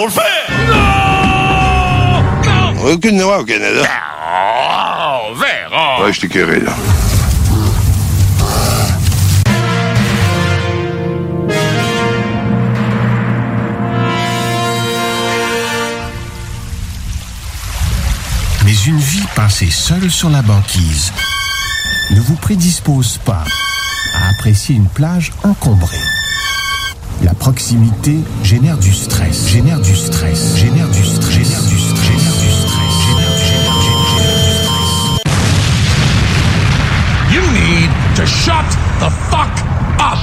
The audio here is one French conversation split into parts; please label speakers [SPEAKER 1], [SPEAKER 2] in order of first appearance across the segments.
[SPEAKER 1] On le fait Non Non
[SPEAKER 2] Aucune loi au Canada.
[SPEAKER 1] On verra
[SPEAKER 2] Ouais, je t'ai curé, là.
[SPEAKER 3] Mais une vie passée seule sur la banquise ne vous prédispose pas à apprécier une plage encombrée. La proximité génère du stress, génère du stress, génère du stress, génère du stress, génère du stress, génère du, génère, génère, génère du stress.
[SPEAKER 1] You need to shut the fuck up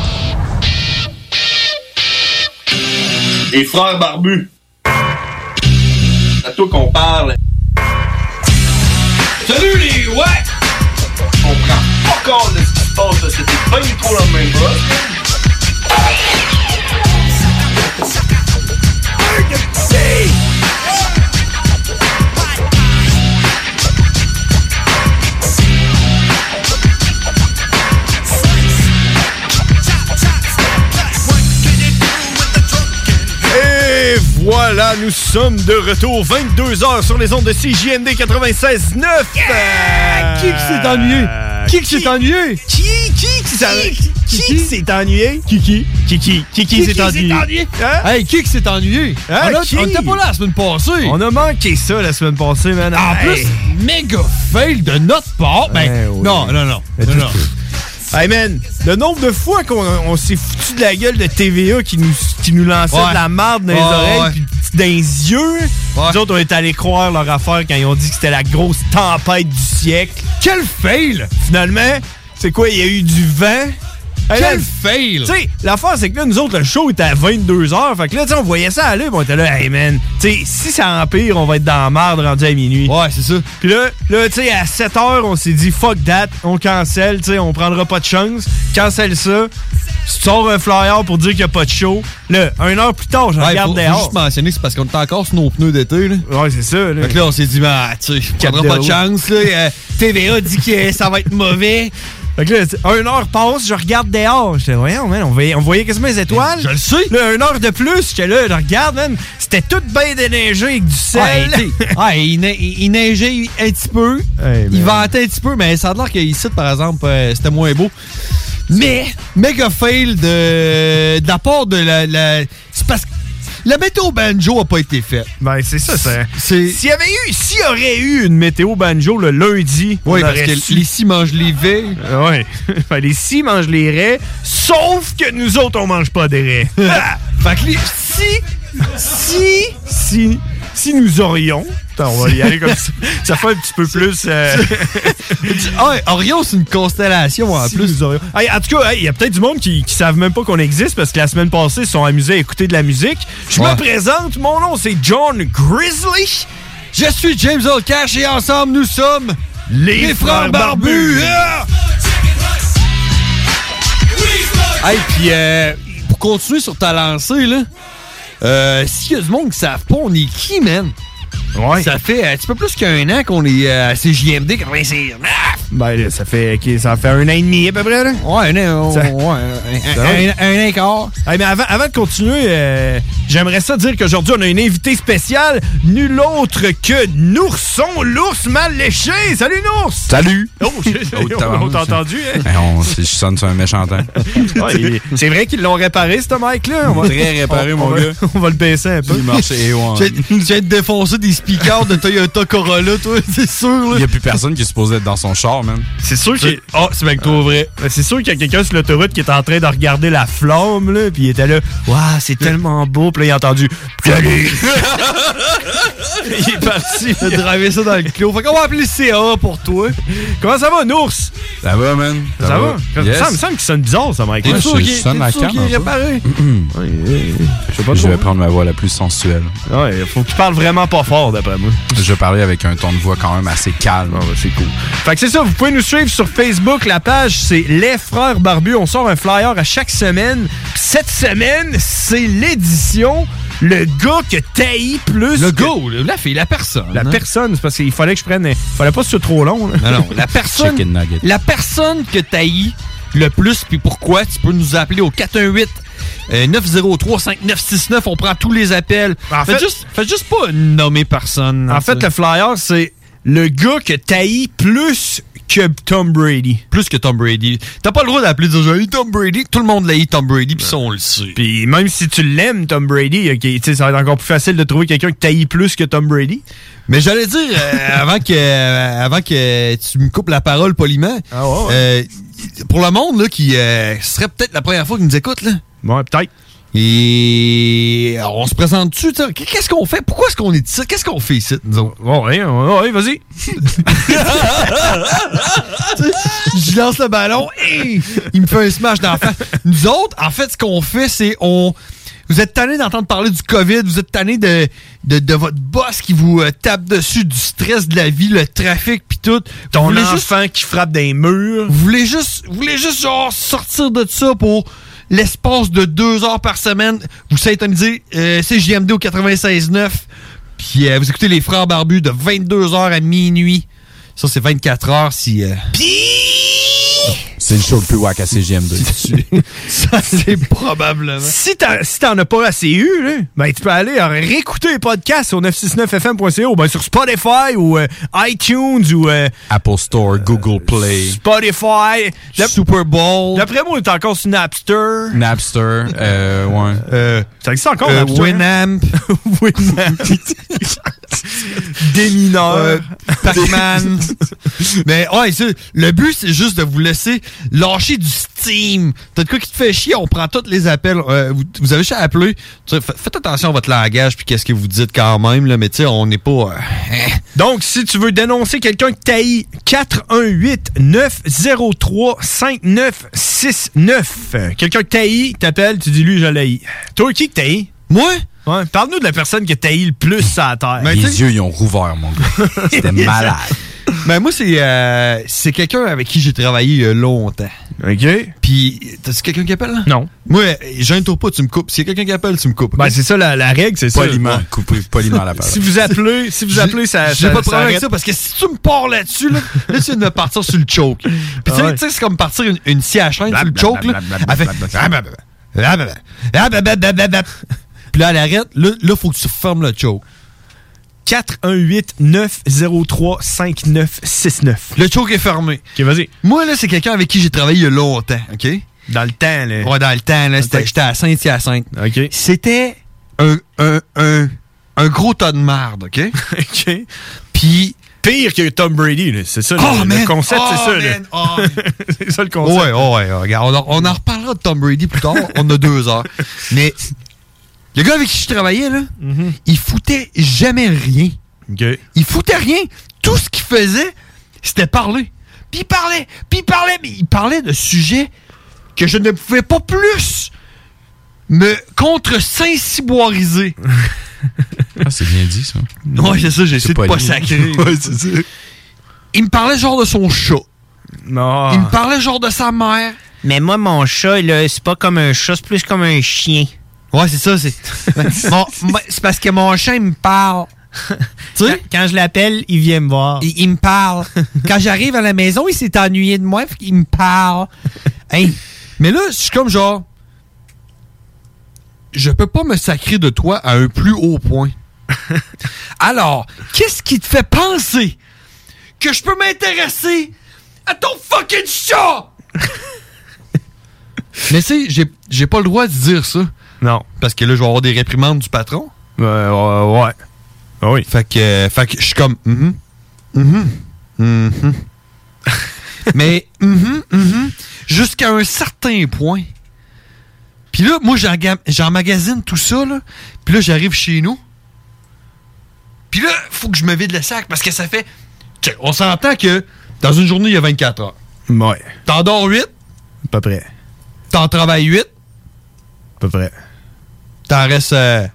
[SPEAKER 4] Les frères barbus. C'est à toi qu'on parle. Salut les ouais! On prend pas compte de ce qui se passe, là. c'était pas du tout la même chose.
[SPEAKER 5] Et voilà, nous sommes de retour, 22h sur les ondes de CJMD 96.9.
[SPEAKER 6] Qui que s'est ennuyé? Qui que s'est ennuyé?
[SPEAKER 5] Euh, Qui, qui, qui, s'en- qui, qui s'est ennuyé?
[SPEAKER 6] Kiki.
[SPEAKER 5] Kiki, Kiki s'est ennuyé. Hein?
[SPEAKER 6] Hey, qui que s'est ennuyé?
[SPEAKER 5] Hein,
[SPEAKER 6] on, a-
[SPEAKER 5] qui?
[SPEAKER 6] on était pas là la semaine passée.
[SPEAKER 5] On a manqué ça la semaine passée, man.
[SPEAKER 6] En
[SPEAKER 5] Hey.
[SPEAKER 6] plus, méga fail de notre part. Ben,
[SPEAKER 5] Ouais, ouais.
[SPEAKER 6] non, non, non.
[SPEAKER 5] Mais Eh,
[SPEAKER 6] non,
[SPEAKER 5] tout-
[SPEAKER 6] non.
[SPEAKER 5] Hey man, le nombre de fois qu'on on s'est foutu de la gueule de TVA qui nous, qui nous lançait
[SPEAKER 6] Ouais.
[SPEAKER 5] de la marde dans les
[SPEAKER 6] Ouais, ouais.
[SPEAKER 5] oreilles puis dans les yeux. Nous autres, on est allés croire leur affaire quand ils ont dit que c'était la grosse tempête du siècle.
[SPEAKER 6] Quel fail!
[SPEAKER 5] Finalement, c'est quoi, il y a eu du vent? Hey,
[SPEAKER 6] Quel
[SPEAKER 5] là,
[SPEAKER 6] fail!
[SPEAKER 5] tu sais, l'affaire, c'est que là, nous autres, le show était à 22h. Fait que là, tu sais, on voyait ça à l'œil, on était là, hey man, tu sais, si ça empire, on va être dans la marde rendu à minuit.
[SPEAKER 6] Ouais, c'est ça.
[SPEAKER 5] Puis là, là tu sais, à 7 heures, on s'est dit fuck that, on cancelle, tu sais, on prendra pas de chance, cancelle ça. Tu sors un flyer pour dire qu'il n'y a pas de show. Là, une heure plus tard, je
[SPEAKER 6] Ouais,
[SPEAKER 5] regarde
[SPEAKER 6] faut- faut
[SPEAKER 5] dehors.
[SPEAKER 6] juste mentionner que c'est parce qu'on était encore sur nos pneus d'été. Là.
[SPEAKER 5] Ouais, c'est ça, là.
[SPEAKER 6] Fait que là, on s'est dit, bah, tu sais, on prendra pas de
[SPEAKER 5] Capdeo.
[SPEAKER 6] chance. Là, Euh, TVA dit que euh, ça va être mauvais.
[SPEAKER 5] Fait que là, tu sais, une heure passe, je regarde dehors. J'étais, voyons, man, on voyait, on voyait quasiment les étoiles.
[SPEAKER 6] Je le sais.
[SPEAKER 5] Là, une heure de plus, j'étais là, je regarde, man, c'était tout bien déneigé avec du
[SPEAKER 6] Ouais,
[SPEAKER 5] sel.
[SPEAKER 6] t'sais, ouais, il, ne- il- il neigeait un petit peu.
[SPEAKER 5] Hey,
[SPEAKER 6] il
[SPEAKER 5] man.
[SPEAKER 6] ventait un petit peu, mais ça a l'air qu'ici, par exemple, euh, c'était moins beau. Mais, méga fail de, de la part de la. la- c'est parce que la météo banjo a pas été faite.
[SPEAKER 5] ben, c'est ça, c'est.
[SPEAKER 6] C'est.
[SPEAKER 5] S'il y avait eu, s'il y aurait eu une météo banjo le lundi,
[SPEAKER 6] Oui,
[SPEAKER 5] on
[SPEAKER 6] parce
[SPEAKER 5] aurait
[SPEAKER 6] que
[SPEAKER 5] su. Euh,
[SPEAKER 6] les six mangent les vets.
[SPEAKER 5] Ouais. Fait les six mangent les raies, sauf que nous autres, on mange pas des raies. Ah!
[SPEAKER 6] Fait que les-
[SPEAKER 5] si, si, si, si nous aurions. Attends, on va y aller comme ça. Ça fait un petit peu plus. euh,
[SPEAKER 6] Ah ouais, Orion, c'est une constellation en
[SPEAKER 5] si
[SPEAKER 6] plus.
[SPEAKER 5] nous aurions. Hey, en tout cas, hey, il y a peut-être du monde qui, qui savent même pas qu'on existe parce que la semaine passée, ils se sont amusés à écouter de la musique. Je
[SPEAKER 6] Ouais.
[SPEAKER 5] me présente, mon nom c'est John Grizzly.
[SPEAKER 6] Je suis James O'Cash et ensemble, nous sommes.
[SPEAKER 5] Les,
[SPEAKER 6] frères barbus.
[SPEAKER 5] Ah!
[SPEAKER 6] Hey, puis euh, pour continuer sur ta lancée, là, euh, s'il y a du monde qui savent pas, on est qui, man?
[SPEAKER 5] Ouais.
[SPEAKER 6] Ça fait un petit peu plus qu'un an qu'on est euh, à CJMD 96.
[SPEAKER 5] Ben là, ça fait, ok, ça fait un an et demi à peu près, là.
[SPEAKER 6] Ouais, un an,
[SPEAKER 5] Ça-
[SPEAKER 6] ouais, un-
[SPEAKER 5] Ça-
[SPEAKER 6] un- un- un an et quart.
[SPEAKER 5] Hey, mais avant, avant de continuer, euh, j'aimerais ça dire qu'aujourd'hui, on a une invitée spéciale, nul autre que Nourson, l'ours mal léché. Salut, Nours!
[SPEAKER 7] Salut!
[SPEAKER 5] Oh, j'ai- on t'a entendu, hein?
[SPEAKER 7] Ben, on- je sonne sur un méchant temps.
[SPEAKER 5] Ouais, il- C'est vrai qu'ils l'ont réparé, ce mic-là. On va-
[SPEAKER 7] Très réparé,
[SPEAKER 5] on-
[SPEAKER 7] mon
[SPEAKER 5] on va-
[SPEAKER 7] gars.
[SPEAKER 5] On va le baisser un peu.
[SPEAKER 7] Il marche
[SPEAKER 6] Eh,
[SPEAKER 7] et on-
[SPEAKER 6] Tu viens- tu viens de défoncer des speakers de Toyota Corolla, toi, c'est sûr,
[SPEAKER 7] Il
[SPEAKER 6] là.
[SPEAKER 7] n'y a plus personne qui est supposé être dans son char, man.
[SPEAKER 5] C'est sûr qu'il Ah, c'est bien que trop vrai. Ben, C'est sûr qu'il y a quelqu'un sur l'autoroute qui est en train de regarder la flamme, là, puis il était là, waouh, c'est tellement beau, puis là, il a entendu, Salut! il est parti.
[SPEAKER 6] T'as drivé ça dans le clos. Fait qu'on va appeler le CA pour toi.
[SPEAKER 5] Comment ça va, Nours?
[SPEAKER 7] Ça va, man?
[SPEAKER 5] Ça, va?
[SPEAKER 7] Yes.
[SPEAKER 5] Ça me semble qu'il sonne bizarre, ça, Mike.
[SPEAKER 7] Ouais,
[SPEAKER 5] Hein?
[SPEAKER 7] je- je sonne la cam un peu.
[SPEAKER 6] réparé?
[SPEAKER 5] Je sais pas hein.
[SPEAKER 7] Je vais prendre ma voix la plus sensuelle.
[SPEAKER 5] Ouais, faut qu'il parle vraiment pas fort, d'après moi. Ah
[SPEAKER 7] Je vais parler avec un ton de voix quand même assez calme.
[SPEAKER 5] c'est cool. Fait que c'est ça, vous pouvez nous suivre sur Facebook. La page, c'est Les Frères Barbus. On sort un flyer à chaque semaine. Puis Cette semaine, c'est l'édition Le gars que taillis plus.
[SPEAKER 6] Le
[SPEAKER 5] que-
[SPEAKER 6] go, le- la fille, la personne.
[SPEAKER 5] La
[SPEAKER 6] hein.
[SPEAKER 5] personne, c'est parce qu'il fallait que je prenne. un- Fallait pas que ce soit trop long. hein. là.
[SPEAKER 6] Non, non, la personne.
[SPEAKER 7] Chicken nugget.
[SPEAKER 6] La personne que t'haïs le plus, puis pourquoi, tu peux nous appeler au 418 euh, 903 5969. On prend tous les appels.
[SPEAKER 5] En
[SPEAKER 6] Faites
[SPEAKER 5] fait-
[SPEAKER 6] juste, faites juste pas nommer personne. hein,
[SPEAKER 5] En fait, le flyer, c'est Le gars que taillis plus que Euh, Tom Brady.
[SPEAKER 6] plus que Tom Brady. T'as pas le droit d'appeler de dire Hey, Tom Brady. Tout le monde l'haït Tom Brady, puis ça, on le sait.
[SPEAKER 5] Puis même si tu l'aimes, Tom Brady, ok, tu sais, ça va être encore plus facile de trouver quelqu'un qui taillit plus que Tom Brady.
[SPEAKER 6] Mais j'allais dire, euh, avant, que, euh, avant que tu me coupes la parole poliment,
[SPEAKER 5] Ah ouais, ouais.
[SPEAKER 6] euh, pour le monde là, qui euh, serait peut-être la première fois qu'ils nous écoute, là,
[SPEAKER 5] Ouais, peut-être.
[SPEAKER 6] et euh, on se présente dessus, qu'est-ce qu'on fait? Pourquoi est-ce qu'on est ici? Qu'est-ce qu'on fait ici, nous autres?
[SPEAKER 5] Ouais, ouais, ouais, vas-y.
[SPEAKER 6] Je lance le ballon et il me fait un smash dans la face. Nous autres, en fait, ce qu'on fait, c'est on. Vous êtes tanné d'entendre parler du COVID, vous êtes tanné de, de, de votre boss qui vous euh, tape dessus, du stress de la vie, le trafic, puis tout. vous
[SPEAKER 5] Ton
[SPEAKER 6] voulez juste
[SPEAKER 5] enfant qui frappe des murs.
[SPEAKER 6] Vous voulez juste, vous voulez juste genre sortir de ça pour l'espace de deux heures par semaine. Vous synthonisez euh, CJMD au 96.9. Puis euh, vous écoutez les frères barbus de 22h à minuit. Ça, c'est 24 heures si... euh,
[SPEAKER 7] C'est le show le plus wack à CGM2.
[SPEAKER 6] ça, c'est probablement...
[SPEAKER 5] Si t'en si t'en as pas assez eu, là, ben tu peux aller euh, réécouter les podcasts au 969fm.ca ou ben sur Spotify ou euh, iTunes ou euh,
[SPEAKER 7] Apple Store, Google
[SPEAKER 6] Euh,
[SPEAKER 7] Play,
[SPEAKER 5] Spotify. D'ap-
[SPEAKER 6] Super Bowl...
[SPEAKER 5] D'après moi, t'es encore sur Napster.
[SPEAKER 7] Napster, euh, ouais.
[SPEAKER 6] Euh,
[SPEAKER 5] Ça existe encore,
[SPEAKER 6] euh,
[SPEAKER 5] Napster? hein?
[SPEAKER 6] Winamp,
[SPEAKER 5] Winamp. Des mineurs.
[SPEAKER 6] euh, Pac-Man. Mais ouais, c'est- le but, c'est juste de vous laisser lâcher du Steam. T'as de quoi qui te fait chier, on prend tous les appels. Euh, vous, vous avez juste à appeler. Tu sais, fa- Faites attention à votre langage puis qu'est-ce que vous dites quand même, là, mais tu sais, on n'est pas. euh,
[SPEAKER 5] Donc, si tu veux dénoncer quelqu'un que t'haïs, 418-903-5969. Euh, Quelqu'un que t'haïs, t'appelles, tu dis lui, je l'haïs. Toi, qui que t'haïs?
[SPEAKER 6] Moi?
[SPEAKER 5] Ouais, Parle-nous de la personne que t'haïs le plus à la terre.
[SPEAKER 6] Ben,
[SPEAKER 7] Les
[SPEAKER 6] tu sais-
[SPEAKER 7] yeux, ils ont rouvert, mon gars. C'était malade.
[SPEAKER 6] Ben moi, c'est euh, c'est quelqu'un avec qui j'ai travaillé euh, longtemps.
[SPEAKER 5] OK.
[SPEAKER 6] Puis, t'as-tu quelqu'un qui appelle, là?
[SPEAKER 5] Non.
[SPEAKER 6] Moi, euh, j'interromps pas, tu me coupes. S'il y a quelqu'un qui appelle, tu me coupes.
[SPEAKER 5] Ben, c'est ça la, la règle, c'est ça.
[SPEAKER 7] Poliment. Coupé poliment la parole.
[SPEAKER 5] Si vous appelez, si vous
[SPEAKER 6] J'ai-
[SPEAKER 5] appelez, ça.
[SPEAKER 6] J'ai
[SPEAKER 5] ça-
[SPEAKER 6] pas de problème avec
[SPEAKER 5] arrête.
[SPEAKER 6] ça parce que si tu me pars là-dessus, là, là, tu viens de me partir sur le choke. Puis tu sais,
[SPEAKER 5] Ah ouais.
[SPEAKER 6] tu sais, c'est comme partir une, une scie à chaîne sur le
[SPEAKER 7] Blablabla,
[SPEAKER 6] choke. Là,
[SPEAKER 7] blablabla,
[SPEAKER 6] Elle fait- Ah, Blablabla, blablabla, blablabla. Puis là, elle arrête. Là, là, faut que tu fermes le choke.
[SPEAKER 5] 418-903-5969.
[SPEAKER 6] Le choke est fermé.
[SPEAKER 5] OK, vas-y.
[SPEAKER 6] Moi, là, c'est quelqu'un avec qui j'ai travaillé il y a longtemps, OK?
[SPEAKER 5] Dans le temps, là.
[SPEAKER 6] Ouais, dans le temps, là, c'était-
[SPEAKER 5] Ok.
[SPEAKER 6] j'étais à Saint-Hyacinthe.
[SPEAKER 5] OK.
[SPEAKER 6] C'était un, un, un, un gros tas de marde, OK?
[SPEAKER 5] OK.
[SPEAKER 6] Puis...
[SPEAKER 5] Pire que Tom Brady, là. C'est ça, le- le,
[SPEAKER 6] man!
[SPEAKER 5] concept,
[SPEAKER 6] Oh,
[SPEAKER 5] c'est ça, là.
[SPEAKER 6] man! Oh, man!
[SPEAKER 5] C'est ça le concept.
[SPEAKER 6] Ouais, ouais, ouais, regarde, on, en- on en reparlera de Tom Brady plus tard. on a deux heures. Mais le gars avec qui je travaillais, là,
[SPEAKER 5] Mm-hmm.
[SPEAKER 6] il foutait jamais rien.
[SPEAKER 5] OK.
[SPEAKER 6] Il foutait rien. Tout ce qu'il faisait, c'était parler. Puis il parlait, puis il parlait, mais il parlait de sujets que je ne pouvais pas plus me contre-saint-ciboiriser.
[SPEAKER 7] Ah, c'est bien dit, ça.
[SPEAKER 6] Ouais, c'est ça, j'ai essayé de
[SPEAKER 7] poli.
[SPEAKER 6] pas sacrer. Il me parlait genre de son chat.
[SPEAKER 5] Non.
[SPEAKER 6] Il me parlait genre de sa mère.
[SPEAKER 8] Mais moi, mon chat, là, c'est pas comme un chat, c'est plus comme un chien.
[SPEAKER 6] Ouais, c'est ça, c'est. Mon- mon- c'est parce que mon chien il me parle.
[SPEAKER 9] Quand, quand je l'appelle, il vient me voir.
[SPEAKER 10] Il, il me parle. Quand j'arrive à la maison, il s'est ennuyé de moi, fait qu'il me parle. Hein?
[SPEAKER 6] Mais là, je suis comme genre. Je peux pas me sacrer de toi à un plus haut point. Alors, qu'est-ce qui te fait penser que je peux m'intéresser à ton fucking chat? Mais tu sais, j'ai- j'ai pas le droit de dire ça. Non. Parce que là, je vais avoir des réprimandes du patron. ouais. Oui. Fait que, euh, fait que je suis comme. Mhm. Mhm. Mhm. Mais, mhm, mhm, jusqu'à un certain point. Puis là, moi, j'enga- j'emmagasine tout ça, là. Puis là, j'arrive chez nous. Puis là, faut que je me vide le sac parce que ça fait. Check, on s'entend que dans une journée, il y a 24 heures.
[SPEAKER 5] Ouais.
[SPEAKER 6] T'en dors 8,
[SPEAKER 5] À peu près.
[SPEAKER 6] t'en travailles 8,
[SPEAKER 5] À peu près.
[SPEAKER 6] t'en restes
[SPEAKER 5] euh,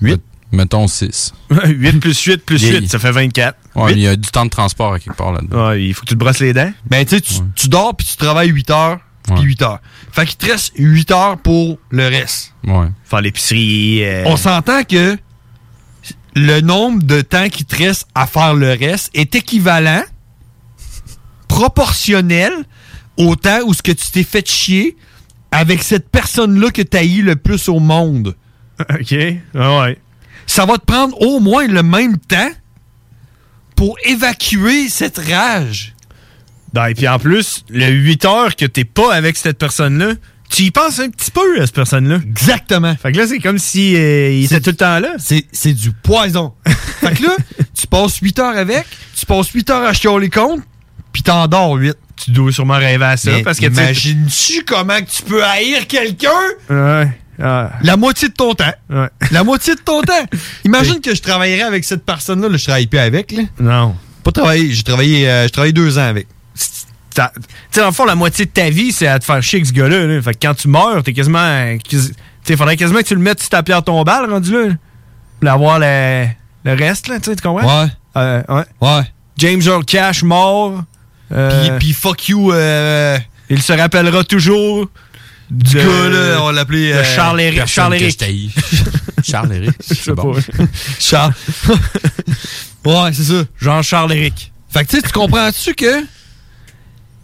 [SPEAKER 7] 8? Mettons 6.
[SPEAKER 5] 8 plus 8 plus
[SPEAKER 7] Vieille.
[SPEAKER 5] 8, ça fait 24.
[SPEAKER 7] Ouais,
[SPEAKER 5] Huit.
[SPEAKER 7] mais il y a du temps de transport à quelque part là-dedans.
[SPEAKER 5] Ouais, il faut que tu te brosses les dents.
[SPEAKER 6] Ben, tu sais, tu, tu dors puis tu travailles 8 heures, puis 8 heures. Fait qu'il te reste 8 heures pour le reste.
[SPEAKER 7] Ouais.
[SPEAKER 5] Faire l'épicerie. euh,
[SPEAKER 6] On s'entend que le nombre de temps qui te reste à faire le reste est équivalent, proportionnel au temps où ce que tu t'es fait chier avec cette personne-là que tu haïs le plus au monde.
[SPEAKER 5] OK. ouais.
[SPEAKER 6] Ça va te prendre au moins le même temps pour évacuer cette rage.
[SPEAKER 5] Ben, et puis en plus, le 8 heures que t'es pas avec cette personne-là, tu y penses un petit peu à cette personne-là.
[SPEAKER 6] Exactement.
[SPEAKER 5] Fait que là, c'est comme si euh, il était tout le temps là.
[SPEAKER 6] C'est du poison. fait que là, tu passes 8 heures avec, tu passes 8 heures à chialer les comptes, puis t'endors 8.
[SPEAKER 5] Tu dois sûrement rêver à ça.
[SPEAKER 6] Mais
[SPEAKER 5] parce que tu sais-
[SPEAKER 6] Imagines-tu comment que tu peux haïr quelqu'un
[SPEAKER 5] Ouais. ah.
[SPEAKER 6] La moitié de ton temps. La moitié de ton temps. Imagine que je travaillerais avec cette personne-là. là, je travaille plus avec. Là.
[SPEAKER 5] Non.
[SPEAKER 6] Pas travailler. J'ai travaillé, euh, j'ai travaillé deux ans avec.
[SPEAKER 5] Tu sais, dans le fond, la moitié de ta vie, c'est à te faire chier avec ce gars-là. là. Fait que quand tu meurs, t'es quasiment. euh, quasi- Tu sais, faudrait quasiment que tu le mettes sur ta pierre tombale, rendu là. Pour avoir le, le reste, là. Tu sais, tu comprends?
[SPEAKER 6] Ouais.
[SPEAKER 5] Euh, ouais.
[SPEAKER 6] Ouais.
[SPEAKER 5] James Earl Cash mort.
[SPEAKER 6] Puis- puis fuck you. euh,
[SPEAKER 5] il se rappellera toujours
[SPEAKER 6] Du gars, là, on l'appelait.
[SPEAKER 5] de
[SPEAKER 6] euh,
[SPEAKER 5] Charles Eric. Charles Eric.
[SPEAKER 7] Charles Eric.
[SPEAKER 5] Je sais
[SPEAKER 7] bon.
[SPEAKER 5] pas.
[SPEAKER 6] Charles. ouais, c'est ça.
[SPEAKER 5] Jean-Charles Eric.
[SPEAKER 6] Fait que tu sais, tu comprends-tu que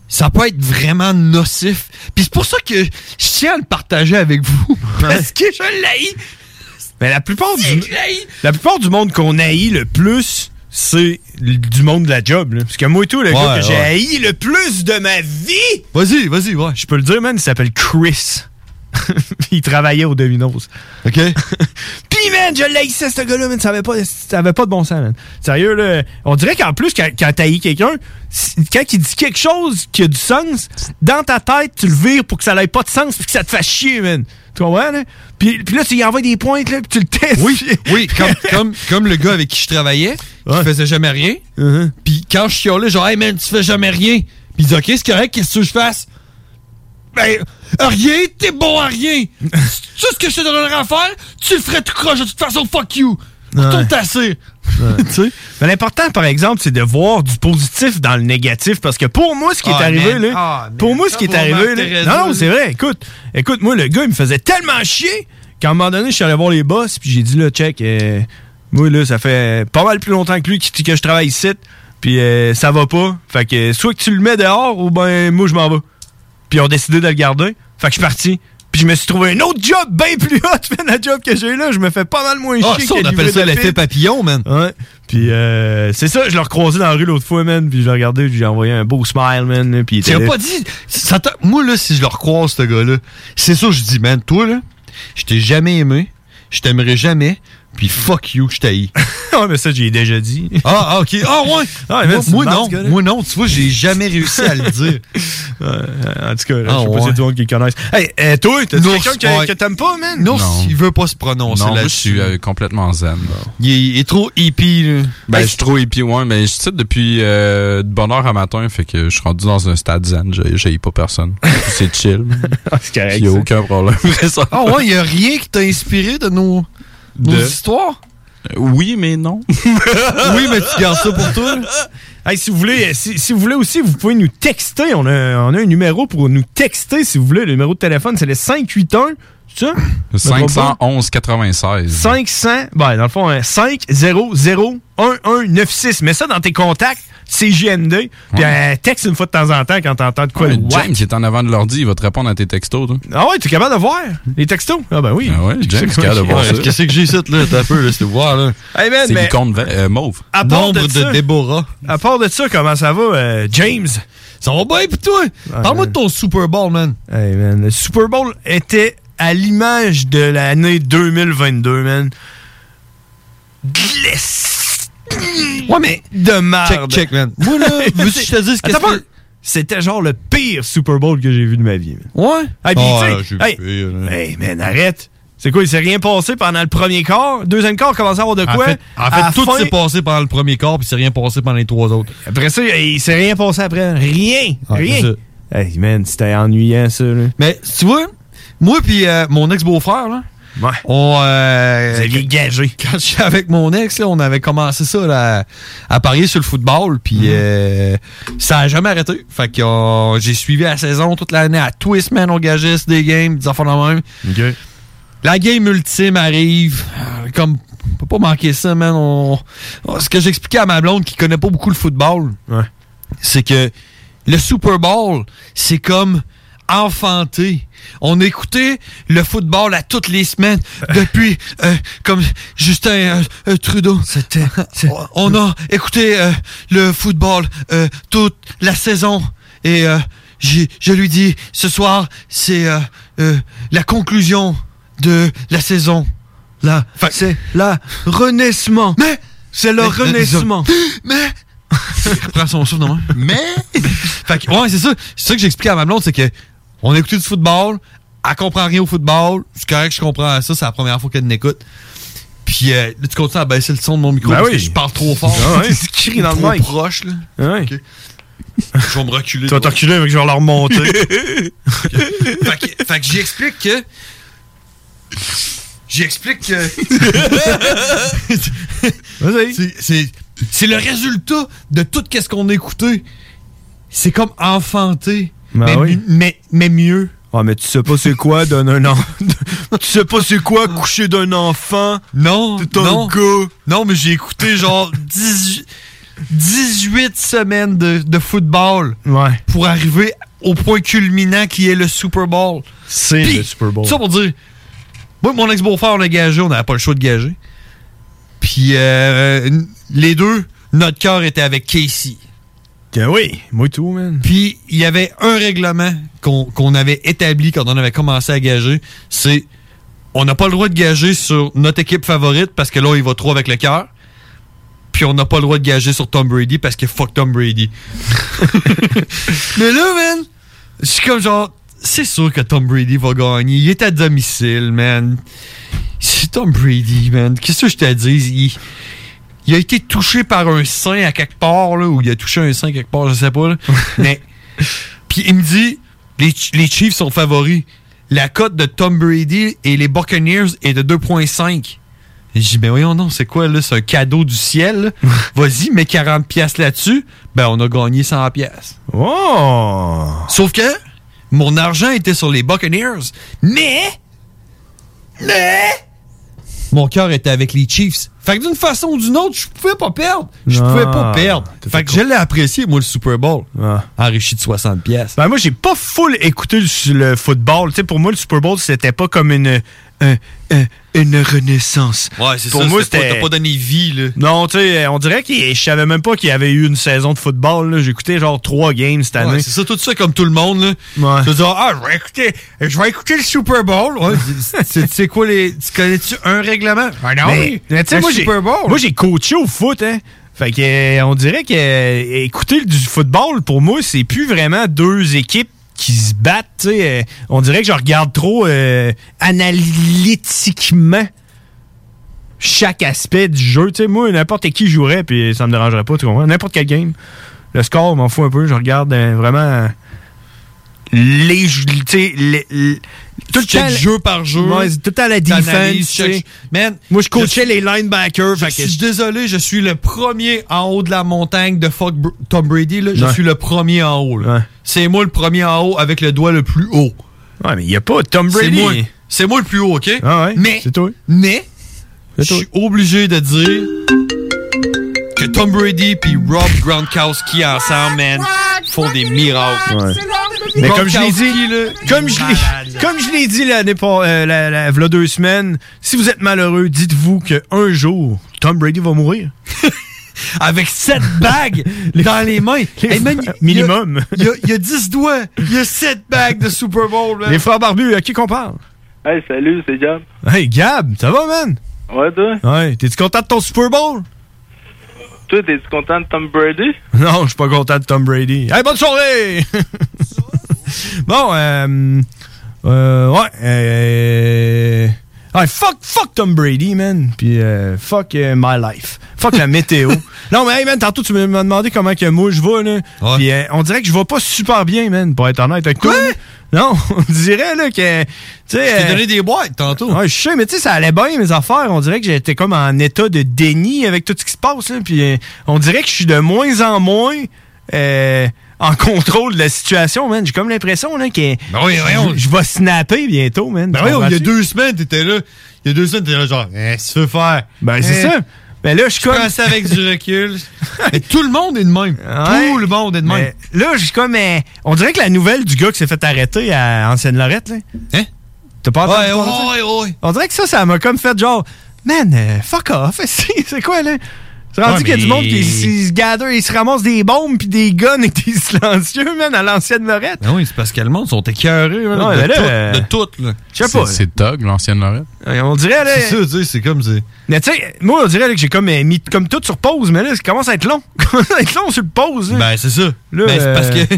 [SPEAKER 6] ça peut être vraiment nocif? Puis c'est pour ça que je tiens à le partager avec vous. Parce que je l'ai.
[SPEAKER 5] Mais Ben, la plupart du, la plupart du monde qu'on haït le plus, c'est l- du monde de la job. là. Parce que moi et tout, le
[SPEAKER 6] Ouais,
[SPEAKER 5] gars que j'ai
[SPEAKER 6] ouais.
[SPEAKER 5] haï le plus de ma vie,
[SPEAKER 6] Vas-y, vas-y, ouais.
[SPEAKER 5] je peux le dire, man, il s'appelle Chris. il travaillait au Domino's.
[SPEAKER 6] OK?
[SPEAKER 5] Pis, man, je l'haïssais, ce gars-là, man. Ça avait, pas, ça avait pas de bon sens, man. Sérieux, là. On dirait qu'en plus, quand, quand t'haïs quelqu'un, si- quand il dit quelque chose qui a du sens, dans ta tête, tu le vires pour que ça n'ait pas de sens puis que ça te fasse chier, man. Tu comprends, là? Puis, puis là, tu lui envoies des pointes, là, puis tu le testes.
[SPEAKER 6] Oui, oui, comme, comme, comme le gars avec qui je travaillais, qui faisait jamais rien. Puis quand je chiolais, genre, hey man, tu fais jamais rien. Puis il dit, OK, c'est correct, qu'est-ce que tu veux que je fasse? Ben, rien, t'es bon à rien. Tout ce que je te donnerais à faire, tu le ferais tout croche, de toute façon, fuck you. Retourne t'asseoir. tu sais?
[SPEAKER 5] Mais l'important, par exemple, c'est de voir du positif dans le négatif. Parce que pour moi, ce qui
[SPEAKER 6] Ah,
[SPEAKER 5] est arrivé,
[SPEAKER 6] man.
[SPEAKER 5] là,
[SPEAKER 6] Ah, man.
[SPEAKER 5] pour moi, ce qui est
[SPEAKER 6] Ça,
[SPEAKER 5] arrivé,
[SPEAKER 6] Romain
[SPEAKER 5] là,
[SPEAKER 6] Thérèse,
[SPEAKER 5] non, non,
[SPEAKER 6] là.
[SPEAKER 5] c'est vrai. Écoute, écoute, moi, le gars, il me faisait tellement chier qu'à un moment donné, je suis allé voir les boss, puis j'ai dit, là, check, euh, moi, là, ça fait pas mal plus longtemps que lui qui- que je travaille ici, puis euh, ça va pas. Fait que soit que tu le mets dehors, ou ben, moi, je m'en vais. Puis ils ont décidé de le garder. Fait que je suis parti. Puis je me suis trouvé un autre job bien plus hot, man, la job que j'ai là. Je me fais pas mal moins
[SPEAKER 6] Ah,
[SPEAKER 5] chier
[SPEAKER 6] ça,
[SPEAKER 5] que
[SPEAKER 6] on appelle
[SPEAKER 5] livrer
[SPEAKER 6] ça
[SPEAKER 5] de
[SPEAKER 6] l'effet
[SPEAKER 5] pizza.
[SPEAKER 6] papillon, man.
[SPEAKER 5] Ouais. Puis euh, c'est ça, je l'ai recroisé dans la rue l'autre fois, man. Puis je l'ai regardé, puis j'ai envoyé un beau smile, man. là, Puis il
[SPEAKER 6] Tu
[SPEAKER 5] était
[SPEAKER 6] as
[SPEAKER 5] là.
[SPEAKER 6] pas dit. ça t'a- moi, là, si je le recroise, ce gars-là, c'est ça, je dis, man, toi, là, je t'ai jamais aimé, je t'aimerais jamais, puis fuck you, je t'haïs. Oh,
[SPEAKER 5] Ouais, mais ça, j'ai déjà dit.
[SPEAKER 6] Ah, ah, ok. Ah, ouais.
[SPEAKER 5] Ah, mais
[SPEAKER 6] moi,
[SPEAKER 5] c'est
[SPEAKER 6] moi,
[SPEAKER 5] marrant,
[SPEAKER 6] non.
[SPEAKER 5] ce gars-là.
[SPEAKER 6] Moi, non. Tu vois, j'ai jamais réussi à le dire.
[SPEAKER 5] Ouais, euh, en tout cas, là,
[SPEAKER 6] Ah,
[SPEAKER 5] je sais pas
[SPEAKER 6] ouais.
[SPEAKER 5] si c'est du monde qui le connaisse. Hey, euh, toi, t'as
[SPEAKER 6] Nours,
[SPEAKER 5] quelqu'un que,
[SPEAKER 6] ouais.
[SPEAKER 5] que t'aimes pas, man?
[SPEAKER 6] Non,
[SPEAKER 7] Non.
[SPEAKER 6] il veut pas se prononcer
[SPEAKER 7] Non, moi, je
[SPEAKER 6] là-dessus.
[SPEAKER 7] suis euh, complètement zen.
[SPEAKER 6] il, est, il est trop hippie, là.
[SPEAKER 7] Ben, je suis trop hippie, ouais, mais je cite depuis euh, de bonne heure à matin, fait que je suis rendu dans un stade zen, j'ai j'ai pas personne. C'est chill.
[SPEAKER 5] c'est correct.
[SPEAKER 7] Il y a
[SPEAKER 5] ça.
[SPEAKER 7] aucun problème.
[SPEAKER 6] Ah, ouais, il y a rien qui t'a inspiré de nos, nos
[SPEAKER 7] De-
[SPEAKER 6] histoires.
[SPEAKER 7] oui, mais non.
[SPEAKER 6] oui, mais tu gardes ça pour toi, là.
[SPEAKER 5] Hey, si vous voulez, euh, si, si vous voulez aussi, vous pouvez nous texter. On a, on a un numéro pour nous texter si vous voulez. Le numéro de téléphone, c'est le 581 C'est ça? Je me trompe pas?
[SPEAKER 7] 511 96.
[SPEAKER 5] 500, ben, dans le fond, hein, 5 0 0 1 1 9 6. Mets ça dans tes contacts, CGMD, puis un texte une fois de temps en temps quand t'entends de quoi.
[SPEAKER 7] Ouais,
[SPEAKER 5] de whack.
[SPEAKER 7] Ah. James, il est en avant de l'ordi, il va te répondre à tes textos. Toi.
[SPEAKER 5] Ah ouais, t'es capable de voir les textos? Ah ben oui.
[SPEAKER 7] Ah ouais, James,
[SPEAKER 5] C'est
[SPEAKER 7] est capable de voir
[SPEAKER 5] quoi?
[SPEAKER 7] ça.
[SPEAKER 5] Qu'est-ce que j'ai ici, là? T'as un peu, là, c'est voir, là. Hey man,
[SPEAKER 7] C'est
[SPEAKER 5] mais
[SPEAKER 7] l'icône ve- euh, mauve.
[SPEAKER 5] à part de, ça, À part de ça, comment ça va, euh, James? Ça va bien, pis toi? Parle-moi de ton Super Bowl, man. Hey man, le Super Bowl était à l'image de l'année 2022, man. Ouais, mais. De merde.
[SPEAKER 6] Check, check, man. Moi, là, veux-tu que je te dise
[SPEAKER 5] Attends
[SPEAKER 6] qu'est-ce
[SPEAKER 5] un peu. C'était genre le pire Super Bowl que j'ai vu de ma vie, man. Ouais? Hey, pis
[SPEAKER 6] Ah, là,
[SPEAKER 5] tu
[SPEAKER 6] j'ai
[SPEAKER 5] sais,
[SPEAKER 6] vu
[SPEAKER 5] hey, hey, man, arrête. C'est quoi, il s'est rien passé pendant le premier quart? Deuxième quart, commence à avoir de quoi?
[SPEAKER 11] En fait, en fait,
[SPEAKER 5] À la
[SPEAKER 11] tout
[SPEAKER 5] fin-
[SPEAKER 11] s'est passé pendant le premier corps, puis c'est rien passé pendant les trois autres.
[SPEAKER 5] Après ça, il s'est rien passé après. Rien.
[SPEAKER 11] Ouais, c'est
[SPEAKER 5] rien.
[SPEAKER 11] ça.
[SPEAKER 5] Hey, man, c'était ennuyant, ça. Là.
[SPEAKER 6] Mais tu vois, moi puis euh, mon ex-beau-frère, là, on. Euh,
[SPEAKER 5] Vous aviez gagé.
[SPEAKER 6] Quand j'étais avec mon ex, là, on avait commencé ça là, à parier sur le football, puis
[SPEAKER 5] Mhm.
[SPEAKER 6] euh, ça a jamais arrêté. Fait que euh, j'ai suivi la saison toute l'année à twist, man, on gageait sur des games, des enfants de même. La game ultime arrive. euh, Comme, on peut pas manquer ça, man. On- on- ce que j'expliquais à ma blonde qui connaît pas beaucoup le football, c'est que le Super Bowl, c'est comme enfanté. On écoutait le football à toutes les semaines depuis euh, comme Justin euh, euh, Trudeau. C'était. On a écouté euh, le football euh, toute la saison et euh, j'ai- je lui dis ce soir c'est euh, euh, la conclusion de la saison. Là, c'est la renaissement. Mais c'est
[SPEAKER 5] le renaissement.
[SPEAKER 6] Mais prend son souffle non Mais Fait que, ouais, c'est ça. C'est ça que j'expliquais à ma blonde, c'est que on a écouté du football, elle comprend rien au football, c'est correct que je comprends ça, c'est la première fois qu'elle n'écoute. Puis euh, là, tu continues à baisser le son de mon micro
[SPEAKER 5] Ben
[SPEAKER 6] parce
[SPEAKER 5] oui.
[SPEAKER 6] que je parle trop fort.
[SPEAKER 5] Ah ouais.
[SPEAKER 6] Je crie
[SPEAKER 5] dans le
[SPEAKER 6] trop
[SPEAKER 5] mic. Ah
[SPEAKER 6] proche là.
[SPEAKER 5] Ouais.
[SPEAKER 6] Je vais me reculer.
[SPEAKER 5] Tu vas te reculer, fait que je vais leur remonter.
[SPEAKER 6] fait que, fait que j'y explique que. J'y explique que. C'est- c'est- C'est le résultat de tout quest ce qu'on a écouté. C'est comme enfanté.
[SPEAKER 5] Ben
[SPEAKER 6] mais,
[SPEAKER 5] oui.
[SPEAKER 6] mais, mais mieux.
[SPEAKER 5] Ah, mais tu sais pas c'est quoi donner un enfant. tu sais pas c'est quoi coucher d'un enfant.
[SPEAKER 6] Non.
[SPEAKER 5] T'es un
[SPEAKER 6] non.
[SPEAKER 5] gars.
[SPEAKER 6] Non, mais j'ai écouté genre 18, 18 semaines de, de football pour arriver au point culminant qui est le Super Bowl.
[SPEAKER 5] C'est
[SPEAKER 6] Puis,
[SPEAKER 5] le Super Bowl.
[SPEAKER 6] tout Ça pour dire, moi, et mon ex-beau-frère, on a gagé, on n'avait pas le choix de gager. Puis euh, n- les deux, notre cœur était avec Casey.
[SPEAKER 5] oui, moi tout, man.
[SPEAKER 6] Puis il y avait un règlement qu'on qu'on avait établi quand on avait commencé à gager, c'est on n'a pas le droit de gager sur notre équipe favorite parce que là, il va trop avec le cœur. Puis on n'a pas le droit de gager sur Tom Brady parce que fuck Tom Brady. Mais là, man, je suis comme genre, c'est sûr que Tom Brady va gagner. Il est à domicile, man. C'est Tom Brady, man. Qu'est-ce que je te dis? Il, il a été touché par un sein à quelque part, là, ou il a touché un sein quelque part, je sais pas. là. Mais, puis il me dit, les, Ch- les Chiefs sont favoris. La cote de Tom Brady et les Buccaneers est de 2,5. Et Je dis, ben voyons, non, c'est quoi, là? C'est un cadeau du ciel. là. Vas-y, mets 40 pièces là-dessus. Ben, on a gagné 100 pièces.
[SPEAKER 5] Oh!
[SPEAKER 6] Sauf que, mon argent était sur les Buccaneers. Mais, mais, mon cœur était avec les Chiefs. Fait que d'une façon ou d'une autre, je pouvais pas perdre. Je
[SPEAKER 5] Non,
[SPEAKER 6] pouvais pas perdre. Fait que je l'ai apprécié, moi, le Super Bowl. Enrichi de 60 pièces.
[SPEAKER 5] Ah. Ben moi, j'ai pas full écouté le, le football. Tu sais, pour moi, le Super Bowl, c'était pas comme une, un- un- une renaissance.
[SPEAKER 6] Ouais, c'est
[SPEAKER 5] Pour
[SPEAKER 6] ça.
[SPEAKER 5] moi,
[SPEAKER 6] c'était pas-
[SPEAKER 5] c'était-
[SPEAKER 6] T'as pas donné vie, là.
[SPEAKER 5] Non, tu sais, euh, on dirait que je savais même pas qu'il y avait eu une saison de football. là. J'écoutais genre trois games cette année.
[SPEAKER 6] Ouais, c'est ça, tout ça, comme tout le monde. Là. Tu vas dire, ah, je vais écouter, je vais écouter le Super Bowl. Ouais, c'est- c'est- tu sais quoi, les, tu connais-tu un règlement? Ah non,
[SPEAKER 5] Mais, mais tu sais,
[SPEAKER 6] le
[SPEAKER 5] moi, j'ai-
[SPEAKER 6] Super Bowl.
[SPEAKER 5] moi, j'ai coaché au foot, hein. Fait que, euh, on dirait que euh, écouter du football, pour moi, c'est plus vraiment deux équipes qui se battent. tu sais. Euh, on dirait que je regarde trop euh, analytiquement chaque aspect du jeu. Tu sais, moi, n'importe qui jouerait, puis ça me dérangerait pas, tu comprends? N'importe quel game. Le score, m'en fout un peu. Je regarde euh, vraiment les, tu sais, les- les- tout le
[SPEAKER 6] Tu checkes
[SPEAKER 5] temps-
[SPEAKER 6] jeu par jeu.
[SPEAKER 5] Ouais, c'est tout le temps la
[SPEAKER 6] T'analyses,
[SPEAKER 5] défense.
[SPEAKER 6] tu
[SPEAKER 5] tu sais.
[SPEAKER 6] checkes. Man,
[SPEAKER 5] moi, je coachais les linebackers.
[SPEAKER 6] Je suis désolé, je suis le premier en haut de la montagne de fuck Br- Tom Brady. Là, je
[SPEAKER 5] Ouais.
[SPEAKER 6] suis le premier en haut. là. C'est moi le premier en haut avec le doigt le plus haut.
[SPEAKER 5] Ouais, mais il n'y a pas Tom
[SPEAKER 6] C'est
[SPEAKER 5] Brady. Ah
[SPEAKER 6] moi. C'est moi le plus haut, OK?
[SPEAKER 12] Mais. Mais.
[SPEAKER 6] Je suis obligé de dire que Tom Brady puis Rob Gronkowski ensemble, man, font des miracles.
[SPEAKER 5] Mais comme je l'ai
[SPEAKER 6] Gronkowski, là,
[SPEAKER 5] dit, comme je l'ai, comme je l'ai dit l'année pas, euh, la, la, v'là deux semaines, si vous êtes malheureux, dites-vous qu'un jour, Tom Brady va mourir.
[SPEAKER 12] Avec sept bagues dans les mains. Hey, man, il y a-
[SPEAKER 5] minimum.
[SPEAKER 12] Il y, a- il y a 10 doigts. Il y a 7 bagues de Super Bowl. man.
[SPEAKER 5] Les frères barbus, à qui qu'on parle?
[SPEAKER 13] Hey, salut, c'est Gab.
[SPEAKER 5] Hey, Gab, ça va, man?
[SPEAKER 13] Ouais, toi?
[SPEAKER 5] Ouais, t'es-tu content de ton Super Bowl?
[SPEAKER 13] Toi, t'es-tu content de Tom Brady?
[SPEAKER 5] Non, je suis pas content de Tom Brady. Hey, bonne soirée! bon, euh, euh, ouais, euh, ouais, fuck, fuck Tom Brady, man. Puis euh, fuck euh, my life. Fuck la météo. non, mais hey, man, tantôt, tu m'as demandé comment que moi je vais, là. Puis euh, on dirait que je vais pas super bien, man, pour être honnête avec toi. Non, on dirait, là, que, tu sais... euh,
[SPEAKER 6] t'es donné
[SPEAKER 5] des boîtes, tantôt. Ouais, je sais, mais tu sais, ça allait bien, mes affaires. On dirait que j'étais comme en état de déni avec tout ce qui se passe, là. Puis euh, on dirait que je suis de moins en moins... euh, en contrôle de la situation, man. J'ai comme l'impression, là, que
[SPEAKER 6] Ben oui, voyons.
[SPEAKER 5] je- je vais snapper bientôt, man.
[SPEAKER 6] Ben
[SPEAKER 5] Tu
[SPEAKER 6] voyons, il y a
[SPEAKER 5] comprends-tu?
[SPEAKER 6] deux semaines, t'étais là. Il y a deux semaines, t'étais là, genre, eh, si tu veux faire.
[SPEAKER 5] Ben, c'est
[SPEAKER 6] Eh,
[SPEAKER 5] ça. Mais là, je suis comme.
[SPEAKER 6] prends ça avec du recul. Mais tout le monde est de même. Tout le monde est de même.
[SPEAKER 5] Mais là, je suis comme. euh, on dirait que la nouvelle du gars qui s'est fait arrêter à Ancienne-Lorette, là. Hein? T'as pas entendu?
[SPEAKER 6] Ouais,
[SPEAKER 5] parler de ça?
[SPEAKER 6] ouais, ouais, ouais.
[SPEAKER 5] On dirait que ça, ça m'a comme fait genre, man, euh, fuck off, c'est c'est quoi, là? C'est rendu
[SPEAKER 6] Ouais,
[SPEAKER 5] qu'il y a du
[SPEAKER 6] mais-
[SPEAKER 5] monde qui qui se gather, ils se ramassent des bombes puis des guns avec des silencieux, man, à l'ancienne Lorette.
[SPEAKER 6] Ben oui, c'est parce que le monde sont écœurés. là,
[SPEAKER 5] Ouais,
[SPEAKER 6] de,
[SPEAKER 5] ben là,
[SPEAKER 6] tout,
[SPEAKER 5] euh,
[SPEAKER 6] de tout, là.
[SPEAKER 5] je sais pas. C'est- c'est
[SPEAKER 6] Doug, l'ancienne Lorette.
[SPEAKER 5] On dirait, là.
[SPEAKER 6] C'est ça, tu sais, c'est comme. c'est-
[SPEAKER 5] Mais tu sais, moi, on dirait là, que j'ai comme euh, mis comme tout sur pause, mais là, ça commence à être long. Ça commence à être long sur le pause. là.
[SPEAKER 6] Ben, c'est ça.
[SPEAKER 5] Là,
[SPEAKER 6] Ben, c'est
[SPEAKER 5] euh,
[SPEAKER 6] parce que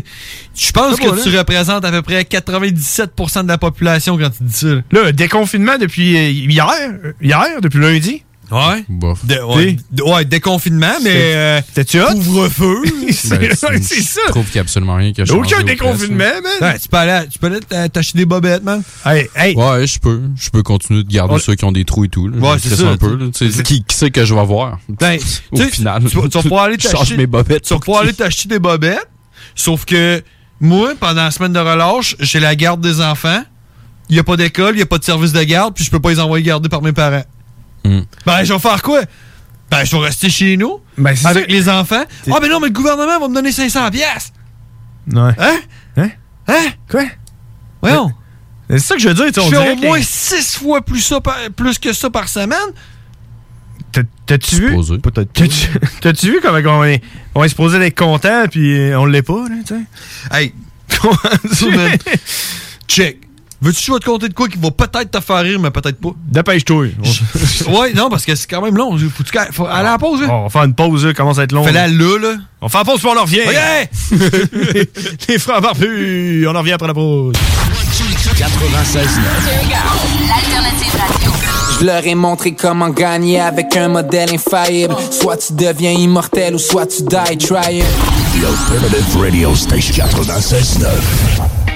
[SPEAKER 6] je
[SPEAKER 5] je sais
[SPEAKER 6] pense
[SPEAKER 5] pas,
[SPEAKER 6] que tu
[SPEAKER 5] là.
[SPEAKER 6] représentes à peu près 97% de la population quand tu dis ça.
[SPEAKER 5] Là, déconfinement depuis euh, hier, euh, hier, depuis lundi.
[SPEAKER 6] Ouais.
[SPEAKER 7] Bof.
[SPEAKER 6] De- ouais, d- ouais, déconfinement, mais. euh,
[SPEAKER 5] T'es-tu hot?
[SPEAKER 6] Couvre-feu.
[SPEAKER 7] Ben,
[SPEAKER 6] c'est ça.
[SPEAKER 7] Je trouve qu'il n'y a absolument rien que je
[SPEAKER 6] Aucun déconfinement, man. Ouais, tu peux aller, tu peux aller t'a- t'acheter des bobettes, man.
[SPEAKER 5] Hey, hey.
[SPEAKER 7] Ouais, je peux. Je peux continuer de garder
[SPEAKER 6] On-
[SPEAKER 7] ceux qui ont des trous et tout. là.
[SPEAKER 6] Ouais,
[SPEAKER 7] Je
[SPEAKER 6] c'est
[SPEAKER 7] me
[SPEAKER 6] ça,
[SPEAKER 7] stresse un peu. là. Tu sais, Qui, qui c'est que je vais voir?
[SPEAKER 6] Ben,
[SPEAKER 7] Au
[SPEAKER 6] tu sais,
[SPEAKER 7] final.
[SPEAKER 6] tu, vas- tu vas pouvoir aller
[SPEAKER 7] Je
[SPEAKER 6] t'acheter.
[SPEAKER 7] change mes bobettes.
[SPEAKER 6] Tu vas pouvoir aller t'acheter des bobettes. Sauf que moi, pendant la semaine de relâche, j'ai la garde des enfants. Il n'y a pas d'école, il n'y a pas de service de garde, puis je peux pas les envoyer garder par mes parents.
[SPEAKER 5] Hmm.
[SPEAKER 6] Ben, je vais faire quoi? Ben, je vais rester chez nous.
[SPEAKER 5] Ben, c'est
[SPEAKER 6] avec
[SPEAKER 5] ça.
[SPEAKER 6] les enfants. Ah, ben non, mais le gouvernement va me donner 500 piastres.
[SPEAKER 5] Ouais.
[SPEAKER 6] Hein?
[SPEAKER 5] Hein?
[SPEAKER 6] Hein?
[SPEAKER 5] Quoi?
[SPEAKER 6] Voyons.
[SPEAKER 5] C'est ça que je veux dire, tu sais,
[SPEAKER 6] Je
[SPEAKER 5] on
[SPEAKER 6] fais
[SPEAKER 5] dirait
[SPEAKER 6] au
[SPEAKER 5] que-
[SPEAKER 6] moins 6 fois plus, ça par- plus que ça par semaine.
[SPEAKER 5] T'as- T'as-tu vu? Peut-être. T'as-tu t'as-tu vu comment on est, on est supposé être content puis euh, on l'est pas, là, tu sais?
[SPEAKER 6] Hey! Check. Veux-tu que je vais te compter de quoi qui va peut-être te faire rire, mais peut-être pas?
[SPEAKER 5] Dépêche-toi.
[SPEAKER 6] ouais, non, parce que c'est quand même long. Faut, tu- faut aller à la pause, là.
[SPEAKER 5] on va faire une pause, là, commence à être long.
[SPEAKER 6] Fais-la là, là.
[SPEAKER 5] Oh, On fait la pause puis on en revient. les, les frères barbus, on en revient après la pause.
[SPEAKER 14] 96 Je leur ai montré comment gagner avec un modèle infaillible. Soit tu deviens immortel ou soit tu die trying.
[SPEAKER 1] The Alternative Radio Station 96.9.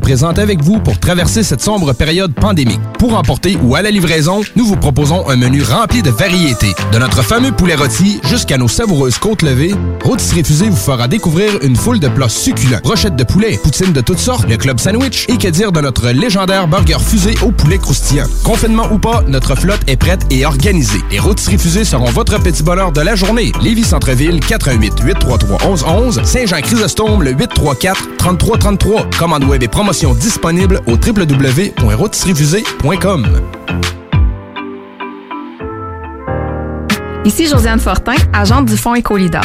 [SPEAKER 15] présentes avec vous pour traverser cette sombre période pandémique. Pour emporter ou à la livraison, nous vous proposons un menu rempli de variétés. De notre fameux poulet rôti jusqu'à nos savoureuses côtes levées, Rôtisserie Fusée vous fera découvrir une foule de plats succulents. Rochettes de poulet, poutines de toutes sortes, le club sandwich et que dire de notre légendaire burger fusée au poulet croustillant. Confinement ou pas, notre flotte est prête et organisée. Les Rôtisseries Fusées seront votre petit bonheur de la journée. Lévis-Centreville, 418-833-1111, Saint-Jean-Chrysostome, le 834-3333. Commande web et promotion disponible au www.rôtisseriesfusées.com.
[SPEAKER 16] Ici Josiane Fortin, agente du Fonds Écolidar.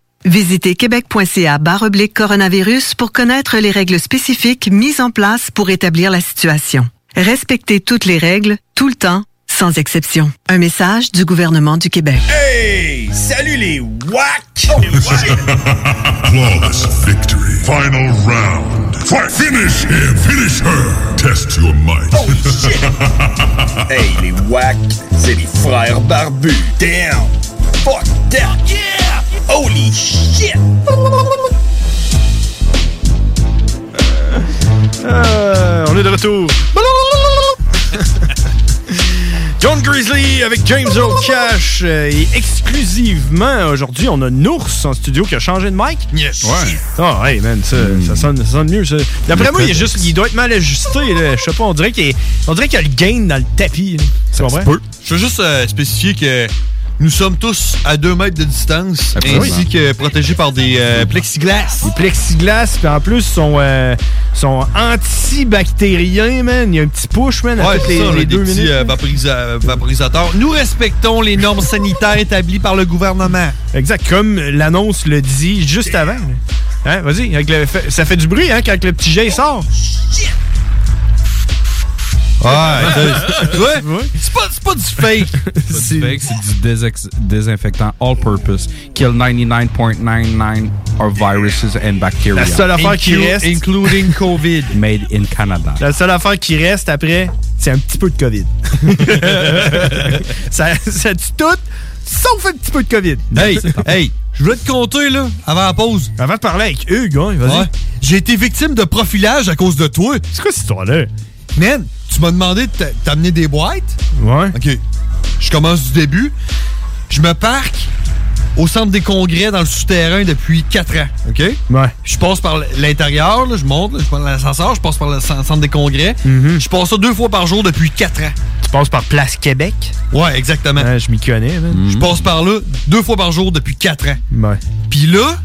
[SPEAKER 17] Visitez québec.ca baroblique coronavirus pour connaître les règles spécifiques mises en place pour établir la situation. Respectez toutes les règles, tout le temps, sans exception. Un message du gouvernement du Québec.
[SPEAKER 2] Hey! Salut les WAC!
[SPEAKER 1] Oh, Flawless victory. Final round. Fight. Finish him. Finish her. Test your might.
[SPEAKER 2] Oh, hey les WAC, c'est les frères barbus. Damn! Fuck that! Yeah! Holy shit!
[SPEAKER 5] Euh, on est de retour. John Grizzly avec James Earl Cash. euh, Et exclusivement, aujourd'hui, on a Nours en studio qui a changé de mic. Yes. Ouais. Ah, ouais, man, ça,
[SPEAKER 6] Hmm.
[SPEAKER 5] ça sonne, ça sonne mieux, ça. D'après moi, il, est juste, il doit être mal ajusté, là. Je sais pas, on dirait qu'il est- on dirait qu'il y a le gain dans le tapis. là. Tu comprends?
[SPEAKER 6] Je veux juste euh, spécifier que nous sommes tous à 2 mètres de distance,
[SPEAKER 5] Absolument.
[SPEAKER 6] ainsi que protégés par des euh, plexiglas.
[SPEAKER 5] Les plexiglas, puis en plus, sont, euh, sont antibactériens, man. Il y a un petit push, man, à
[SPEAKER 6] Ouais,
[SPEAKER 5] toutes
[SPEAKER 6] c'est
[SPEAKER 5] les,
[SPEAKER 6] ça,
[SPEAKER 5] les
[SPEAKER 6] là, des
[SPEAKER 5] deux
[SPEAKER 6] petits
[SPEAKER 5] minutes.
[SPEAKER 6] euh, vaporisa- vaporisateurs. Nous respectons les normes sanitaires établies par le gouvernement.
[SPEAKER 5] Exact, comme l'annonce le dit juste avant. Hein, vas-y, avec le fait- ça fait du bruit, hein, quand le petit jet sort.
[SPEAKER 6] Ouais, c'est pas, c'est pas du fake.
[SPEAKER 7] C'est du fake, c'est du désex- désinfectant all-purpose. Kill 99.99 of viruses and bacteria.
[SPEAKER 5] La seule affaire qui
[SPEAKER 7] Inclu-
[SPEAKER 5] reste.
[SPEAKER 7] inclu-
[SPEAKER 5] Including COVID.
[SPEAKER 7] Made in Canada.
[SPEAKER 5] La seule affaire qui reste après, c'est un petit peu de COVID. ça, ça tue tout, sauf un petit peu de COVID.
[SPEAKER 6] Hey, hey, je voulais te compter, là, avant la pause.
[SPEAKER 5] Avant de parler avec Hugues, hein, vas-y.
[SPEAKER 6] J'ai été victime de profilage à cause de toi.
[SPEAKER 5] C'est quoi cette histoire-là?
[SPEAKER 6] Man, tu m'as demandé de t'a- t'amener des boîtes.
[SPEAKER 5] Ouais.
[SPEAKER 6] OK. Je commence du début. Je me parque au centre des congrès dans le souterrain depuis 4 ans. OK?
[SPEAKER 5] Ouais.
[SPEAKER 6] Je passe par l'intérieur, là, je monte, là, je prends l'ascenseur, je passe par le cen- centre des congrès. Je passe ça deux fois par jour depuis 4 ans.
[SPEAKER 5] Mhm. Tu passes par Place Québec?
[SPEAKER 6] Ouais, exactement.
[SPEAKER 5] je m'y connais. Mhm.
[SPEAKER 6] Je passe par là deux fois par jour depuis 4 ans.
[SPEAKER 5] Ouais.
[SPEAKER 6] Puis là,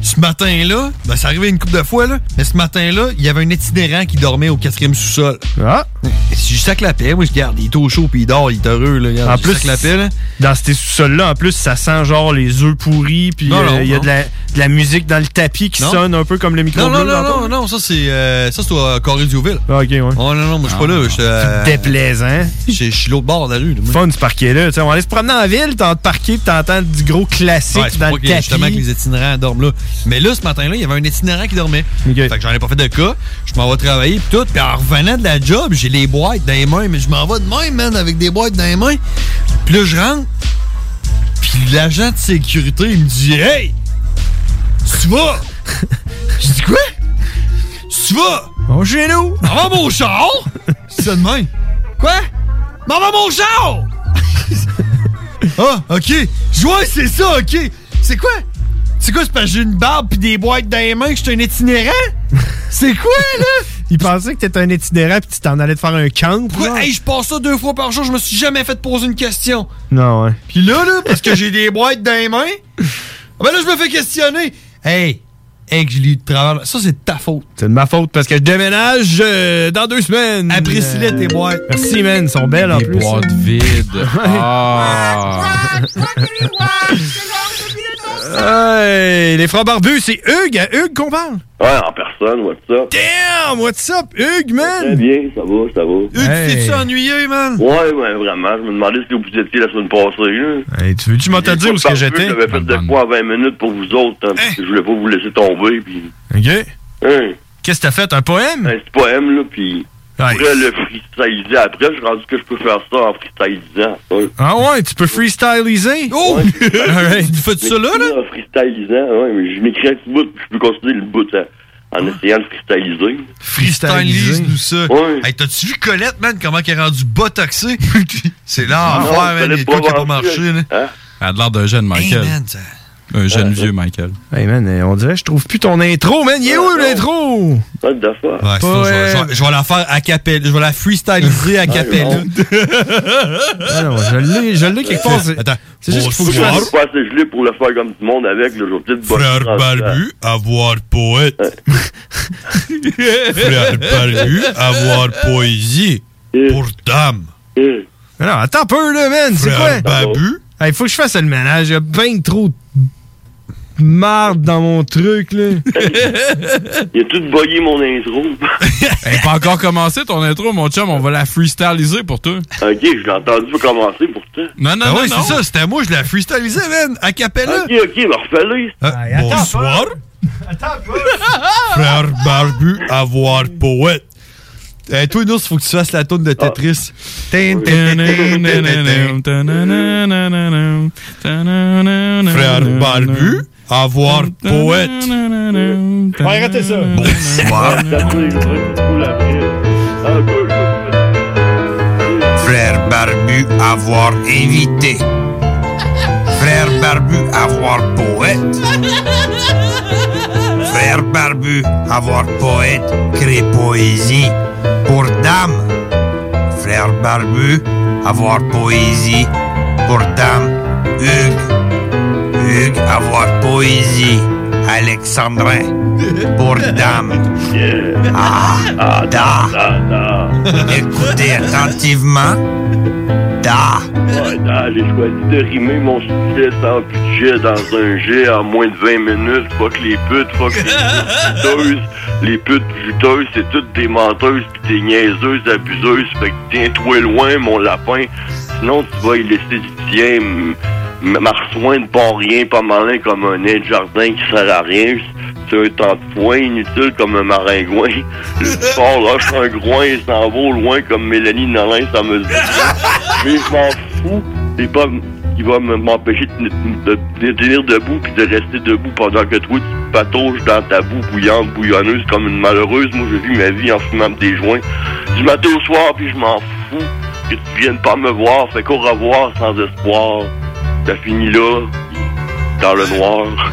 [SPEAKER 6] ce matin-là, ben, ça arrivait une couple de fois, là, mais ce matin-là, il y avait un itinérant qui dormait au quatrième sous-sol.
[SPEAKER 5] Ah!
[SPEAKER 6] Si je sac la paix, moi, je garde, il est au chaud, puis il dort, il est heureux, là. Regarde,
[SPEAKER 5] En
[SPEAKER 6] je
[SPEAKER 5] plus,
[SPEAKER 6] sac la paix, là.
[SPEAKER 5] dans ces sous-sols-là, en plus, ça sent genre les œufs pourris, puis
[SPEAKER 6] Non,
[SPEAKER 5] euh,
[SPEAKER 6] non,
[SPEAKER 5] il y a
[SPEAKER 6] non.
[SPEAKER 5] de la, de la musique dans le tapis qui
[SPEAKER 6] Non.
[SPEAKER 5] sonne un peu comme le micro
[SPEAKER 6] Non, non, non, non, non, ça, c'est euh, ça, c'est au Corée du Ville.
[SPEAKER 5] Ah, ok, ouais.
[SPEAKER 6] Oh, non, non, moi, je suis pas là. Je suis, euh,
[SPEAKER 5] Déplaisant.
[SPEAKER 6] Je je suis l'autre bord de la rue, là, moi.
[SPEAKER 5] Fun ce parquet-là. Tu sais, On allait se promener en ville, t'entends parquer, puis t'entends du gros classique
[SPEAKER 6] Ouais, c'est
[SPEAKER 5] dans
[SPEAKER 6] pour
[SPEAKER 5] le
[SPEAKER 6] pas que, justement que
[SPEAKER 5] tapis.
[SPEAKER 6] les itinérants dorment là. Mais là, ce matin-là, il y avait un itinérant qui dormait. Fait que j'en ai pas fait de cas. Je m'en vais travailler pis tout. Puis en revenant de la job, j'ai les boîtes dans les mains. Mais je m'en vais de même, man, avec des boîtes dans les mains. Puis là, je rentre. Puis l'agent de sécurité, il me dit Hey! Tu vas! je dis quoi? Tu vas!
[SPEAKER 5] Bon, chez nous!
[SPEAKER 6] M'en va mon char! C'est ça de même. Quoi? M'en va mon char! Ah, ok. Je vois, c'est ça, ok. C'est quoi? C'est quoi? C'est parce que j'ai une barbe pis des boîtes dans les mains que j'étais un itinérant? C'est quoi, là?
[SPEAKER 5] Il pensait que t'étais un itinérant puis tu t'en allais te faire un camp.
[SPEAKER 6] Pourquoi? Hey, je passe ça deux fois par jour, je me suis jamais fait poser une question.
[SPEAKER 5] Non, ouais.
[SPEAKER 6] Puis là, là, parce que j'ai des boîtes dans les mains, ah ben là, je me fais questionner. Hey, hey, que je l'ai eu de travers. Ça, c'est de ta faute.
[SPEAKER 5] C'est de ma faute parce que je déménage euh, dans deux semaines. Euh,
[SPEAKER 6] Apprécie-les, tes boîtes.
[SPEAKER 5] Merci, man. Ils sont belles en
[SPEAKER 7] Des
[SPEAKER 5] plus.
[SPEAKER 7] boîtes vides. Ah.
[SPEAKER 5] Hey, les frères barbus, c'est Hugues, à Hugues qu'on parle.
[SPEAKER 13] Ouais, en personne, what's up?
[SPEAKER 5] Damn, what's up, Hugues,
[SPEAKER 13] Très
[SPEAKER 5] man?
[SPEAKER 13] bien, ça va, ça va.
[SPEAKER 5] Hey.
[SPEAKER 6] ennuyé, man?
[SPEAKER 13] Ouais, ouais, vraiment. Je me demandais ce que vous étiez la semaine passée. Là.
[SPEAKER 5] tu veux-tu m'entendre dire où est-ce que j'étais?
[SPEAKER 13] J'avais fait de quoi en 20 minutes pour vous autres, hein, parce que je voulais pas vous laisser tomber, puis...
[SPEAKER 5] OK.
[SPEAKER 13] Hein,
[SPEAKER 5] Qu'est-ce que t'as fait, un poème?
[SPEAKER 13] un petit poème, là, puis... Après le freestyliser, après, je suis rendu que je peux faire ça en freestylisant. ouais.
[SPEAKER 5] Ah ouais, tu peux freestyliser? Oh! Alright, fais-tu ça là, là?
[SPEAKER 13] En freestylisant, ouais, mais je m'écris un petit bout, puis je peux continuer le bout hein, en essayant de freestyliser.
[SPEAKER 6] Freestylise nous ça. Hey, t'as-tu vu Colette, man, comment qu'elle est rendue botoxée? c'est
[SPEAKER 7] Ah,
[SPEAKER 6] l'enfer, man. Il y a quoi qui a pas marché, là.
[SPEAKER 13] Hein?
[SPEAKER 7] Elle a l'air d'un jeune Michael.
[SPEAKER 6] man, ça-
[SPEAKER 7] Un jeune vieux Michael.
[SPEAKER 5] Hey, man, euh, on dirait que je trouve plus ton intro, man. Il est où, l'intro?
[SPEAKER 13] What the fuck?
[SPEAKER 6] Ouais, c'est ça, je vais- je vais- je vais la faire à capella. Je vais la freestyliser à capella.
[SPEAKER 5] Ah non, je l'ai, je l'ai quelque part. c'est-
[SPEAKER 6] Attends.
[SPEAKER 5] C'est juste qu'il faut que je
[SPEAKER 13] Je
[SPEAKER 5] fasse...
[SPEAKER 13] suis pas assez gelé pour le faire comme tout le monde avec, là, je vais peut-être bosser dans
[SPEAKER 6] Frère
[SPEAKER 13] le
[SPEAKER 6] Barbu, avoir poète. Frère Barbu, avoir poésie. Pour dame.
[SPEAKER 5] Alors, attends un peu, là, man. C'est quoi?
[SPEAKER 6] Frère Babu.
[SPEAKER 5] Il faut que je fasse le ménage. Il y a bien trop de marde dans mon truc, là.
[SPEAKER 13] temps. Il a tout boyé mon intro.
[SPEAKER 7] Hey, pas encore commencé ton intro, mon chum. On va la freestyliser pour toi.
[SPEAKER 13] ok, je l'ai entendu commencer pourtant.
[SPEAKER 7] Non, non,
[SPEAKER 13] Ah
[SPEAKER 7] non.
[SPEAKER 13] ouais,
[SPEAKER 7] non.
[SPEAKER 13] c'est ça,
[SPEAKER 6] C'était moi, je la freestylisais, man. À capella.
[SPEAKER 13] Ok, ok, ben refais-le.
[SPEAKER 6] Euh,
[SPEAKER 5] Ah,
[SPEAKER 6] Bonsoir. Frère Barbu, avoir poète. Hey, toi, Nours, faut que tu fasses la tourne de
[SPEAKER 5] Ah.
[SPEAKER 6] Tetris. Frère Barbu, avoir poète.
[SPEAKER 5] On va arrêter ça.
[SPEAKER 6] Bonsoir.
[SPEAKER 2] Frère Barbu avoir invité. Frère Barbu avoir poète. Frère Barbu avoir poète crée poésie pour dame. Frère Barbu avoir poésie pour dame. Hugues. Hugues avoir poésie. Alexandrin pour dame. Ah, da.
[SPEAKER 13] Ah.
[SPEAKER 2] Écoutez attentivement. Da.
[SPEAKER 13] Ouais, non, j'ai choisi de rimer mon succès sans budget dans un jet en moins de 20 minutes. Fuck les putes, fuck les putes juteuses. Les putes juteuses, c'est toutes des menteuses pis des niaiseuses abuseuses. Fait que tiens-toi loin, mon lapin. Sinon, tu vas y laisser du tien. M- m- Marsouin de bon rien, pas malin comme un nez de jardin qui sert à rien. C'est un temps de foin inutile comme un maringouin. Le sport lâche un groin et s'en va au loin comme Mélanie Nolin, ça me dit. Mais je m'en fous. C'est pas m- qui va m- m'empêcher de, de, de tenir debout puis de rester debout pendant que toi, tu patauges dans ta boue bouillante, bouillonneuse comme une malheureuse. Moi, je vis ma vie en fumant des joints. Du matin au soir, puis je m'en fous que tu viennes pas me voir. Fait qu'au revoir sans espoir. T'as fini là, dans le noir.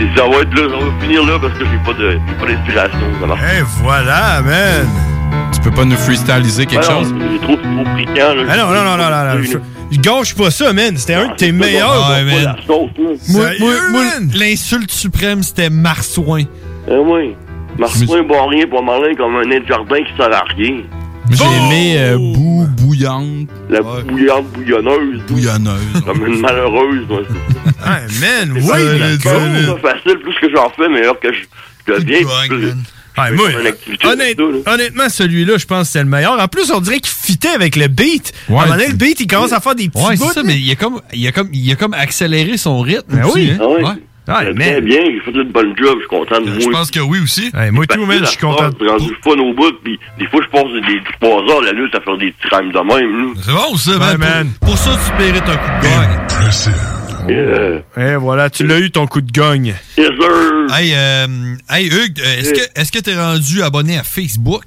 [SPEAKER 13] Et Ça va être là, ça va finir là parce que j'ai pas de j'ai pas d'inspiration. ça marche.
[SPEAKER 5] Et voilà, man.
[SPEAKER 7] Tu peux pas nous freestyliser quelque
[SPEAKER 13] Ah non,
[SPEAKER 7] chose?
[SPEAKER 13] C'est trop, trop piquant, là.
[SPEAKER 5] Ah non, non, non, non, non, non. je- Je gâche pas ça, man. C'était un de tes meilleurs.
[SPEAKER 6] Ouais, man. Moi,
[SPEAKER 5] Sérieux,
[SPEAKER 6] moi, moi, l'insulte suprême, c'était Marsouin.
[SPEAKER 13] Eh oui. Marsouin, bon rien, pas malin comme un nez de jardin qui sert à rien.
[SPEAKER 7] J'ai aimé euh, Boue bouillante.
[SPEAKER 13] La bouillante bouillonneuse.
[SPEAKER 7] Bouillonneuse.
[SPEAKER 13] Comme une malheureuse, moi.
[SPEAKER 5] Ah, man,
[SPEAKER 13] C'est pas- c'est pas pas facile, plus que j'en fais, meilleur que je je deviens. plus-
[SPEAKER 5] Ah,
[SPEAKER 13] plus
[SPEAKER 5] moi,
[SPEAKER 13] une activité.
[SPEAKER 5] honnête- honnêtement, celui-là, je pense que c'est le meilleur. En plus, on dirait qu'il fitait avec le beat. à un moment donné, le beat, il commence à faire des petits
[SPEAKER 6] Ouais,
[SPEAKER 5] bouts.
[SPEAKER 6] c'est ça, mais il a, comme, il, a comme, il a comme accéléré son rythme.
[SPEAKER 5] Ben
[SPEAKER 6] aussi,
[SPEAKER 5] oui.
[SPEAKER 6] hein.
[SPEAKER 13] Ah ouais.
[SPEAKER 5] Ah,
[SPEAKER 13] C'est
[SPEAKER 5] man.
[SPEAKER 13] très bien, j'ai fait une bonne job, je suis content de moi. Ben,
[SPEAKER 6] Je pense que oui aussi.
[SPEAKER 5] moi
[SPEAKER 6] tout, man, je suis
[SPEAKER 13] content. Je suis rendu fun au bout, puis des fois, je passe des 3 heures la lutte à faire des petits rames de même.
[SPEAKER 6] C'est bon, ça, man. Pour- Pour, ça, tu mérites un coup de gagne.
[SPEAKER 13] Yeah.
[SPEAKER 5] Eh, voilà, tu l'as eu ton coup de gogne.
[SPEAKER 6] Hey, euh, hey, Hugues, euh, est-ce que est-ce que t'es rendu abonné à Facebook?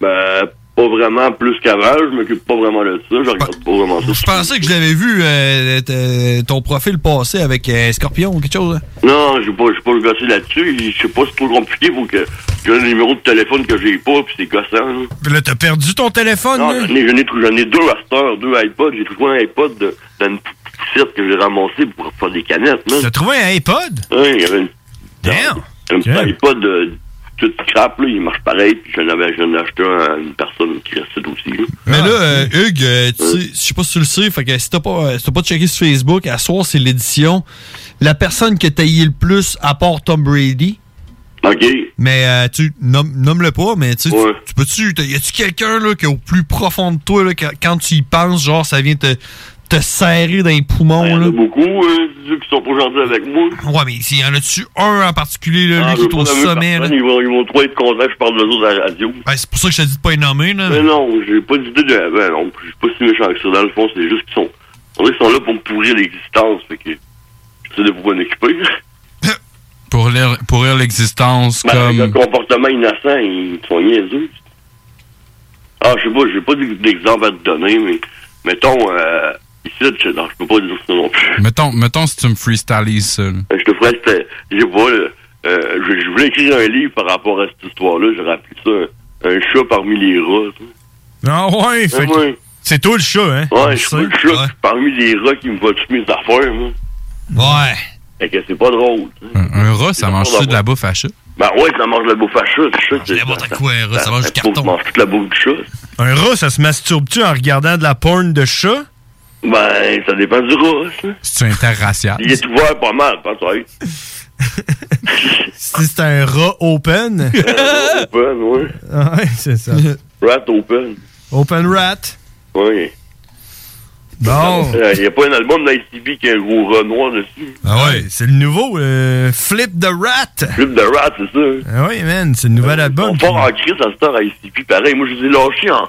[SPEAKER 13] Ben, pas vraiment plus qu'avant. Je m'occupe pas vraiment de ça. Je regarde pas vraiment ça.
[SPEAKER 6] Je pensais que je l'avais vu, euh, t- euh, ton profil passé avec euh, Scorpion ou quelque chose. hein?
[SPEAKER 13] Non, je vais pas, je vais pas le gosser là-dessus. Je sais pas, c'est trop compliqué. Faut que j'ai un numéro de téléphone que j'ai pas, puis c'est gossant. là.
[SPEAKER 6] Puis là, t'as perdu ton téléphone,
[SPEAKER 13] Non,
[SPEAKER 6] là?
[SPEAKER 13] j'en ai, j'en ai, trou- j'en ai deux à cette heure, deux iPods. J'ai trouvé un iPod de- dans une petite poussette que j'ai ramassée pour faire des canettes. T'as
[SPEAKER 6] trouvé un iPod?
[SPEAKER 13] Oui, il y avait une. Damn! Un petit iPod de toute crap, là. Il marche pareil, puis j'en avais j'en ai acheté un à une personne qui restait aussi. là.
[SPEAKER 6] Mais là, euh, Hugues, euh, tu sais- je sais pas si tu le sais, fait que si t'as pas, euh, si t'as pas checké sur Facebook, à soir, c'est l'édition. La personne que t'as le plus, à part Tom Brady.
[SPEAKER 13] OK.
[SPEAKER 6] Mais euh, tu nomme- nomme-le pas, mais tu, sais, tu- tu peux-tu. t'as- Y a-tu quelqu'un là qui est au plus profond de toi, là, quand, quand tu y penses, genre ça vient te, te serrer dans les poumons?
[SPEAKER 13] Ben, Il y en a
[SPEAKER 6] là?
[SPEAKER 13] beaucoup, euh, ceux qui sont pas gentils avec moi.
[SPEAKER 6] Ouais, mais s'il y en a-tu un en particulier, là,
[SPEAKER 13] Ah,
[SPEAKER 6] lui
[SPEAKER 13] je
[SPEAKER 6] qui est
[SPEAKER 13] veux
[SPEAKER 6] au
[SPEAKER 13] pas nommer
[SPEAKER 6] sommet?
[SPEAKER 13] personne, Ils
[SPEAKER 6] là?
[SPEAKER 13] vont, ils vont trop être contents que je parle de autres à la radio.
[SPEAKER 6] Ouais, c'est pour ça que je te dis de pas les nommer, là.
[SPEAKER 13] Mais non, j'ai pas d'idée de. Ben non, je suis pas si méchant que ça. Dans le fond, c'est juste qu'ils sont. On dirait qu'ils sont là pour me pourrir l'existence. Fait que. Je sais de pourquoi m'en occuper.
[SPEAKER 7] Pour lire- pourrir l'existence
[SPEAKER 13] Ben, avec
[SPEAKER 7] comme.
[SPEAKER 13] un comportement innocent, ils sont niaiseux. Ah, je sais pas, j'ai pas d'ex- d'exemple à te donner, mais. Mettons, euh, ici, je, non, je peux pas dire ça non plus.
[SPEAKER 7] Mettons, mettons si tu me freestylises ça. là.
[SPEAKER 13] Euh, Je te ferais. c'était- J'ai pas. là, euh, je, je voulais écrire un livre par rapport à cette histoire-là. J'aurais appelé ça un, un chat parmi les rats. tu sais.
[SPEAKER 5] Ah ouais, fait que-
[SPEAKER 13] Ouais.
[SPEAKER 5] c'est toi le chat, hein?
[SPEAKER 13] Ouais, je suis pas le chat parmi les rats qui me va tuer mes affaires, moi.
[SPEAKER 6] Ouais.
[SPEAKER 13] Fait que c'est pas drôle.
[SPEAKER 7] Un, un rat, ça mange-tu de la bouffe à chat?
[SPEAKER 13] Ben ouais, ça mange la bouffe à chat, le chat. Ah, C'est n'importe
[SPEAKER 6] quoi, un
[SPEAKER 13] rat, ça mange du carton. Ça mange toute la bouffe du chat.
[SPEAKER 5] Un rat, ça se masturbe-tu en regardant de la porn de chat?
[SPEAKER 13] Ben, ça dépend du rat, ça.
[SPEAKER 7] C'est interracial.
[SPEAKER 13] Il est ouvert pas mal, pas ça.
[SPEAKER 5] Si c'est un rat open.
[SPEAKER 13] Euh, open, ouais.
[SPEAKER 5] Ah ouais, c'est ça.
[SPEAKER 13] Rat open.
[SPEAKER 5] Open rat.
[SPEAKER 13] Ouais.
[SPEAKER 5] Bon.
[SPEAKER 13] Il n'y Euh, a pas un album d'ITV qui a un gros rat noir dessus.
[SPEAKER 5] Ah ouais, c'est le nouveau euh, Flip the Rat.
[SPEAKER 13] Flip the Rat, c'est ça. Euh,
[SPEAKER 5] Ah oui, man, c'est le nouvel album.
[SPEAKER 13] On part en crise à cette heure à ICP, pareil. Moi, je les ai lâchés en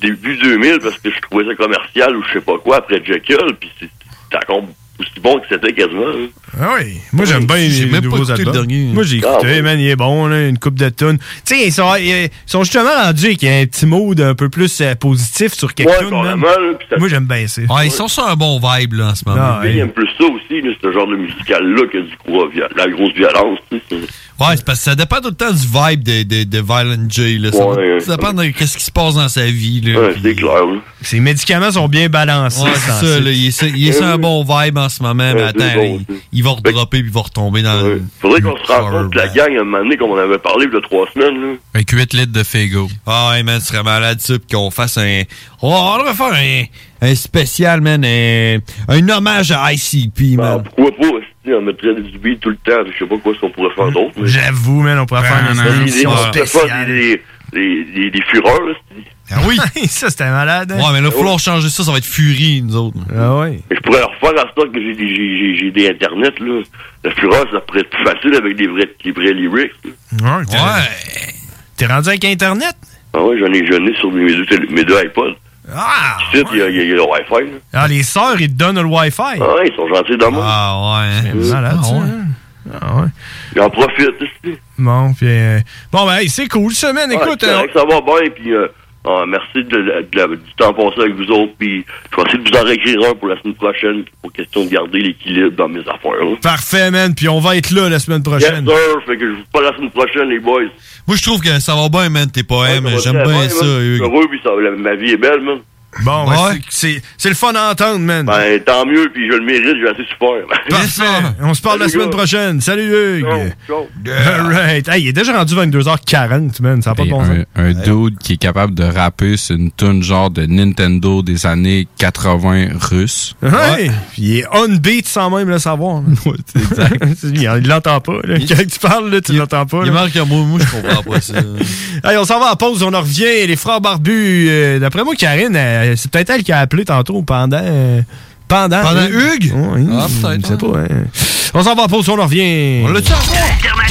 [SPEAKER 13] début 2000 parce que je trouvais ça commercial ou je sais pas quoi après Jekyll, puis c'est c'est encore aussi bon que c'était quasiment. hein.
[SPEAKER 5] Ah oui, moi j'aime bien
[SPEAKER 13] J'ai
[SPEAKER 5] les
[SPEAKER 13] même pas
[SPEAKER 5] nouveaux
[SPEAKER 13] écouté
[SPEAKER 5] albums.
[SPEAKER 13] le dernier.
[SPEAKER 5] Moi j'ai écouté,
[SPEAKER 13] Ah ouais.
[SPEAKER 5] man, il est bon, là, une coupe de tunes. Tu sais, ils sont, ils sont justement rendus avec un petit mot un peu plus euh, positif sur quelque
[SPEAKER 13] Ouais,
[SPEAKER 5] chose.
[SPEAKER 13] carrément, là, puis ça-
[SPEAKER 5] Moi j'aime bien ça.
[SPEAKER 6] Ouais, ils sont sur un bon vibe, là, en ce moment.
[SPEAKER 5] Ah,
[SPEAKER 13] Les filles aiment plus ça aussi, là, ce genre de musical-là que du gros vi- la grosse violence. tu sais, c'est-
[SPEAKER 6] Ouais, c'est parce que ça dépend tout le temps du vibe de, de, de Violent J. Là. Ça, va-
[SPEAKER 13] Ouais,
[SPEAKER 6] ça dépend de quest ce qui se passe dans sa vie. Là,
[SPEAKER 13] c'est clair. Ouais,
[SPEAKER 5] Ses médicaments sont bien balancés.
[SPEAKER 6] c'est ça. Là, il est, sur- il est sur
[SPEAKER 13] Eh
[SPEAKER 6] un bon vibe en ce moment, mais
[SPEAKER 13] Ouais,
[SPEAKER 5] Ben
[SPEAKER 13] c'est
[SPEAKER 6] attends,
[SPEAKER 13] bon,
[SPEAKER 6] il, il va redropper puis il va retomber dans le.
[SPEAKER 13] Faudrait qu'on se rencontre la gang à un moment donné, comme on avait parlé il y a trois semaines. là.
[SPEAKER 7] Avec 8 litres de Fego.
[SPEAKER 6] Ah ouais, man, tu serais malade, ça, puis qu'on fasse un. On va- on devrait faire un, un spécial, man, un, un hommage à ICP, man.
[SPEAKER 13] Ah, Pourquoi pas, si, on mettrait du beat tout le temps, puis je sais pas quoi si on pourrait faire d'autre. mais-
[SPEAKER 5] J'avoue, man, on pourrait faire
[SPEAKER 13] Des-
[SPEAKER 5] une
[SPEAKER 13] des-
[SPEAKER 5] émission
[SPEAKER 13] on fait
[SPEAKER 5] spéciale.
[SPEAKER 13] pas des- des des- des fureurs, là,
[SPEAKER 6] Ah oui!
[SPEAKER 5] ça, c'était malade. hein?
[SPEAKER 6] Ouais,
[SPEAKER 13] Eh
[SPEAKER 6] mais là, faut leur changer ça, ça va être furie, nous autres.
[SPEAKER 5] Ah ouais.
[SPEAKER 13] Mais Je pourrais leur faire à ce temps que j'ai des, j'ai- j'ai- j'ai des internets, là. La fureur, ça pourrait être plus facile avec des vrais, des vrais lyrics. là.
[SPEAKER 5] Ouais. T'es t'es rendu avec Internet?
[SPEAKER 13] Ah ouais, j'en ai jeûné sur mes deux, télé- mes deux iPods.
[SPEAKER 5] Ah!
[SPEAKER 13] Ici, il y a- il y, a- il y a le Wi-Fi, là.
[SPEAKER 5] Ah, les sœurs, ils te donnent le Wi-Fi.
[SPEAKER 13] Ah ouais, ils sont gentils dans moi.
[SPEAKER 6] Ah ouais.
[SPEAKER 5] C'est malade, ça, hein? Ah ouais.
[SPEAKER 13] J'en profite, ici.
[SPEAKER 5] Bon, puis. euh, Bon, ben, hey, c'est cool, ça, man.
[SPEAKER 13] Ah,
[SPEAKER 5] Écoute,
[SPEAKER 13] c'est
[SPEAKER 5] euh,
[SPEAKER 13] correct, ça va bien, puis euh, ah, merci de, la- de la- du temps passé avec vous autres, puis je vais essayer de vous en réécrire un pour la semaine prochaine, pour question de garder l'équilibre dans mes affaires. là.
[SPEAKER 5] Parfait, man. Puis on va être là la semaine
[SPEAKER 13] Yes,
[SPEAKER 5] prochaine.
[SPEAKER 13] sir, fait que je vous parle la semaine prochaine, les boys.
[SPEAKER 6] Moi, je trouve que ça va bien, man, tes poèmes. J'aime bien ça,
[SPEAKER 13] Je
[SPEAKER 6] Hugues.
[SPEAKER 13] suis hein. heureux, puis ça, la- ma vie est belle, man.
[SPEAKER 5] Bon, ben, c'est- c'est c'est le fun à entendre, man.
[SPEAKER 13] Ben, tant mieux, puis je le mérite, je vais assez super.
[SPEAKER 5] Parfait. On se parle la
[SPEAKER 13] Salut,
[SPEAKER 5] semaine
[SPEAKER 13] gars.
[SPEAKER 5] prochaine. Salut, Hugues. All right. Hey, il est déjà rendu 22h40, man. Ça n'a pas de bon sens.
[SPEAKER 7] Un, un dude qui est capable de rapper sur une tune genre de Nintendo des années 80 russe.
[SPEAKER 5] Ouais. Puis il est on beat sans même le savoir. là. il l'entend pas. Là. Quand tu parles, là, tu l'entends pas.
[SPEAKER 6] Il
[SPEAKER 5] là.
[SPEAKER 6] manque un mot, moi, je comprends pas ça.
[SPEAKER 5] Hey, on s'en va en pause, on en revient. Les frères barbus. euh, D'après moi, Karine, euh, c'est peut-être elle qui a appelé tantôt pendant. euh, pendant.
[SPEAKER 6] Pendant
[SPEAKER 5] Hugues? Oui,
[SPEAKER 6] Ah, peut-être,
[SPEAKER 5] je sais pas. hein. On s'en va en pause, on en revient. On l'a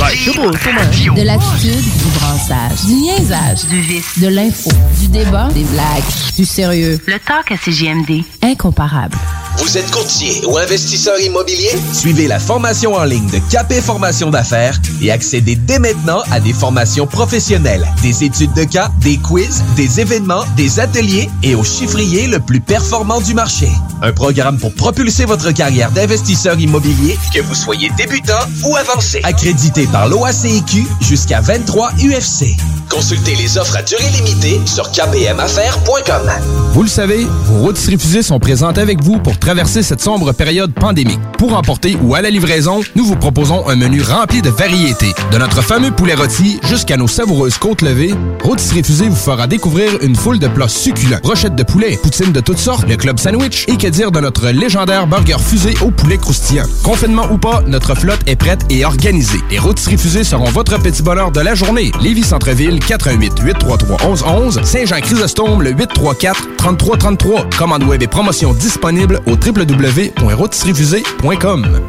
[SPEAKER 18] De l'attitude, du brassage, du niaisage, du vice, de l'info, du débat, des blagues, du sérieux. Le talk à CGMD. Incomparable.
[SPEAKER 19] Vous êtes courtier ou investisseur immobilier?
[SPEAKER 20] Suivez la formation en ligne de Capé Formation d'affaires et accédez dès maintenant à des formations professionnelles, des études de cas, des quiz, des événements, des ateliers et au chiffrier le plus performant du marché. Un programme pour propulser votre carrière d'investisseur immobilier, que vous soyez débutant ou avancé. Accrédité par l'OACIQ jusqu'à 23 UFC.
[SPEAKER 19] Consultez les offres à durée limitée sur kbmaffaires.com.
[SPEAKER 15] Vous le savez, vos routes refusées sont présentes avec vous pour traverser cette sombre période pandémique. Pour emporter ou à la livraison, nous vous proposons un menu rempli de variétés. De notre fameux poulet rôti jusqu'à nos savoureuses côtes levées, Rôtisserie Fusée vous fera découvrir une foule de plats succulents. Rochettes de poulet, poutines de toutes sortes, le club sandwich et que dire de notre légendaire burger fusée au poulet croustillant. Confinement ou pas, notre flotte est prête et organisée. Les Rôtisseries Fusées seront votre petit bonheur de la journée. Lévis Centreville, 88 833 1111 Saint-Jean-Chrysostome, le 834 3333. Commande web et promotion disponible au www.rotisseriefusée.com.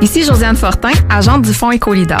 [SPEAKER 16] Ici Josiane Fortin, agente du Fonds Écolidar.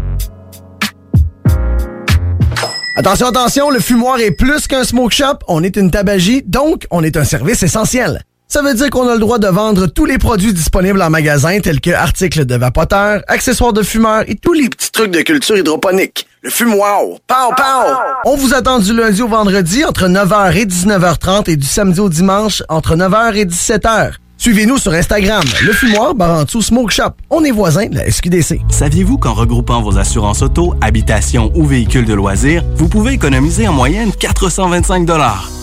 [SPEAKER 21] Attention, attention, le fumoir est plus qu'un smoke shop, on est une tabagie, donc on est un service essentiel. Ça veut dire qu'on a le droit de vendre tous les produits disponibles en magasin tels que articles de vapoteurs, accessoires de fumeurs et tous les petits trucs de culture hydroponique. Le fumoir, pow pow! On vous attend du lundi au vendredi entre 9h et 19h30 et du samedi au dimanche entre 9h et 17h. Suivez-nous sur Instagram, le fumoir Barantou Smoke Shop. On est voisins de la SQDC.
[SPEAKER 22] Saviez-vous qu'en regroupant vos assurances auto, habitation ou véhicules de loisirs, vous pouvez économiser en moyenne 425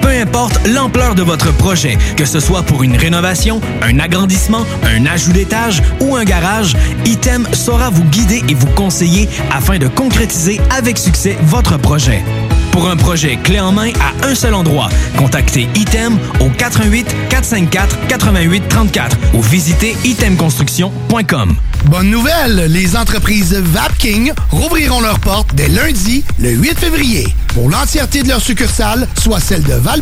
[SPEAKER 23] Peu importe l'ampleur de votre projet, que ce soit pour une rénovation, un agrandissement, un ajout d'étage ou un garage, Item saura vous guider et vous conseiller afin de concrétiser avec succès votre projet. Pour un projet clé en main à un seul endroit, contactez Item au 88 454 88 34 ou visitez itemconstruction.com.
[SPEAKER 24] Bonne nouvelle, les entreprises VapKing rouvriront leurs portes dès lundi, le 8 février, pour l'entièreté de leurs succursales, soit celles de val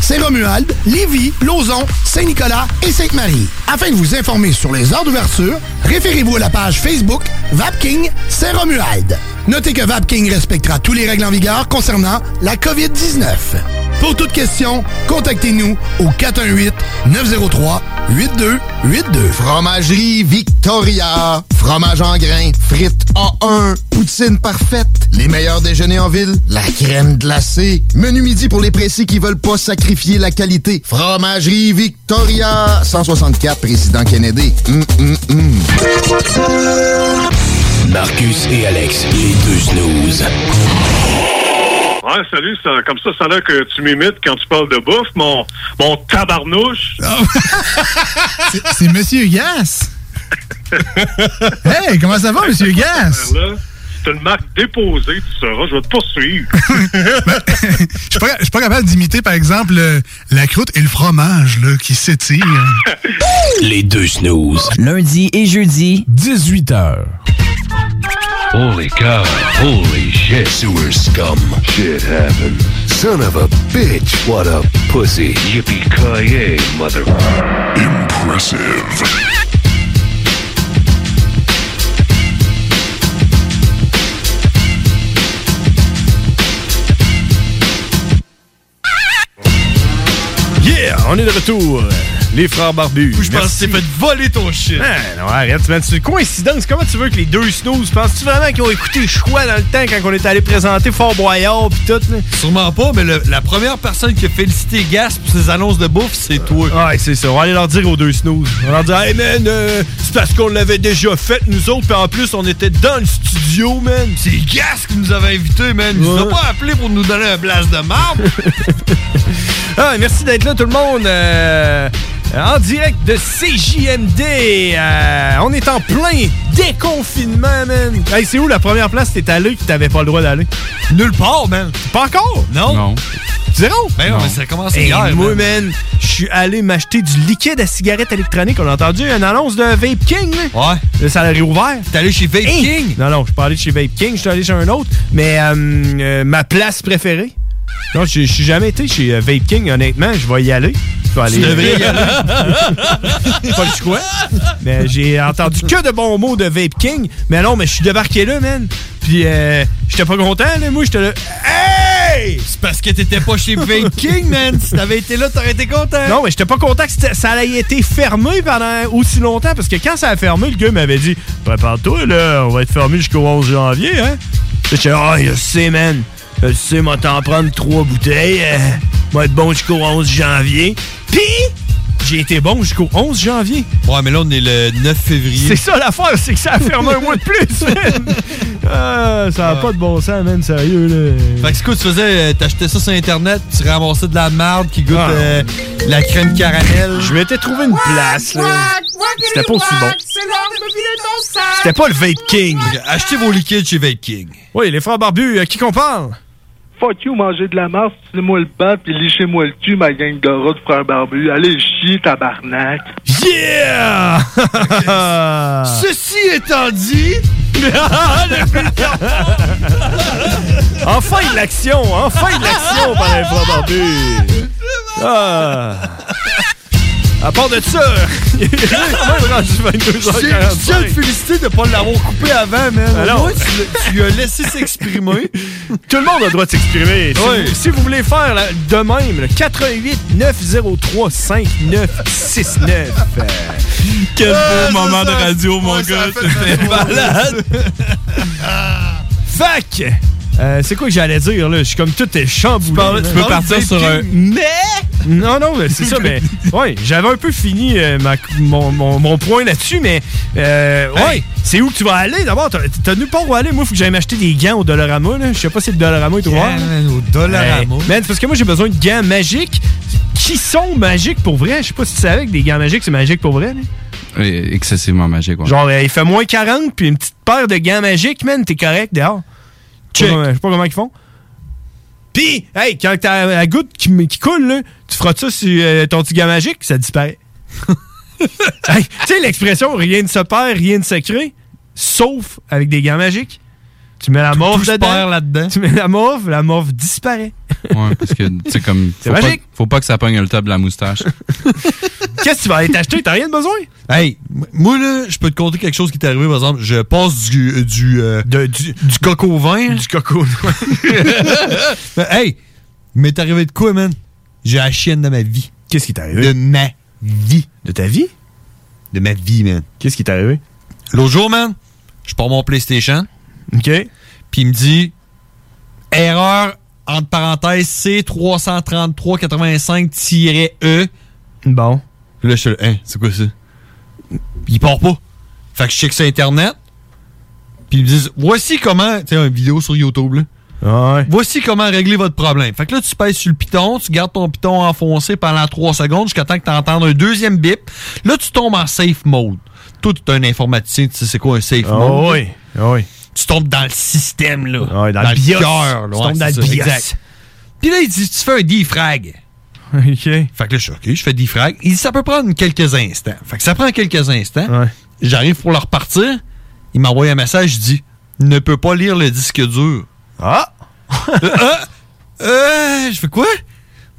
[SPEAKER 24] Saint-Romuald, Lévis, Lauson, Saint-Nicolas et Sainte-Marie. Afin de vous informer sur les heures d'ouverture, référez-vous à la page Facebook VapKing Saint-Romuald. Notez que VapKing respectera tous les règles en vigueur concernant la COVID-19. Pour toute question, contactez-nous au 418-903-8282.
[SPEAKER 25] Fromagerie Victoria. Fromage en grains. Frites A1. Poutine parfaite. Les meilleurs déjeuners en ville. La crème glacée. Menu midi pour les pressés qui veulent pas sacrifier la qualité. Fromagerie Victoria. 164, Président Kennedy. Hum, hum, hum.
[SPEAKER 1] Marcus et Alex, les deux snooze.
[SPEAKER 5] Ouais, salut, ça- comme ça, ça a l'air que tu m'imites quand tu parles de bouffe, mon, mon tabarnouche.
[SPEAKER 3] C'est- C'est Monsieur Gas. hey, comment ça va, Monsieur Gas?
[SPEAKER 5] Là, C'est une marque déposée, tu sauras, je vais te poursuivre.
[SPEAKER 3] Ben, Je suis pas- je suis pas capable d'imiter, par exemple, euh, la croûte et le fromage là, qui s'étirent.
[SPEAKER 1] Les deux snooze.
[SPEAKER 26] Lundi et jeudi, 18h.
[SPEAKER 1] Holy cow. Holy shit. Sewer scum. Shit happened. Son of a bitch. What a pussy. Yippee-ki-yay, mother... Impressive.
[SPEAKER 27] Yeah, on est de retour.
[SPEAKER 5] Les frères barbus.
[SPEAKER 6] Ou je pense que c'est fait voler ton shit.
[SPEAKER 5] Ah, non, arrête, man. C'est une coïncidence. Comment tu veux que les deux snooze penses-tu vraiment qu'ils ont écouté choix dans le temps quand on est allé présenter Fort Boyard pis tout? là?
[SPEAKER 6] Sûrement pas, mais le- la première personne qui a félicité Gas pour ses annonces de bouffe, c'est toi.
[SPEAKER 5] Ouais, c'est ça. On va aller leur dire aux deux snooze. On va leur dire, hey man, euh, c'est parce qu'on l'avait déjà fait, nous autres, puis en plus, on était dans le studio, man. C'est
[SPEAKER 6] Gas qui nous avait invités, man. Ils nous ont pas appelés pour nous donner un blast de marbre.
[SPEAKER 5] Ah, merci d'être là, tout le monde. Euh, en direct de CJMD. Euh, on est en plein déconfinement, man. Hey, c'est où la première place que t'es allé que t'avais pas le droit d'aller? Nulle part, man. Pas encore? Non.
[SPEAKER 7] Non.
[SPEAKER 5] Zéro?
[SPEAKER 6] Ben non, mais ça a commencé
[SPEAKER 5] Hey,
[SPEAKER 6] hier,
[SPEAKER 5] Moi,
[SPEAKER 6] man.
[SPEAKER 5] man, je suis allé m'acheter du liquide à cigarette électronique. On a entendu une annonce de Vape King, là. Ouais. Le salarié ouvert. T'es allé chez Vape King? Non, non, je suis pas allé chez Vape King, je suis allé chez un autre. Mais euh, euh, ma place préférée? Non, je je suis jamais été chez euh, Vape King, honnêtement. Je vais y aller. Je vais aller. euh,
[SPEAKER 6] devrais y aller.
[SPEAKER 5] pas le choix. Mais j'ai entendu que de bons mots de Vape King. Mais non, mais je suis débarqué là, man. Puis, euh, j'étais pas content, là. Moi, j'étais là. Hey!
[SPEAKER 6] C'est parce que t'étais pas chez Vape King, man. Si t'avais été là, t'aurais été content.
[SPEAKER 5] Non, mais j'étais pas content que c'était- ça allait été fermé pendant aussi longtemps parce que quand ça a fermé, le gars m'avait dit Prépare-toi, là, on va être fermé jusqu'au 11 janvier, hein. J'étais Ah, je sais, man. Je sais, moi, t'en prendre trois bouteilles. euh, va être bon jusqu'au 11 janvier. Puis, j'ai été bon jusqu'au 11 janvier.
[SPEAKER 6] Ouais, mais là, on est le 9 février.
[SPEAKER 5] C'est ça l'affaire, c'est que ça a fermé un mois de plus, man. Ah, ça a
[SPEAKER 6] Ah.
[SPEAKER 5] pas de bon sens, man, sérieux, là.
[SPEAKER 6] Fait que c'est quoi tu faisais? euh, T'achetais ça sur Internet, tu ramassais de la marde qui goûte euh, la crème caramel.
[SPEAKER 5] Ah. Je m'étais trouvé une place, là. C'était pas aussi bon.
[SPEAKER 16] C'est l'heure de me vider ton sac.
[SPEAKER 5] C'était pas le Vape King. Achetez vos liquides chez Vape King. Oui, les frères barbus, à qui qu'on parle?
[SPEAKER 28] Fuck you, mangez de la marde, filez-moi le banc, puis lichez-moi le cul, ma gang de rats de frères barbus. Allez chier, tabarnak.
[SPEAKER 5] Yeah! hein. Ah.
[SPEAKER 6] Ceci étant dit.
[SPEAKER 5] enfin de l'action! Enfin de l'action par les frères barbus! Ah. À part de ça, il est quand même rendu 22h45.
[SPEAKER 6] Je tiens à te féliciter de pas l'avoir coupé avant, man.
[SPEAKER 5] Alors?
[SPEAKER 6] Au moins, tu, l'as- tu lui as laissé s'exprimer.
[SPEAKER 5] Ah Tout le monde a le droit de s'exprimer. Si,
[SPEAKER 6] Oui.
[SPEAKER 5] vous, si vous voulez faire la- de même, le 88 903 5969. Euh,
[SPEAKER 7] Quel
[SPEAKER 6] Ah,
[SPEAKER 7] beau moment de radio, mon gars. C'était malade.
[SPEAKER 5] Fac! Euh, c'est quoi que j'allais dire, là? Je suis comme tout est chamboulé.
[SPEAKER 7] parles-
[SPEAKER 5] là.
[SPEAKER 7] tu parles de Vape King?
[SPEAKER 5] Mais! Non, non, mais c'est ça, mais... Ouais, j'avais un peu fini euh, ma- mon, mon- mon point là-dessus, mais... euh, ouais, c'est où que tu vas aller? D'abord, t'as- t'as nulle part où aller. Moi, faut que j'aille m'acheter des gants au Dollarama, là. Je sais pas si le Dollarama est ouvert.
[SPEAKER 6] man, au Dollarama.
[SPEAKER 5] Hey, man, c'est parce que moi, j'ai besoin de gants magiques qui sont magiques pour vrai. Je sais pas si tu savais que des gants magiques, c'est magique pour vrai, là.
[SPEAKER 7] Oui, Excessivement magique, ouais.
[SPEAKER 5] Genre, euh, il fait moins 40, puis une petite paire de gants magiques, man, t'es correct dehors. Je sais pas comment- je sais pas comment ils font. Puis, hey, quand t'as la goutte qui, m- qui coule, là, tu frottes ça sur euh, ton petit gant magique, ça disparaît. Hey, tu sais l'expression rien ne se perd, rien ne se crée, sauf avec des gants magiques. Tu mets la morve
[SPEAKER 6] se
[SPEAKER 5] dedans,
[SPEAKER 6] perd
[SPEAKER 5] Tu mets la morve, la morve disparaît.
[SPEAKER 7] Ouais, parce que, tu sais, comme.
[SPEAKER 5] C'est
[SPEAKER 7] faut pas-
[SPEAKER 5] magique.
[SPEAKER 7] Faut pas que ça pogne le top de la moustache.
[SPEAKER 5] Qu'est-ce que tu vas aller t'acheter? T'as rien de besoin?
[SPEAKER 6] Hey, m- moi là, je peux te conter quelque chose qui t'est arrivé, par exemple. Je passe du euh, du, euh,
[SPEAKER 5] du,
[SPEAKER 6] coco au vin.
[SPEAKER 5] Du coco.
[SPEAKER 6] Mais, hey, mais t'es arrivé de quoi, man? J'ai la chienne de ma vie.
[SPEAKER 5] Qu'est-ce qui t'est arrivé?
[SPEAKER 6] De ma vie.
[SPEAKER 5] De ta vie?
[SPEAKER 6] De ma vie, man.
[SPEAKER 5] Qu'est-ce qui t'est arrivé?
[SPEAKER 6] L'autre jour, man, je pars mon PlayStation.
[SPEAKER 5] OK.
[SPEAKER 6] Puis il me dit erreur entre parenthèses C333-85-E.
[SPEAKER 5] Bon.
[SPEAKER 6] Là, je suis là, hein, c'est quoi ça? Il part pas. Fait que je check sur Internet. Puis ils me disent voici comment. Tu sais, une vidéo sur YouTube, là.
[SPEAKER 5] Ah,
[SPEAKER 6] Voici comment régler votre problème. Fait que là, tu pèses sur le piton, tu gardes ton piton enfoncé pendant 3 secondes jusqu'à temps que tu entendes un deuxième bip. Là, tu tombes en safe mode. Toi, tu es un informaticien, tu sais c'est quoi un safe
[SPEAKER 5] Ah
[SPEAKER 6] mode.
[SPEAKER 5] oui, ah oui. Ah,
[SPEAKER 6] Tu tombes dans le système, là.
[SPEAKER 5] dans le BIOS.
[SPEAKER 6] cœur, là.
[SPEAKER 5] Tu tombes
[SPEAKER 6] c'est
[SPEAKER 5] dans le
[SPEAKER 6] ça,
[SPEAKER 5] BIOS.
[SPEAKER 6] exact. Puis là, il dit, tu fais un defrag.
[SPEAKER 5] OK.
[SPEAKER 6] Fait que là, je suis OK, je fais defrag. Il dit, ça peut prendre quelques instants. Fait que ça prend quelques instants. J'arrive pour le repartir. Il m'envoie un message, il dit, ne peut pas lire le disque dur.
[SPEAKER 5] Ah!
[SPEAKER 6] Euh, ah! Euh, je fais quoi?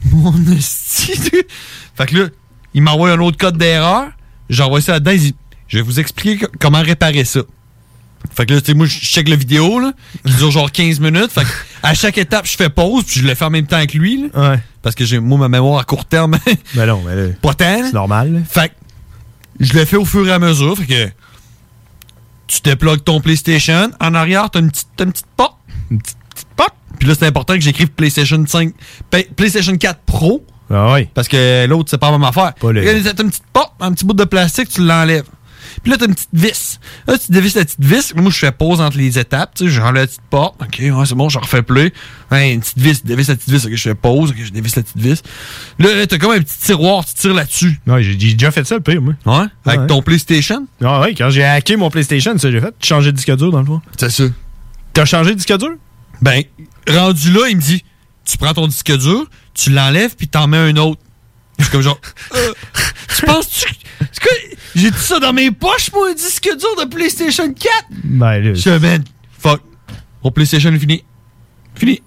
[SPEAKER 6] Mon esti. de- Fait que là, il m'envoie un autre code d'erreur. J'envoie ça là-dedans. Il dit, je vais vous expliquer co- comment réparer ça. Fait que là, tu sais, moi, je check la vidéo, là, qui dure genre 15 minutes. Fait que à chaque étape, je fais pause, puis je le fais en même temps que lui, là. Parce que j'ai, moi, ma mémoire à court terme,
[SPEAKER 5] Ben non, mais là,
[SPEAKER 6] pas tant. là.
[SPEAKER 5] c'est normal. là.
[SPEAKER 6] Fait que je le fais au fur et à mesure. Fait que tu déplogues ton PlayStation. En arrière, t'as une petite, t'as une petite porte. Une petite, petite porte. Puis là, c'est important que j'écrive PlayStation 5, Play- PlayStation 4 Pro. Parce que l'autre, c'est pas la même affaire. Fait que T'as une petite porte, un petit bout de plastique, tu l'enlèves. Puis là, t'as une petite vis. Là, tu dévisses la petite vis. Moi, je fais pause entre les étapes. Tu sais, j'enlève la petite porte. OK, ouais, c'est bon, j'en refais plus. Ouais, une petite vis, je dévisse la petite vis. OK, je fais pause. OK, je dévisse la petite vis. Là, là, t'as comme un petit tiroir, tu tires là-dessus.
[SPEAKER 5] Ouais, j'ai j'ai déjà fait ça, le pire, moi.
[SPEAKER 6] Ouais? Avec ton PlayStation?
[SPEAKER 5] Ah ouais, quand j'ai hacké mon PlayStation, ça j'ai fait. Changer de disque dur, dans le fond.
[SPEAKER 6] C'est ça.
[SPEAKER 5] T'as changé de disque dur?
[SPEAKER 6] Ben, rendu là, il me dit Tu prends ton disque dur, tu l'enlèves, puis t'en mets un autre. Je suis comme genre Euh, Tu penses-tu. que- c'est quoi? J'ai tout ça dans mes poches, moi, un disque dur de PlayStation 4
[SPEAKER 5] Ben, là.
[SPEAKER 6] Je suis man, fuck. Mon PlayStation est fini. Fini.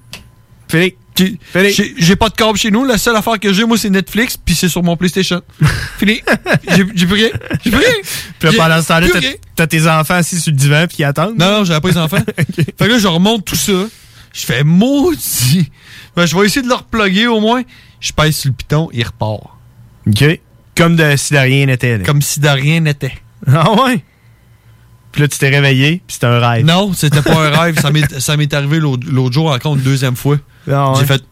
[SPEAKER 6] Fini. J'ai- J'ai pas de câble chez nous. La seule affaire que j'ai, moi, c'est Netflix, puis c'est sur mon PlayStation. Fini. J'ai j'ai plus rien. J'ai plus rien.
[SPEAKER 5] Puis là,
[SPEAKER 6] J'ai
[SPEAKER 5] pendant ce temps-là,
[SPEAKER 6] plus
[SPEAKER 5] t'as-
[SPEAKER 6] rien.
[SPEAKER 5] t'as tes enfants assis sur le divan puis ils attendent.
[SPEAKER 6] Non, non, j'avais pas les enfants. Fait que là, je remonte tout ça. Je fais maudit. Ben, je vais essayer de le reploguer au moins. Je pèse sur le piton, il repart.
[SPEAKER 5] OK. Comme de, si de rien n'était.
[SPEAKER 6] Comme si de rien n'était.
[SPEAKER 5] Ah ouais? Puis là, tu t'es réveillé, puis c'était un rêve.
[SPEAKER 6] Non, c'était pas un rêve. Ça m'est- Ça m'est arrivé l'autre l'autre jour encore une deuxième fois.
[SPEAKER 5] ouais.
[SPEAKER 6] J'ai fait.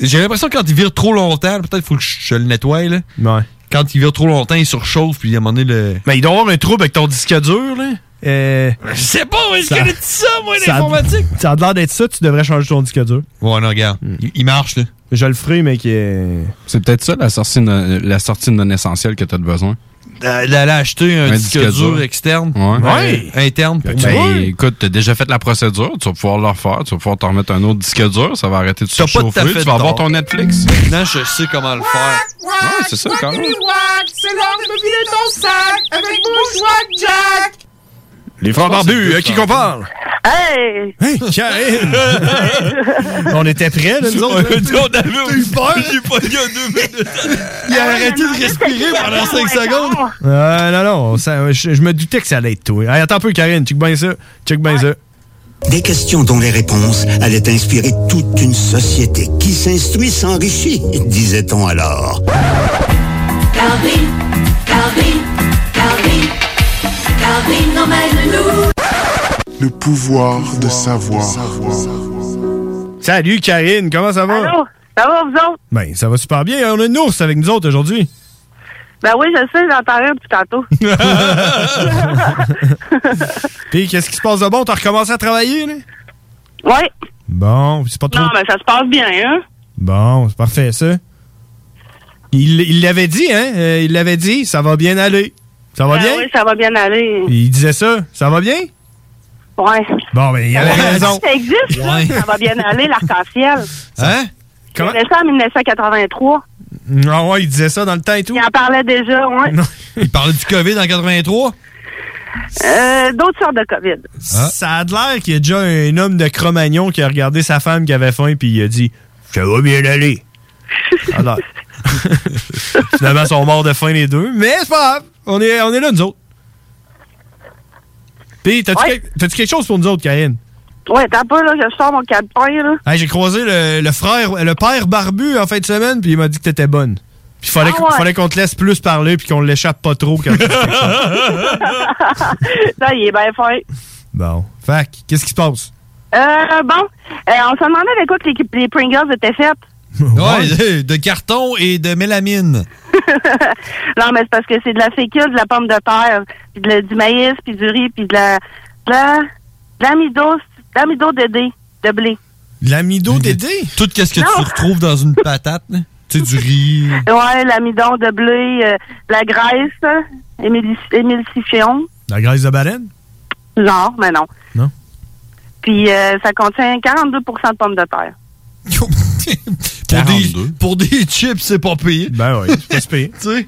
[SPEAKER 6] J'ai l'impression que quand il vire trop longtemps, peut-être faut que je je le nettoie. Là.
[SPEAKER 5] Ouais.
[SPEAKER 6] Quand il vire trop longtemps, il surchauffe, puis il a un moment donné le.
[SPEAKER 5] Mais il doit avoir un trouble avec ton disque dur, là. Euh,
[SPEAKER 6] Je sais pas, où est-ce
[SPEAKER 5] Ça-
[SPEAKER 6] qu'elle a dit ça, moi,
[SPEAKER 5] ça a-
[SPEAKER 6] l'informatique?
[SPEAKER 5] Ça a l'air d'être ça, tu devrais changer ton disque dur.
[SPEAKER 6] Ouais, non, regarde. Il, il marche, là.
[SPEAKER 5] Je le ferai, mais qui est.
[SPEAKER 7] C'est peut-être ça la sortie non- la sortie non essentielle que t'as de besoin.
[SPEAKER 6] D'a- Euh, D'aller acheter un, disque, dur, externe.
[SPEAKER 7] Ouais.
[SPEAKER 6] Euh, interne.
[SPEAKER 7] Ben,
[SPEAKER 6] pour toi.
[SPEAKER 7] écoute, t'as déjà fait la procédure, tu vas pouvoir le refaire, tu vas pouvoir t'en remettre un autre disque dur, ça va arrêter de se
[SPEAKER 6] T'as pas tout à
[SPEAKER 7] chauffer,
[SPEAKER 6] fait
[SPEAKER 7] tu vas avoir
[SPEAKER 6] tort.
[SPEAKER 7] ton Netflix.
[SPEAKER 6] Maintenant, je sais comment le faire.
[SPEAKER 5] Ah,
[SPEAKER 7] Ouais, c'est ça, quand même.
[SPEAKER 16] C'est l'heure de me vider ton sac avec Bourgeois Jack.
[SPEAKER 5] Les frères barbus, à qui qu'on parle?
[SPEAKER 16] Hey!
[SPEAKER 5] Hey, Karine! On était prêts, là, nous autres. là.
[SPEAKER 6] on avait eu peur, j'ai pas eu deux minutes. Il a arrêté de respirer pendant 5 secondes.
[SPEAKER 5] Euh, non, non, ça- je, je me doutais que ça allait être toi. Hey, attends un peu, Karine, check bien ça. Check bien ça.
[SPEAKER 2] Des questions dont les réponses allaient inspirer toute une société qui s'instruit s'enrichit, disait-on alors.
[SPEAKER 16] Calvin, Calvin, Calvin, Calvin emmène-nous.
[SPEAKER 29] Le pouvoir de savoir.
[SPEAKER 5] Salut, Karine, comment ça va?
[SPEAKER 30] Allô? Ça va, vous autres?
[SPEAKER 5] Ben, ça va super bien. On a une ours avec nous autres aujourd'hui.
[SPEAKER 30] Ben oui, je sais, j'entends rien depuis tantôt.
[SPEAKER 5] Puis, qu'est-ce qui se passe de bon? T'as recommencé à travailler, là?
[SPEAKER 30] Ouais.
[SPEAKER 5] Bon, c'est pas trop.
[SPEAKER 30] Non, mais ça se passe bien, hein?
[SPEAKER 5] Bon, c'est parfait, ça. Il il l'avait dit, hein? Euh, il l'avait dit, ça va bien aller. Ça va
[SPEAKER 30] Ben
[SPEAKER 5] bien?
[SPEAKER 30] Oui, ça va bien aller.
[SPEAKER 5] Il disait ça, ça va bien?
[SPEAKER 30] Ouais.
[SPEAKER 5] Bon, ben, il avait raison.
[SPEAKER 30] Ça existe, là.
[SPEAKER 5] Ouais.
[SPEAKER 30] Ça va bien aller, l'arc-en-ciel.
[SPEAKER 5] Hein? Comment?
[SPEAKER 30] J'ai ça en 1983.
[SPEAKER 5] Non, ouais, il disait ça dans le temps et tout.
[SPEAKER 30] Il en parlait déjà, ouais.
[SPEAKER 6] Il parlait du COVID en 83?
[SPEAKER 30] Euh, D'autres sortes de COVID.
[SPEAKER 5] Ça a de l'air qu'il y a déjà un homme de Cro-Magnon qui a regardé sa femme qui avait faim puis il a dit Ça va bien aller. Alors. Finalement, ils sont morts de faim les deux, mais c'est pas grave. On est, on est là, nous autres. Puis, t'as-tu
[SPEAKER 30] Ouais.
[SPEAKER 5] quel- t'as-tu quelque chose pour nous autres, Karine?
[SPEAKER 30] Ouais, t'as pas, là, je sors mon calepin, là.
[SPEAKER 5] Hey, J'ai croisé le, le frère, le père barbu en fin de semaine, puis il m'a dit que t'étais bonne. Puis il fallait,
[SPEAKER 30] Ah
[SPEAKER 5] qu'on-
[SPEAKER 30] ouais.
[SPEAKER 5] fallait qu'on te laisse plus parler, puis qu'on l'échappe pas trop. Quand
[SPEAKER 30] Là, il est bien fait.
[SPEAKER 5] bon. Fac, qu'est-ce qui se passe?
[SPEAKER 30] Euh, bon, euh, on se demandait avec quoi que les, les Pringles étaient faites.
[SPEAKER 6] Ouais, de, de carton et de mélamine.
[SPEAKER 30] Non, mais c'est parce que c'est de la fécule, de la pomme de terre, puis de la- du maïs, puis du riz, puis de la de la- de l'amido, de l'amido de dé, de blé.
[SPEAKER 5] L'amido d'été?
[SPEAKER 6] Tout ce que tu retrouves dans une patate, là. Tu sais, du riz.
[SPEAKER 30] Ouais, l'amidon de blé, euh, de la graisse, hein, émulsi- émulsifiant,
[SPEAKER 5] La graisse de baleine?
[SPEAKER 30] genre, mais non.
[SPEAKER 5] Non.
[SPEAKER 30] Puis euh, ça contient 42 de pommes de terre.
[SPEAKER 6] Pour des, pour des chips, c'est pas payé.
[SPEAKER 5] Ben oui, c'est pas payé.
[SPEAKER 6] tu sais?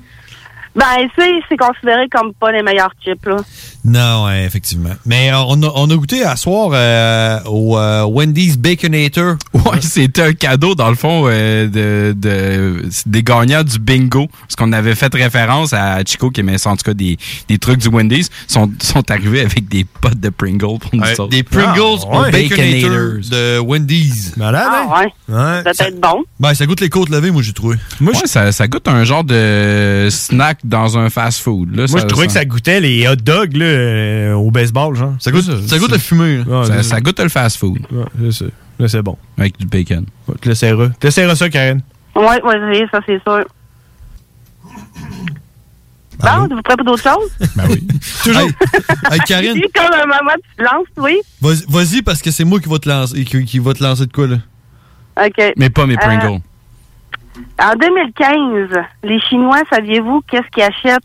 [SPEAKER 30] Ben, c'est c'est considéré comme pas les meilleurs chips, là.
[SPEAKER 6] Non, ouais, effectivement. Mais euh, on a, on a goûté à soir euh, au euh, Wendy's Baconator.
[SPEAKER 7] Ouais, c'était un cadeau, dans le fond, euh, de, de- des gagnants du bingo. Parce qu'on avait fait référence à Chico qui aimait ça, en tout cas, des, des trucs du Wendy's. sont, sont arrivés avec des potes de Pringles pour nous
[SPEAKER 6] Ouais,
[SPEAKER 7] autres.
[SPEAKER 6] des Pringles
[SPEAKER 7] Ah,
[SPEAKER 6] au
[SPEAKER 7] ouais.
[SPEAKER 6] Baconator de Wendy's. Malade,
[SPEAKER 30] ah, ouais.
[SPEAKER 6] Ça
[SPEAKER 30] Peut-être bon.
[SPEAKER 6] Ben, ça goûte les côtes levées, moi, j'ai trouvé.
[SPEAKER 7] Moi, ça, ça goûte un genre de snack dans un fast-food.
[SPEAKER 5] Moi, je trouvais que ça goûtait les hot dogs là, euh, au baseball, genre.
[SPEAKER 6] Ça goûte- ça goûte hein. le fumé, là.
[SPEAKER 5] Ouais,
[SPEAKER 7] Ça-
[SPEAKER 5] c'est
[SPEAKER 7] ça goûte le fast-food.
[SPEAKER 5] Ouais, c'est ça. Là, c'est bon.
[SPEAKER 7] Avec du bacon.
[SPEAKER 5] Tu l'essaieras. Tu l'essaieras ça, Karen.
[SPEAKER 30] Oui, oui, ça, c'est sûr.
[SPEAKER 6] Ah
[SPEAKER 30] Bon, vous ferez pas d'autre chose?
[SPEAKER 6] Toujours. Ben Hey, Karine,
[SPEAKER 30] Si, comme euh, un maman, tu te lances, oui.
[SPEAKER 6] vas-y- vas-y parce que c'est moi qui va te lancer, qui, qui va te lancer de quoi, là.
[SPEAKER 30] OK.
[SPEAKER 6] Mais pas mes
[SPEAKER 30] Euh,
[SPEAKER 6] Pringles.
[SPEAKER 30] en 2015, les Chinois, saviez-vous qu'est-ce qu'ils achètent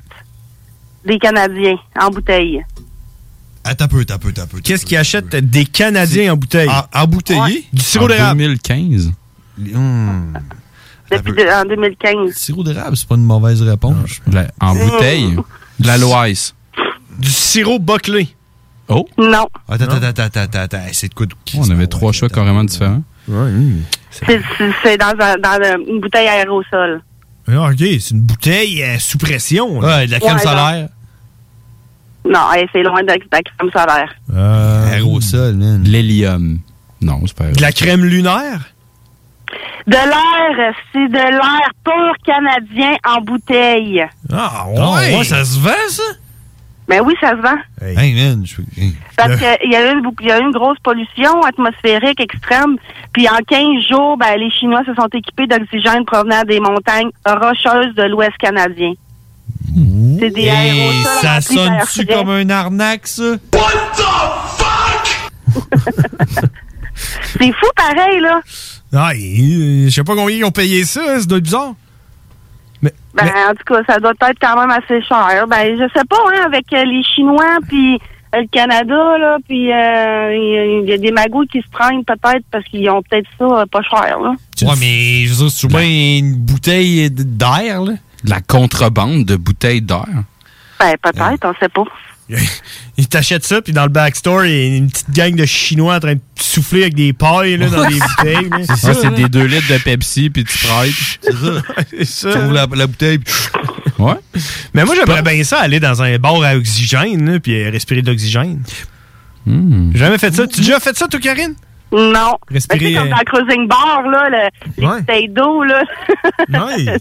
[SPEAKER 30] des Canadiens en bouteille?
[SPEAKER 6] Ah, t'as peu, t'as peu, t'as peu.
[SPEAKER 5] Qu'est-ce qu'ils achètent des Canadiens en bouteille?
[SPEAKER 6] En, bouteille?
[SPEAKER 5] Du sirop
[SPEAKER 7] En
[SPEAKER 5] d'érable. Hum.
[SPEAKER 7] 2015.
[SPEAKER 30] Depuis de- en 2015.
[SPEAKER 6] Sirop d'érable, c'est pas une mauvaise réponse.
[SPEAKER 7] en bouteille? De la Loise.
[SPEAKER 5] Du sirop boclé.
[SPEAKER 7] Oh!
[SPEAKER 30] Non.
[SPEAKER 6] Attends, attends, attends, attends, attends. C'est de quoi de
[SPEAKER 7] On avait trois chats carrément différents.
[SPEAKER 30] C'est- C'est c'est dans, un- dans un- une bouteille aérosol.
[SPEAKER 5] Ah, OK, c'est une bouteille euh, sous pression. là.
[SPEAKER 6] Ouais, de la crème
[SPEAKER 30] Ouais,
[SPEAKER 6] solaire.
[SPEAKER 30] Non, hey, c'est loin de de la crème solaire.
[SPEAKER 6] Aérosol, man.
[SPEAKER 7] Euh, L'hélium. Non, c'est pas
[SPEAKER 5] De la crème lunaire?
[SPEAKER 30] De l'air, c'est de l'air pur canadien en bouteille.
[SPEAKER 5] Ah,
[SPEAKER 6] ouais. ça se vend, ça?
[SPEAKER 30] Ben oui, ça se vend.
[SPEAKER 6] Hey, man, je suis. hey.
[SPEAKER 30] Parce qu'il y, a eu une bou- il y a eu une grosse pollution atmosphérique extrême. Puis en 15 jours, ben, les Chinois se sont équipés d'oxygène provenant des montagnes rocheuses de l'Ouest canadien. C'est des
[SPEAKER 6] Hey,
[SPEAKER 30] aérosols
[SPEAKER 6] ça
[SPEAKER 30] remplis d'air frais.
[SPEAKER 6] sonne-tu comme un arnaque, ça? What the
[SPEAKER 30] C'est fou pareil, là.
[SPEAKER 5] Ah, et, euh, je sais pas combien ils ont payé ça, hein, c'est bizarre.
[SPEAKER 30] Ben, En tout cas, ça doit être quand même assez cher. Ben, je sais pas, hein, avec euh, les Chinois, puis euh, le Canada, là, puis euh, il y, a des magouilles qui se prennent peut-être parce qu'ils ont peut-être ça euh, pas cher, là.
[SPEAKER 6] Ouais, mais je veux dire, c'est souvent une bouteille d- d'air, là.
[SPEAKER 7] De la contrebande de bouteilles d'air.
[SPEAKER 30] Ben, peut-être,
[SPEAKER 6] Euh,
[SPEAKER 30] on sait pas.
[SPEAKER 5] Ils t'achètent ça, puis dans le backstore, il y a une petite gang de Chinois en train de souffler avec des pailles là, dans des bouteilles. là.
[SPEAKER 7] Ça, c'est des 2 litres de Pepsi puis tu Sprite.
[SPEAKER 5] C'est ça.
[SPEAKER 6] Tu ouvres la, la bouteille. puis-
[SPEAKER 7] Ouais.
[SPEAKER 5] Mais moi, j'aimerais bien ça, aller dans un bar à oxygène, là, puis euh, respirer de l'oxygène.
[SPEAKER 6] Hmm.
[SPEAKER 5] J'ai jamais fait ça. Tu as déjà fait ça, toi, Karine?
[SPEAKER 30] Non.
[SPEAKER 5] Respirer,
[SPEAKER 30] Ben, tu sais, comme
[SPEAKER 5] euh,
[SPEAKER 30] dans le cruising bar, là, le, les
[SPEAKER 5] Ouais.
[SPEAKER 30] bouteilles d'eau, là.
[SPEAKER 5] Ouais.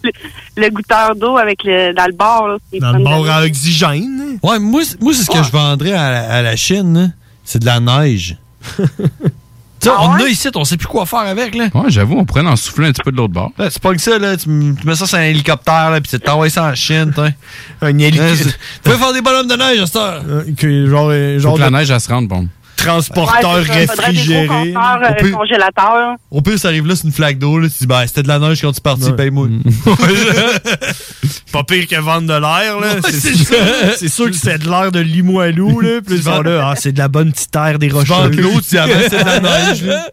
[SPEAKER 30] le, le goûteur d'eau avec le, dans le bar, là. c'est
[SPEAKER 6] Dans
[SPEAKER 30] fun
[SPEAKER 6] le
[SPEAKER 30] de-
[SPEAKER 6] bar
[SPEAKER 5] à oxygène.
[SPEAKER 6] Ouais, moi, c'est- moi c'est
[SPEAKER 30] Ah.
[SPEAKER 6] ce que je vendrais à, la- à la Chine. hein. C'est de la neige. Tu sais,
[SPEAKER 30] Ah
[SPEAKER 6] on en a ici, on sait plus quoi faire avec, là.
[SPEAKER 7] Ouais, j'avoue, on pourrait en souffler un petit peu de l'autre bord.
[SPEAKER 6] Là, c'est pas que ça, là. Tu, m- tu mets ça sur un hélicoptère, là, pis tu t'envoies ça en Chine, t'sais.
[SPEAKER 5] Un
[SPEAKER 6] hélicoptère. Tu peux faire des bonhommes de neige à cette heure.
[SPEAKER 5] genre,
[SPEAKER 6] euh,
[SPEAKER 7] Faut que la neige, elle se rende, bon.
[SPEAKER 5] Transporteur
[SPEAKER 30] Ouais, c'est ça, faudrait des gros compteurs, euh,
[SPEAKER 6] Au pire-
[SPEAKER 30] congélateurs.
[SPEAKER 6] Au pire, ça arrive là, c'est une flaque d'eau, là. Tu dis, ben, c'était de la neige quand tu es parti, paye-moi.
[SPEAKER 7] Mm.
[SPEAKER 5] Pas pire que vendre de l'air, là.
[SPEAKER 6] Ouais,
[SPEAKER 5] c'est
[SPEAKER 6] c'est
[SPEAKER 5] sûr,
[SPEAKER 6] ça.
[SPEAKER 5] c'est sûr que c'est de l'air de Limoilou, là. Plus
[SPEAKER 6] vends-
[SPEAKER 5] là, ah, c'est de la bonne petite terre des rochers.
[SPEAKER 6] vends de l'eau, tu dis, ah, ben, c'est de la neige, là.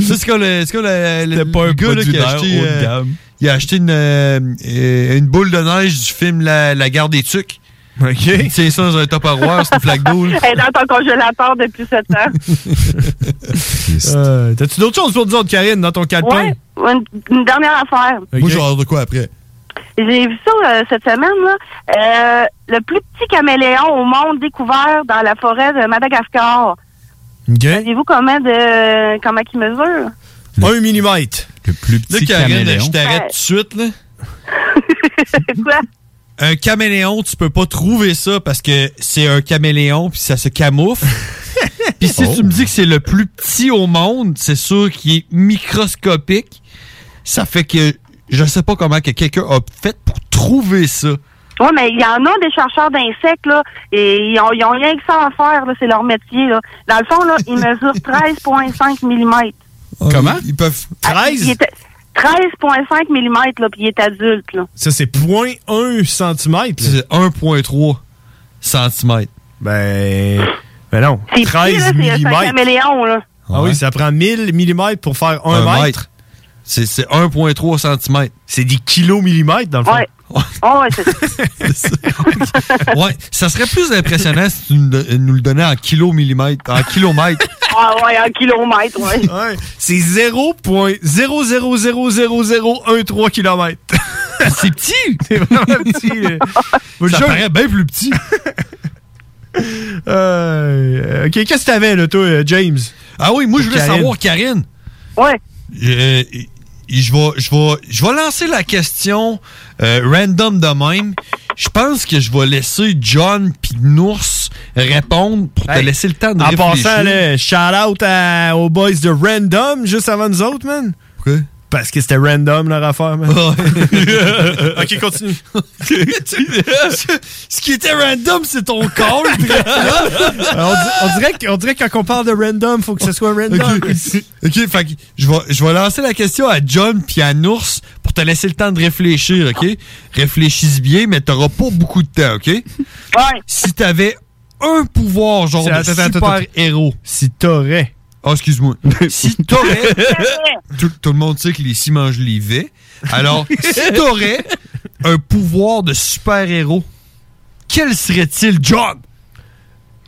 [SPEAKER 6] Ça, c'est comme le, c'est comme le, le- le gars là,
[SPEAKER 5] produit
[SPEAKER 6] qui a
[SPEAKER 5] d'air
[SPEAKER 6] acheté,
[SPEAKER 5] haut de
[SPEAKER 6] euh,
[SPEAKER 5] gamme.
[SPEAKER 6] il a acheté une, euh, euh, une boule de neige du film La, La Garde des Tucs.
[SPEAKER 5] OK.
[SPEAKER 6] C'est ça dans un top c'est une flaque d'eau. là.
[SPEAKER 30] Elle est dans ton congélateur depuis 7 ans.
[SPEAKER 5] Euh, T'as-tu d'autres choses pour nous autres, Karine, dans ton calepin?
[SPEAKER 30] Ouais, une, une dernière affaire.
[SPEAKER 6] Moi, je vais avoir de quoi après?
[SPEAKER 30] J'ai vu ça euh, cette semaine. Là. Euh, le plus petit caméléon au monde découvert dans la forêt de Madagascar. Savez-vous comment de comment il mesure?
[SPEAKER 5] Un millimètre.
[SPEAKER 7] Le plus
[SPEAKER 6] Là,
[SPEAKER 5] petit
[SPEAKER 6] Karine,
[SPEAKER 5] caméléon.
[SPEAKER 6] je t'arrête
[SPEAKER 30] Ouais.
[SPEAKER 6] tout de suite. Là.
[SPEAKER 30] Quoi?
[SPEAKER 6] Un caméléon, tu peux pas trouver ça parce que c'est un caméléon puis ça se camoufle. puis si tu me dis que c'est le plus petit au monde, c'est sûr qu'il est microscopique. Ça fait que je sais pas comment que quelqu'un a fait pour trouver ça.
[SPEAKER 30] Oui, mais il y en a des chercheurs d'insectes, là, et ils ont, ils ont rien que ça à faire, là, c'est leur métier, là. Dans le fond, là, ils mesurent 13,5 mm.
[SPEAKER 7] Comment?
[SPEAKER 6] Euh, Ils peuvent.
[SPEAKER 5] 13?
[SPEAKER 30] 13,5 mm, là, puis il est adulte, là.
[SPEAKER 5] Ça, c'est 0.1 cm.
[SPEAKER 6] C'est 1.3 cm.
[SPEAKER 5] Ben. Ben non.
[SPEAKER 30] C'est petit, là,
[SPEAKER 5] 13
[SPEAKER 30] c'est- c'est un
[SPEAKER 5] mm.
[SPEAKER 30] caméléon, là.
[SPEAKER 5] Ah oui, ça prend 1000 mm pour faire 1
[SPEAKER 6] Un
[SPEAKER 5] mètre.
[SPEAKER 6] mètre. C'est c'est 1.3 cm.
[SPEAKER 5] C'est des kilos millimètres, dans le fond.
[SPEAKER 30] Ouais. Oh, ouais, c'est
[SPEAKER 6] Ouais, ça serait plus impressionnant si tu nous nous le donnais en kilo millimètre, en kilomètre.
[SPEAKER 30] Ah ouais, en kilomètre, ouais.
[SPEAKER 6] ouais. C'est 0.0000013 km. C'est petit! C'est vraiment petit. là. Moi, je
[SPEAKER 5] Ça
[SPEAKER 6] jure-
[SPEAKER 5] paraît
[SPEAKER 6] bien plus petit. Euh, OK, qu'est-ce que t'avais, là, toi, euh, James? Ah oui, moi, je voulais savoir, Karine.
[SPEAKER 30] Ouais.
[SPEAKER 6] Je Euh, je vais je vais- je vais lancer la question euh, random de même. Je pense que je vais laisser John puis Nours répondre pour te
[SPEAKER 5] Hey.
[SPEAKER 6] laisser le temps de
[SPEAKER 5] En
[SPEAKER 6] réfléchir.
[SPEAKER 5] passant, là, shout out à- aux boys de Random juste avant nous autres, man.
[SPEAKER 6] Pourquoi?
[SPEAKER 5] Parce que c'était random leur affaire, man. ok, continue.
[SPEAKER 6] Ce qui était random, c'est ton call.
[SPEAKER 5] Alors, Euh, on, di- on dirait que- on dirait que quand on parle de random, faut que ce soit random.
[SPEAKER 6] Ok, ok, fait que je vais, je vais lancer la question à John puis à Nours pour te laisser le temps de réfléchir, ok? Réfléchis bien, mais t'auras pas beaucoup de temps, ok? Si t'avais un pouvoir, genre
[SPEAKER 5] Attends,
[SPEAKER 6] de
[SPEAKER 5] attends, attends, attends.
[SPEAKER 6] super-héros. Si t'aurais. Ah, excuse-moi. si t'aurais. tout, tout le monde sait que les six mangent les vets. Alors, si t'aurais un pouvoir de super-héros, quel serait-il, John?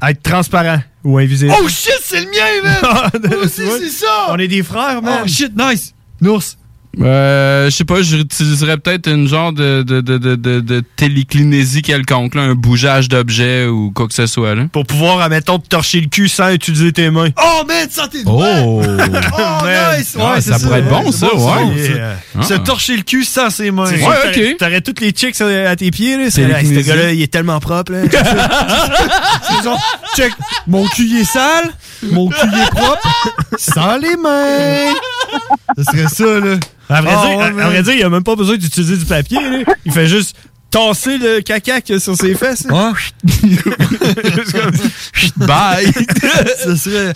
[SPEAKER 5] Être transparent ou invisible. Ah,
[SPEAKER 6] Oh shit, c'est le mien, man! Moi aussi, c'est ça!
[SPEAKER 5] On est des frères, man!
[SPEAKER 6] Oh shit, nice! Nours!
[SPEAKER 7] Euh, je sais pas, j'utiliserais peut-être une genre de, de, de, de, de, de téléclinésie quelconque, là, un bougeage d'objet ou quoi que ce soit. Là.
[SPEAKER 5] Pour pouvoir, admettons, te torcher le cul sans utiliser tes mains.
[SPEAKER 6] Oh, man, ça, t'es
[SPEAKER 7] Oh!
[SPEAKER 5] Man.
[SPEAKER 6] nice!
[SPEAKER 7] Ah,
[SPEAKER 6] Ouais, c'est
[SPEAKER 7] ça pourrait être bon, ça,
[SPEAKER 6] C'est c'est
[SPEAKER 7] ouais.
[SPEAKER 6] bon, ça.
[SPEAKER 7] Yeah. Ah.
[SPEAKER 6] Se torcher le cul sans ses mains.
[SPEAKER 5] Tu sais, t'aurais- T'aurais toutes les chicks euh, à tes pieds, là. C'est
[SPEAKER 6] C'est
[SPEAKER 5] là, hey,
[SPEAKER 6] les
[SPEAKER 5] ce
[SPEAKER 6] kinésistes.
[SPEAKER 5] gars-là, il est tellement propre, là. C'est genre, check, mon cul, il est sale.
[SPEAKER 6] Mon cul il est propre, sans les mains. Ce serait ça, là.
[SPEAKER 5] À vrai,
[SPEAKER 6] Ah,
[SPEAKER 5] dire,
[SPEAKER 6] ouais,
[SPEAKER 5] à- à
[SPEAKER 6] man.
[SPEAKER 5] vrai dire, il a même pas besoin d'utiliser du papier, là. Il fait juste tasser le caca qu'il y a sur ses fesses. là. Juste comme ça.
[SPEAKER 6] Bye! ce serait.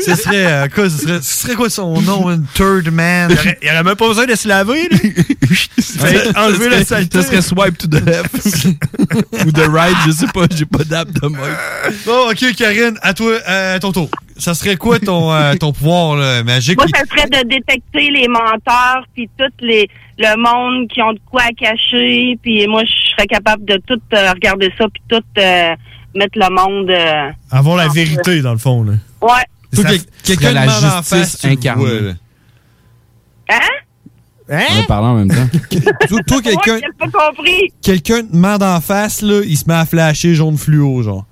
[SPEAKER 6] Ce serait, euh, quoi, ce serait. Ce serait quoi son nom? Un third man?
[SPEAKER 5] Il aurait- Il aurait même pas besoin de se laver, là. Il fait enlever la saleté.
[SPEAKER 7] Ce serait swipe to the left ou the right, je sais pas, j'ai pas d'app de moi.
[SPEAKER 6] Bon, ok, Karine, à toi, euh, à ton tour. Ça serait quoi ton, euh, ton pouvoir là, magique?
[SPEAKER 30] Moi, ça serait de détecter les menteurs, puis tout les, le monde qui ont de quoi à cacher, puis moi, je serais capable de tout euh, regarder ça, puis tout euh, mettre le monde... euh,
[SPEAKER 5] Avoir la vérité, dans le fond, là.
[SPEAKER 30] ouais.
[SPEAKER 6] Toi, quel- Quelqu'un
[SPEAKER 7] serait la
[SPEAKER 6] de mal en face,
[SPEAKER 7] justice
[SPEAKER 6] tu le
[SPEAKER 7] incarnée.
[SPEAKER 6] vois, là.
[SPEAKER 7] On va parler en même temps.
[SPEAKER 6] Toi, toi, quelqu'un
[SPEAKER 30] hein? Ouais, j'ai pas compris.
[SPEAKER 6] quelqu'un te demande en face, là, il se met à flasher jaune fluo, genre.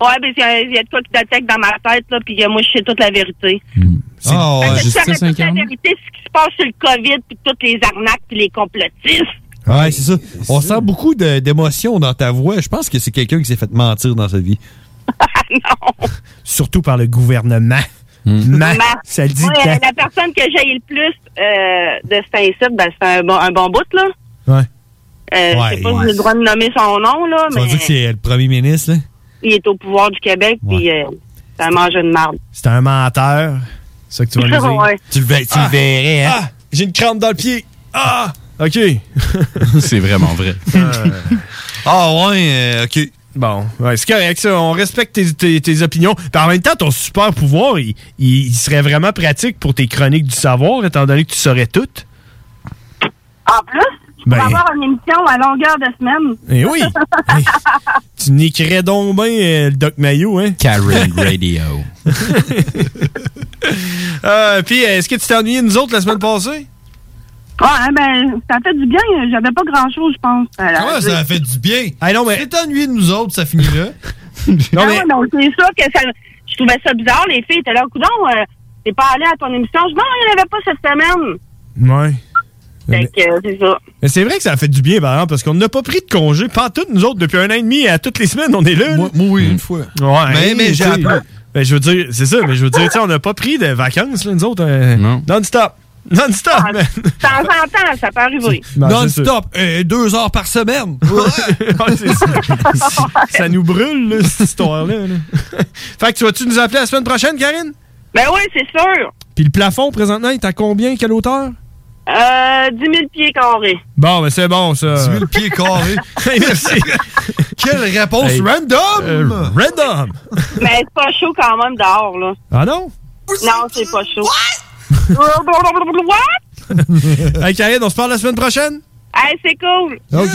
[SPEAKER 30] Ouais, ben, il y a- il y, a de quoi qui t'attaque dans ma tête, là, puis euh, moi, je sais toute la vérité.
[SPEAKER 7] Hmm.
[SPEAKER 6] Ah,
[SPEAKER 30] Fait que
[SPEAKER 6] ouais.
[SPEAKER 30] je savais toute la vérité, ce qui se passe sur le COVID, puis toutes les arnaques, puis les complotistes.
[SPEAKER 6] Ouais, c'est ça. On sent beaucoup de- d'émotion dans ta voix. Je pense que c'est quelqu'un qui s'est fait mentir dans sa vie.
[SPEAKER 5] Surtout par le gouvernement.
[SPEAKER 6] Hmm.
[SPEAKER 5] Ma,
[SPEAKER 30] Ma-
[SPEAKER 5] ça le dit
[SPEAKER 30] Moi,
[SPEAKER 5] quand?
[SPEAKER 30] euh, la personne que j'ai le plus euh, de cet incite, ben, c'est un bon, un bon bout, là.
[SPEAKER 5] Ouais.
[SPEAKER 30] Euh,
[SPEAKER 6] Ouais,
[SPEAKER 30] je sais pas
[SPEAKER 6] ouais.
[SPEAKER 30] si j'ai le droit de nommer son nom, là,
[SPEAKER 6] Tu vas
[SPEAKER 30] mais
[SPEAKER 6] dire que c'est euh, le premier ministre, là?
[SPEAKER 30] il est au pouvoir du Québec, puis euh, c'est un mangeur de marde.
[SPEAKER 5] C'est un menteur. C'est ça que tu vas nous dire.
[SPEAKER 30] Ouais.
[SPEAKER 6] Tu le, ver- tu le
[SPEAKER 5] Ah.
[SPEAKER 6] verrais, hein?
[SPEAKER 5] Ah, j'ai une crampe dans le pied. Ah, OK.
[SPEAKER 7] C'est vraiment vrai.
[SPEAKER 6] Ah, ouais, euh, OK.
[SPEAKER 5] Bon, ouais, c'est correct, ça. On respecte tes, tes- tes opinions. Puis en même temps, ton super pouvoir, il, il- il serait vraiment pratique pour tes chroniques du savoir, étant donné que tu saurais tout.
[SPEAKER 30] En plus, je
[SPEAKER 5] Ben.
[SPEAKER 30] pourrais avoir une émission à longueur de semaine.
[SPEAKER 5] Eh oui! Eh, tu niquerais donc bien euh, le Doc Mayo, hein?
[SPEAKER 7] Karen Radio.
[SPEAKER 5] Euh, Puis, est-ce que tu t'es ennuyé, nous autres, la semaine passée?
[SPEAKER 30] Ah, hein, ben, ça fait du bien. J'avais pas grand-chose, je pense. à la-
[SPEAKER 6] Comment ça a fait du bien?
[SPEAKER 5] Ah non, mais.
[SPEAKER 6] C'est ennuyé de nous autres, ça finit là.
[SPEAKER 30] Non, non, c'est sûr que ça, je trouvais ça bizarre. Les filles étaient là, coudon, euh, t'es pas allé à ton émission. Je dis, non, il n'y en avait pas cette semaine.
[SPEAKER 5] Ouais.
[SPEAKER 30] Fait que, euh, c'est ça.
[SPEAKER 5] Mais c'est vrai que ça a fait du bien, par exemple, parce qu'on n'a pas pris de congé, pas toutes, nous autres, depuis un an et demi, à toutes les semaines, on est là. Moi,
[SPEAKER 6] oui, une fois.
[SPEAKER 5] Ouais,
[SPEAKER 6] Mais-
[SPEAKER 5] hein,
[SPEAKER 6] mais j'ai
[SPEAKER 5] tu sais.
[SPEAKER 6] appelé.
[SPEAKER 5] Ben, je veux dire, c'est ça, mais je veux dire, tu sais, on n'a pas pris de vacances, là, nous autres. euh, Non-stop. Non-stop, man.
[SPEAKER 30] Ah, De temps en temps, ça peut arriver.
[SPEAKER 6] Non-stop, euh, deux heures par semaine.
[SPEAKER 5] Ouais, c'est ça. ça nous brûle, là, cette histoire-là. là. fait que tu vas-tu nous appeler la semaine prochaine, Karine?
[SPEAKER 30] Ben oui, c'est sûr.
[SPEAKER 5] Puis le plafond, présentement, il est à combien, quelle hauteur?
[SPEAKER 30] Euh, 10 000 pieds carrés.
[SPEAKER 5] Bon, mais c'est bon, ça.
[SPEAKER 6] 10 000 pieds carrés.
[SPEAKER 5] Merci.
[SPEAKER 6] Quelle réponse
[SPEAKER 5] Hey.
[SPEAKER 6] random!
[SPEAKER 5] Euh, random.
[SPEAKER 30] Mais c'est pas chaud quand même dehors, là.
[SPEAKER 5] Ah non?
[SPEAKER 30] Non, c'est pas chaud. What?
[SPEAKER 5] Hey, Karine, on se parle la semaine prochaine?
[SPEAKER 30] Hey, c'est cool!
[SPEAKER 5] OK,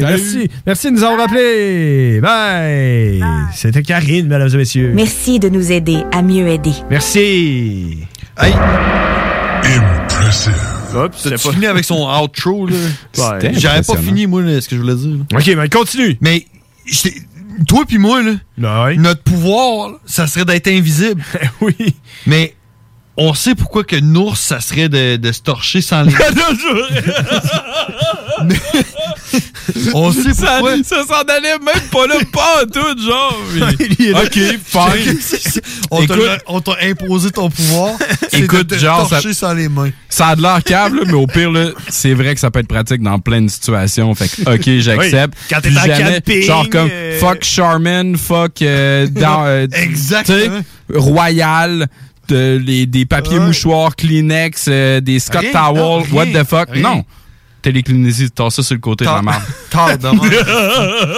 [SPEAKER 5] merci. Merci de nous avoir rappelé. Bye. C'était Karine, mesdames et messieurs.
[SPEAKER 13] Merci de nous aider à mieux aider.
[SPEAKER 5] Merci. Hey.
[SPEAKER 6] Impressive. Hop, c'est
[SPEAKER 5] pas-
[SPEAKER 6] fini avec son outro, là.
[SPEAKER 5] C'était
[SPEAKER 6] J'avais pas
[SPEAKER 5] impressionnant.
[SPEAKER 6] fini, moi, là, ce que je voulais dire.
[SPEAKER 5] OK, mais continue.
[SPEAKER 6] Mais, j'étais- toi puis moi, là, notre pouvoir, là, ça serait d'être invisible.
[SPEAKER 5] oui.
[SPEAKER 6] Mais, on sait pourquoi que Nours, ça serait de, de se torcher sans les... on sait
[SPEAKER 7] Ça,
[SPEAKER 6] pourquoi...
[SPEAKER 7] ça s'en allait même pas là, pas en tout, genre.
[SPEAKER 6] Il est là.
[SPEAKER 7] OK, fine.
[SPEAKER 6] On t'a-
[SPEAKER 7] Écoute-
[SPEAKER 6] on t'a imposé ton pouvoir. c'est de
[SPEAKER 7] Écoute,
[SPEAKER 6] te
[SPEAKER 7] genre, ça,
[SPEAKER 6] torcher sans les mains.
[SPEAKER 7] ça a de l'air câble, mais au pire, là, c'est vrai que ça peut être pratique dans plein de situations. Fait que, OK, j'accepte.
[SPEAKER 5] Oui, quand t'es
[SPEAKER 7] Plus
[SPEAKER 5] en
[SPEAKER 7] jamais,
[SPEAKER 5] camping,
[SPEAKER 7] Genre comme,
[SPEAKER 5] euh,
[SPEAKER 7] fuck Charmin, fuck euh, dans, euh,
[SPEAKER 6] Exactement.
[SPEAKER 7] tu sais, Royal, de- les- des papiers mouchoirs, Kleenex, euh, des Scott
[SPEAKER 6] Rien,
[SPEAKER 7] Towel,
[SPEAKER 6] non, rien,
[SPEAKER 7] what the fuck.
[SPEAKER 6] rien.
[SPEAKER 7] Non. Téléclinésie, t'as ça sur le côté de la marde.
[SPEAKER 6] Tard
[SPEAKER 5] demain.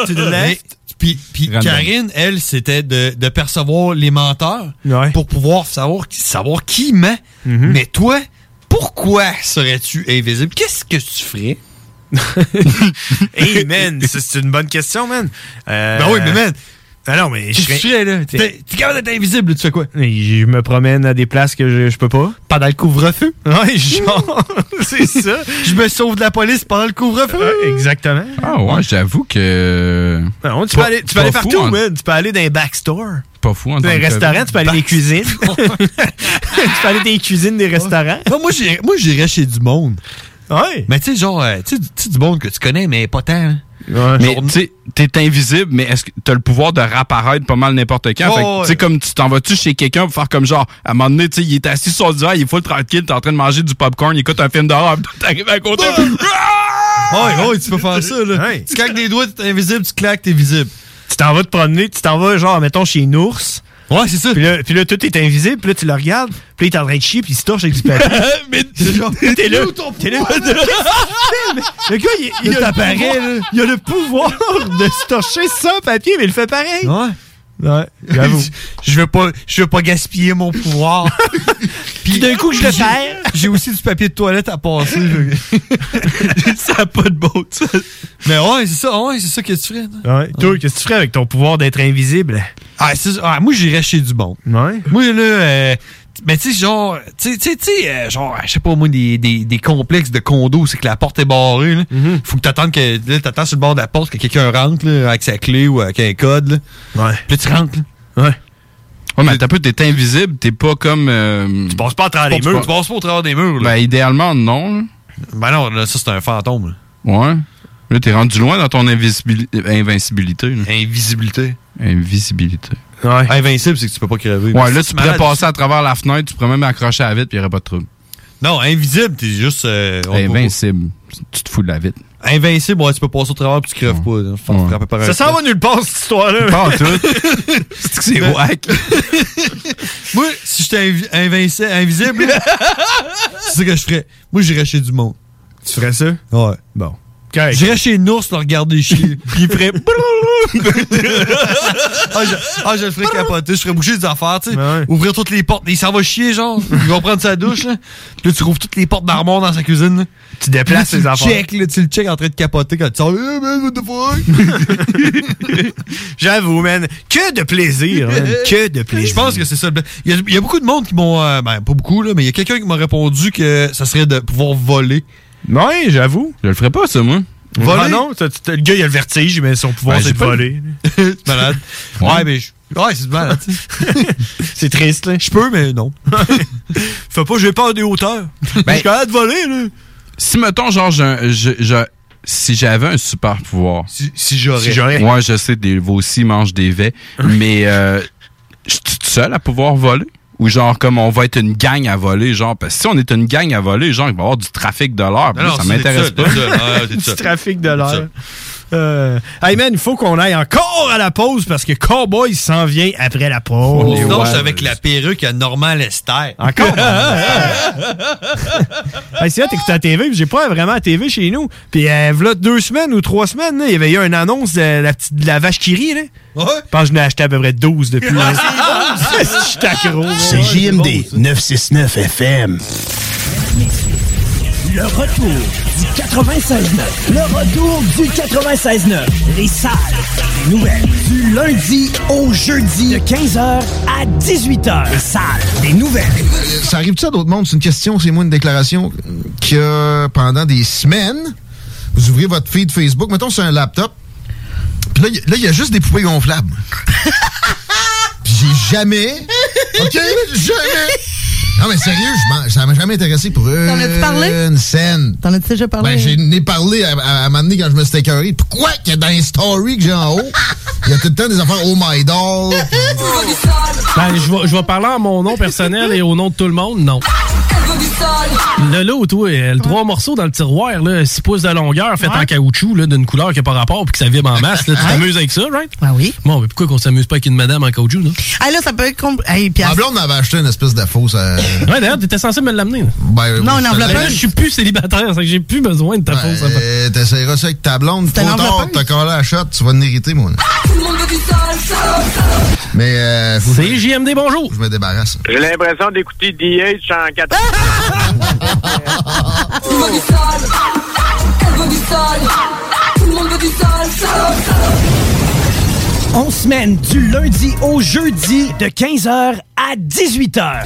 [SPEAKER 6] To the left. Puis, puis
[SPEAKER 7] Random.
[SPEAKER 6] Karine, elle, c'était de, de percevoir les menteurs pour pouvoir savoir, qui- savoir qui ment. Mais toi, pourquoi serais-tu invisible? Qu'est-ce que tu ferais?
[SPEAKER 5] hey, man, ça, c'est une bonne question, man. Euh,
[SPEAKER 6] Ben oui, mais man,
[SPEAKER 5] Ah non, mais je
[SPEAKER 6] qu'est-ce que tu ferais, là?
[SPEAKER 5] T'es-
[SPEAKER 6] T'es t'es capable d'être invisible, tu fais quoi?
[SPEAKER 5] Je me promène à des places que je, je peux pas.
[SPEAKER 6] Pendant le couvre-feu?
[SPEAKER 5] Ouais, genre, c'est ça. Euh,
[SPEAKER 6] Je me sauve de la police pendant le couvre-feu.
[SPEAKER 5] exactement.
[SPEAKER 7] Ah ouais, j'avoue que...
[SPEAKER 5] Non, tu, peux aller, tu peux aller partout,
[SPEAKER 7] hein.
[SPEAKER 5] man. Tu peux aller dans les backstores.
[SPEAKER 7] Pas fou en
[SPEAKER 5] Dans les
[SPEAKER 7] tant que-
[SPEAKER 5] restaurants, tu peux aller dans les cuisines. tu peux aller dans les cuisines des restaurants.
[SPEAKER 6] Non, moi, j'irais- moi, j'irais chez du monde. Mais tu sais, genre, euh, tu sais, du- tu sais, du monde que tu connais, mais pas tant. hein.
[SPEAKER 7] mais tu sais, t'es invisible, mais est-ce que t'as le pouvoir de réapparaître pas mal n'importe quand?
[SPEAKER 6] Ouais,
[SPEAKER 7] fait que, tu sais,
[SPEAKER 6] ouais.
[SPEAKER 7] comme tu t'en vas-tu chez quelqu'un pour faire comme genre, à un moment donné, tu sais, il est assis sur le divan, il est full tranquille, t'es en train de manger du popcorn, il écoute un film dehors, puis Ah! t'arrives à côté.
[SPEAKER 6] Ouais, ouais, Oh, tu peux faire ça, là. Tu claques des doigts, t'es invisible, tu claques, t'es visible.
[SPEAKER 5] Tu t'en vas te promener, tu t'en vas, genre, mettons, chez une ours.
[SPEAKER 6] Ouais, c'est ça.
[SPEAKER 5] Puis là, puis là, tout est invisible, puis là, tu le regardes, puis là, il est en train de chier, puis il se torche avec du papier.
[SPEAKER 6] mais
[SPEAKER 5] t'es là, t'es là. Le gars, il, il
[SPEAKER 6] Il a le
[SPEAKER 5] t'apparaît,
[SPEAKER 6] pouvoir.
[SPEAKER 5] là. Il a le pouvoir de se torcher sans papier, mais il le fait pareil.
[SPEAKER 6] Ouais.
[SPEAKER 5] Ouais, j'avoue.
[SPEAKER 6] je veux pas, je veux pas gaspiller mon pouvoir. Puis d'un coup que je le
[SPEAKER 5] perds.
[SPEAKER 6] J'ai aussi du papier de toilette à passer. ça a pas de bon Mais ouais, c'est ça, ouais, c'est ça que tu ferais. non?
[SPEAKER 5] Ouais. Toi, qu'est-ce que tu ferais avec ton pouvoir d'être invisible?
[SPEAKER 6] Ah, c'est ça. Ah, moi, j'irais chez du bon.
[SPEAKER 5] Ouais.
[SPEAKER 6] Moi, là, euh, mais tu sais, genre, tu sais, tu sais, tu sais, euh, genre, je sais pas, moi, des, des, des complexes de condos, c'est que la porte est barrée, là.
[SPEAKER 5] Mm-hmm.
[SPEAKER 6] Faut que t'attendes que, là, t'attends sur le bord de la porte que quelqu'un rentre, là, avec sa clé ou avec un code, là.
[SPEAKER 5] Ouais.
[SPEAKER 6] Puis là, tu rentres,
[SPEAKER 5] là. Ouais.
[SPEAKER 7] Ouais, mais t'as peu, t'es invisible, t'es pas comme. euh, tu
[SPEAKER 5] passes pas à travers
[SPEAKER 6] les murs, tu passes pas au travers des murs, là.
[SPEAKER 7] Ben, idéalement, non.
[SPEAKER 6] Ben non, là, ça, c'est un fantôme, là.
[SPEAKER 7] Ouais. Là, t'es rendu loin dans ton invisibili- invincibilité. là.
[SPEAKER 6] Invisibilité.
[SPEAKER 7] Invisibilité.
[SPEAKER 5] Ouais.
[SPEAKER 6] Invincible, c'est que tu peux pas crever.
[SPEAKER 7] Ouais,
[SPEAKER 6] Mais
[SPEAKER 7] là,
[SPEAKER 6] si
[SPEAKER 7] tu pourrais
[SPEAKER 6] malade,
[SPEAKER 7] passer à travers la fenêtre, tu pourrais même accrocher à la vitre, puis il y aurait pas de trouble.
[SPEAKER 6] Non, hein? invisible, t'es juste. euh, on-
[SPEAKER 7] Invincible. Tu te fous de la vitre.
[SPEAKER 6] Invincible, ouais, tu peux passer au travers puis tu creves pas. là. Faut te frapper par un
[SPEAKER 5] Ça s'en va nulle part, cette histoire-là.
[SPEAKER 7] Pas en tout. C'est que c'est wack.
[SPEAKER 6] Moi, si j'étais invi- invinci- invisible, là, c'est ce que je ferais. Moi, j'irais chez du monde.
[SPEAKER 5] Tu ferais ça?
[SPEAKER 6] Ouais. Bon. J'irais chez une ours le regarder chier. Puis il ferait. ah, je, ah, je le ferais capoter. Je ferais bouger des affaires, tu sais. Ouvrir toutes les portes. Il s'en va chier, genre. Il va prendre sa douche, là. Puis là, tu rouvres toutes les portes d'armoire dans sa cuisine, là.
[SPEAKER 5] Tu déplaces
[SPEAKER 6] Puis
[SPEAKER 5] ses
[SPEAKER 6] là, tu
[SPEAKER 5] affaires.
[SPEAKER 6] le check, là, tu le check en train de capoter quand tu sors. Eh, man, what the fuck?
[SPEAKER 5] J'avoue, man. Que de plaisir, man. Que de plaisir.
[SPEAKER 6] Je pense que c'est ça. le bla- Il y, a, il y a beaucoup de monde qui m'ont. euh, ben, pas beaucoup, là, mais il y a quelqu'un qui m'a répondu que ça serait de pouvoir voler.
[SPEAKER 5] Ouais, j'avoue.
[SPEAKER 7] Je le ferais pas, ça, moi.
[SPEAKER 6] Voler?
[SPEAKER 5] Ah non, t'as- t'as- le gars, il a le vertige, mais son pouvoir,
[SPEAKER 6] Ben,
[SPEAKER 5] c'est
[SPEAKER 6] j'ai
[SPEAKER 5] de
[SPEAKER 6] pas le-
[SPEAKER 5] voler.
[SPEAKER 6] C'est malade. Ouais, mais je. Ouais, c'est malade. tu sais.
[SPEAKER 5] C'est triste, là.
[SPEAKER 6] Je peux, mais non.
[SPEAKER 5] Fais pas, j'ai peur des hauteurs.
[SPEAKER 7] Ben,
[SPEAKER 5] je suis capable de voler, là.
[SPEAKER 7] Si, mettons, genre, j'ai un- je, je- si j'avais un super pouvoir.
[SPEAKER 6] Si, j'aurais.
[SPEAKER 7] Si j'aurais. Ouais, je sais, des, vous aussi mangent des vets. mais euh, je suis tout seul à pouvoir voler. Ou genre, comme on va être une gang à voler, genre, parce que si on est une gang à voler, genre, il va y avoir du trafic de l'heure. puis
[SPEAKER 6] Non,
[SPEAKER 7] là, Ça
[SPEAKER 6] non, c'est
[SPEAKER 7] m'intéresse
[SPEAKER 6] tout
[SPEAKER 7] pas.
[SPEAKER 6] seul, tout seul. Ah,
[SPEAKER 5] du trafic de l'air. Euh, hey man, il faut qu'on aille encore à la pause parce que Cowboy s'en vient après la pause.
[SPEAKER 6] On se lâche avec la perruque à Normand Lester.
[SPEAKER 5] Encore? Hey, c'est là, t'écoutes la TV, puis j'ai pas vraiment la TV chez nous. Puis euh, v'là deux semaines ou trois semaines, là, il y avait eu une annonce de la, petite, de la vache qui rit. Là. Je pense que je n'ai acheté à peu près 12 depuis. là. Je suis accro, là.
[SPEAKER 18] C'est JMD 969 FM. Le retour du 96.9. Le retour du 96.9. Les salles des nouvelles. Du lundi au jeudi. De 15h à 18h. Les salles des nouvelles.
[SPEAKER 25] Euh, Ça arrive-tu à d'autres mondes? C'est une question, c'est moi une déclaration que pendant des semaines, vous ouvrez votre feed Facebook, mettons sur un laptop, puis là, il y a- là, il y a juste des poupées gonflables. Puis j'ai jamais... OK? Jamais... Non, mais sérieux, je m'en- ça m'a jamais intéressé pour une
[SPEAKER 31] T'en as-tu parlé?
[SPEAKER 25] scène.
[SPEAKER 31] T'en as-tu déjà parlé?
[SPEAKER 25] Ben, j'en ai parlé à, à, à un moment donné quand je me suis écœuré. Pourquoi que dans les stories que j'ai en haut, il y a tout le temps des affaires Oh my doll.
[SPEAKER 5] Ben, je vais, je vais parler en mon nom personnel et au nom de tout le monde, non. Le lot, toi, euh, le trois morceaux dans le tiroir, là, 6 pouces de longueur, fait en caoutchouc, là, d'une couleur qui n'a pas rapport, puis que ça vibre en masse, là, tu t'amuses avec ça, right?
[SPEAKER 31] Ah oui.
[SPEAKER 5] Bon, mais pourquoi qu'on s'amuse pas avec une madame en caoutchouc, là?
[SPEAKER 31] Ah là, ça peut être... compl- Hey, puis à-
[SPEAKER 25] Ma blonde m'avait acheté une espèce de fausse. euh,
[SPEAKER 5] Ouais, d'ailleurs, t'étais censé me l'amener, là.
[SPEAKER 25] ben,
[SPEAKER 31] Non, une
[SPEAKER 25] je-
[SPEAKER 31] enveloppe.
[SPEAKER 5] Mais là, Ah, je suis plus célibataire, c'est que j'ai plus besoin de ta fausse. enveloppe.
[SPEAKER 25] Euh, T'essayeras ça avec ta blonde.
[SPEAKER 5] C'était
[SPEAKER 25] Trop tard,
[SPEAKER 5] l'enveloppe.
[SPEAKER 25] t'as collé la shot, tu vas l'hériter, mon.
[SPEAKER 30] Ah,
[SPEAKER 25] Mais. Euh, C'est
[SPEAKER 5] JMD, bonjour.
[SPEAKER 25] Je me débarrasse.
[SPEAKER 20] J'ai l'impression d'écouter DH en 4
[SPEAKER 18] On semaine du lundi au jeudi de 15h à 18h.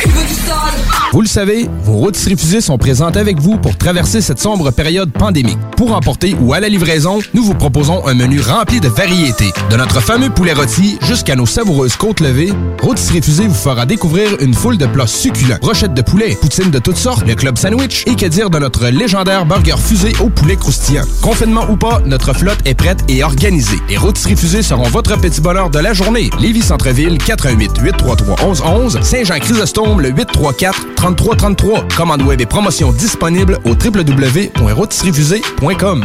[SPEAKER 15] Vous le savez, vos rôtisseries fusées sont présentes avec vous pour traverser cette sombre période pandémique. Pour emporter ou à la livraison, nous vous proposons un menu rempli de variétés. De notre fameux poulet rôti jusqu'à nos savoureuses côtes levées, Rôtisserie Fusée vous fera découvrir une foule de plats succulents. Brochettes de poulet, poutines de toutes sortes, le club sandwich et que dire de notre légendaire burger fusée au poulet croustillant. Confinement ou pas, notre flotte est prête et organisée. Les Rôtisseries Fusées seront votre petit bonheur de la journée. Lévis Centreville, 418 833 1111, Saint-Jean-Chrysostome, le 834 3333. Commande web et promotion disponibles au www.rôtisseriesfusées.com.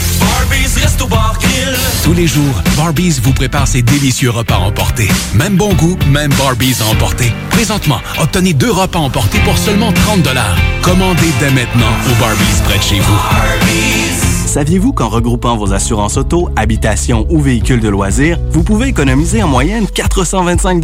[SPEAKER 3] Tous les jours, Barbies vous prépare ses délicieux repas emportés. Même bon goût, même Barbies à emporter. Présentement, obtenez deux repas emportés pour seulement 30 Commandez dès maintenant au Barbies près de chez vous.
[SPEAKER 22] Saviez-vous qu'en regroupant vos assurances auto, habitation ou véhicules de loisirs, vous pouvez économiser en moyenne 425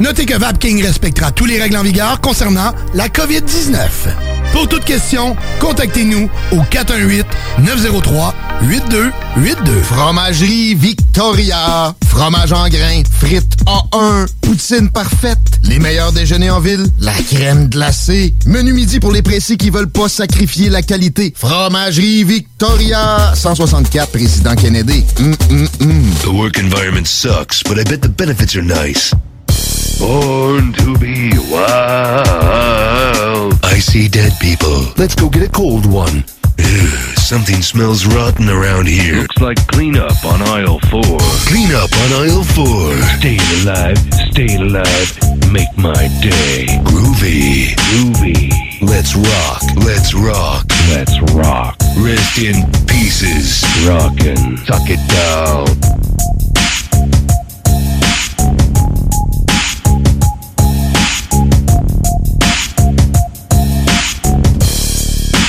[SPEAKER 24] Notez que VapKing respectera tous les règles en vigueur concernant la COVID-19. Pour toute question, contactez-nous au 418-903-8282.
[SPEAKER 25] Fromagerie Victoria. Fromage en grains. Frites A1. Poutine parfaite. Les meilleurs déjeuners en ville. La crème glacée. Menu midi pour les pressés qui veulent pas sacrifier la qualité. Fromagerie Victoria. 164 Président Kennedy.
[SPEAKER 1] Mm, The work environment sucks, but I bet the benefits are nice. Born to be wild. I see dead people. Let's go get a cold one. Ugh, something smells rotten around here. Looks like cleanup on aisle four. Cleanup on aisle four. Staying alive, staying alive. Make my day. Groovy. Groovy. Let's rock. Let's rock. Let's rock. Rest in pieces. Rockin'. Tuck it down.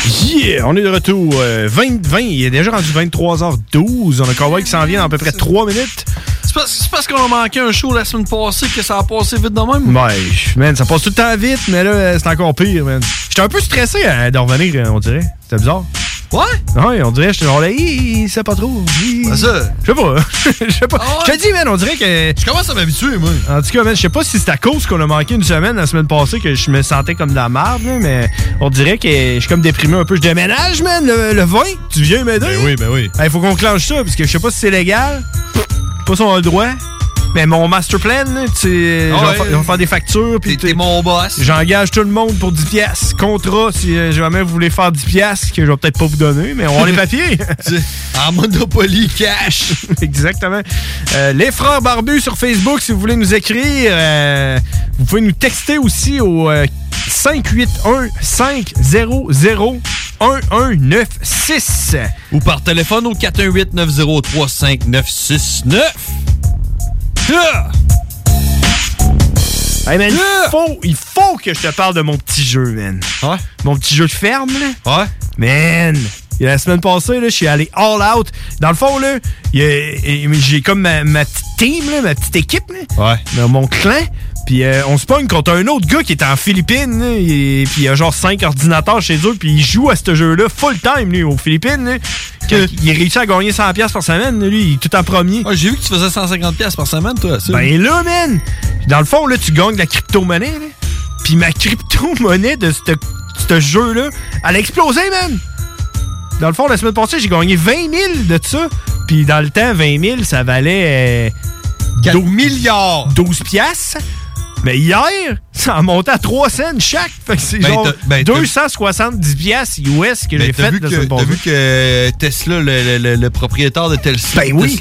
[SPEAKER 5] Yeah! Yeah, on est de retour. euh, 20, 20, il est déjà rendu 23h12. On a Cowboy qui s'en vient dans à peu près 3 minutes.
[SPEAKER 6] C'est parce, c'est parce qu'on a manqué un show la semaine passée que ça a passé vite de même.
[SPEAKER 5] Ouais, man, ça passe tout le temps vite, mais là, euh, c'est encore pire, man. J'étais un peu stressé euh, de revenir, euh, on dirait. C'était bizarre.
[SPEAKER 6] Ouais?
[SPEAKER 5] Ouais, on dirait, j'étais genre là, Hi, hi, c'est pas trop. hi.
[SPEAKER 6] Ben ça. Ah
[SPEAKER 5] Je sais pas. Je sais pas. Je te dis, man, on dirait que.
[SPEAKER 6] Je commence à m'habituer, moi.
[SPEAKER 5] En tout cas, man, je sais pas si c'est à cause qu'on a manqué une semaine la semaine passée que je me sentais comme de la merde, là, mais on dirait que je suis comme déprimé un peu. Je déménage, man, le, le 20. Tu viens m'aider? Ben oui, ben oui. Il faut qu'on clenche ça, parce que je sais pas si c'est légal. Je sais pas si on a le droit. Mais mon master plan, là, tu sais,
[SPEAKER 6] Ah
[SPEAKER 5] je vais
[SPEAKER 6] ouais.
[SPEAKER 5] fa- je vais faire des factures. Puis t'es
[SPEAKER 6] mon boss.
[SPEAKER 5] J'engage tout le monde pour 10 piastres. Contrat, si euh, jamais vous voulez faire 10 piastres, que je vais peut-être pas vous donner, mais on a les papiers.
[SPEAKER 6] en Monopoly Cash.
[SPEAKER 5] Exactement. Euh, les Frères Barbus sur Facebook, si vous voulez nous écrire. euh, vous pouvez nous texter aussi au euh, 581 500 1196.
[SPEAKER 6] Ou par téléphone au 418 903 5969. Ah!
[SPEAKER 5] Hey man, il, faut, il faut que je te parle de mon petit jeu, man. Mon petit jeu de ferme, là. Ouais. Man, la semaine passée, là, je suis allé all out. Dans le fond, là, il y a- j'ai comme ma, ma petite team, là, ma petite équipe, là. Mon- Mon clan. Puis euh, on se pogne contre un autre gars qui est en Philippines, là, et puis il y a genre cinq ordinateurs chez eux, puis il joue à ce jeu-là full time, lui, aux Philippines. là. Fait qu'il- Il réussit à gagner 100$ piastres par semaine, lui, il est tout en premier.
[SPEAKER 6] J'ai vu que tu faisais 150$ piastres par semaine, toi. ça.
[SPEAKER 5] Ben là, man! Dans le fond, là, tu gagnes de la crypto-monnaie, là. Puis ma crypto-monnaie de ce ce jeu-là, elle a explosé, man! Dans le fond, la semaine passée, j'ai gagné 20 000 de ça. Puis dans le temps, 20 000, ça valait... 4
[SPEAKER 6] milliards!
[SPEAKER 5] 12 piastres. Mais hier, ça a monté à 3 cents chaque. Fait que c'est
[SPEAKER 6] Ben,
[SPEAKER 5] genre
[SPEAKER 6] t'as- ben, t'as-
[SPEAKER 5] 270 piastres US que j'ai
[SPEAKER 6] Ben, t'as
[SPEAKER 5] fait
[SPEAKER 6] vu,
[SPEAKER 5] de
[SPEAKER 6] que,
[SPEAKER 5] ce
[SPEAKER 6] t'as vu que Tesla, le, le- le- le propriétaire de Tel- Tesla,
[SPEAKER 5] Ben oui.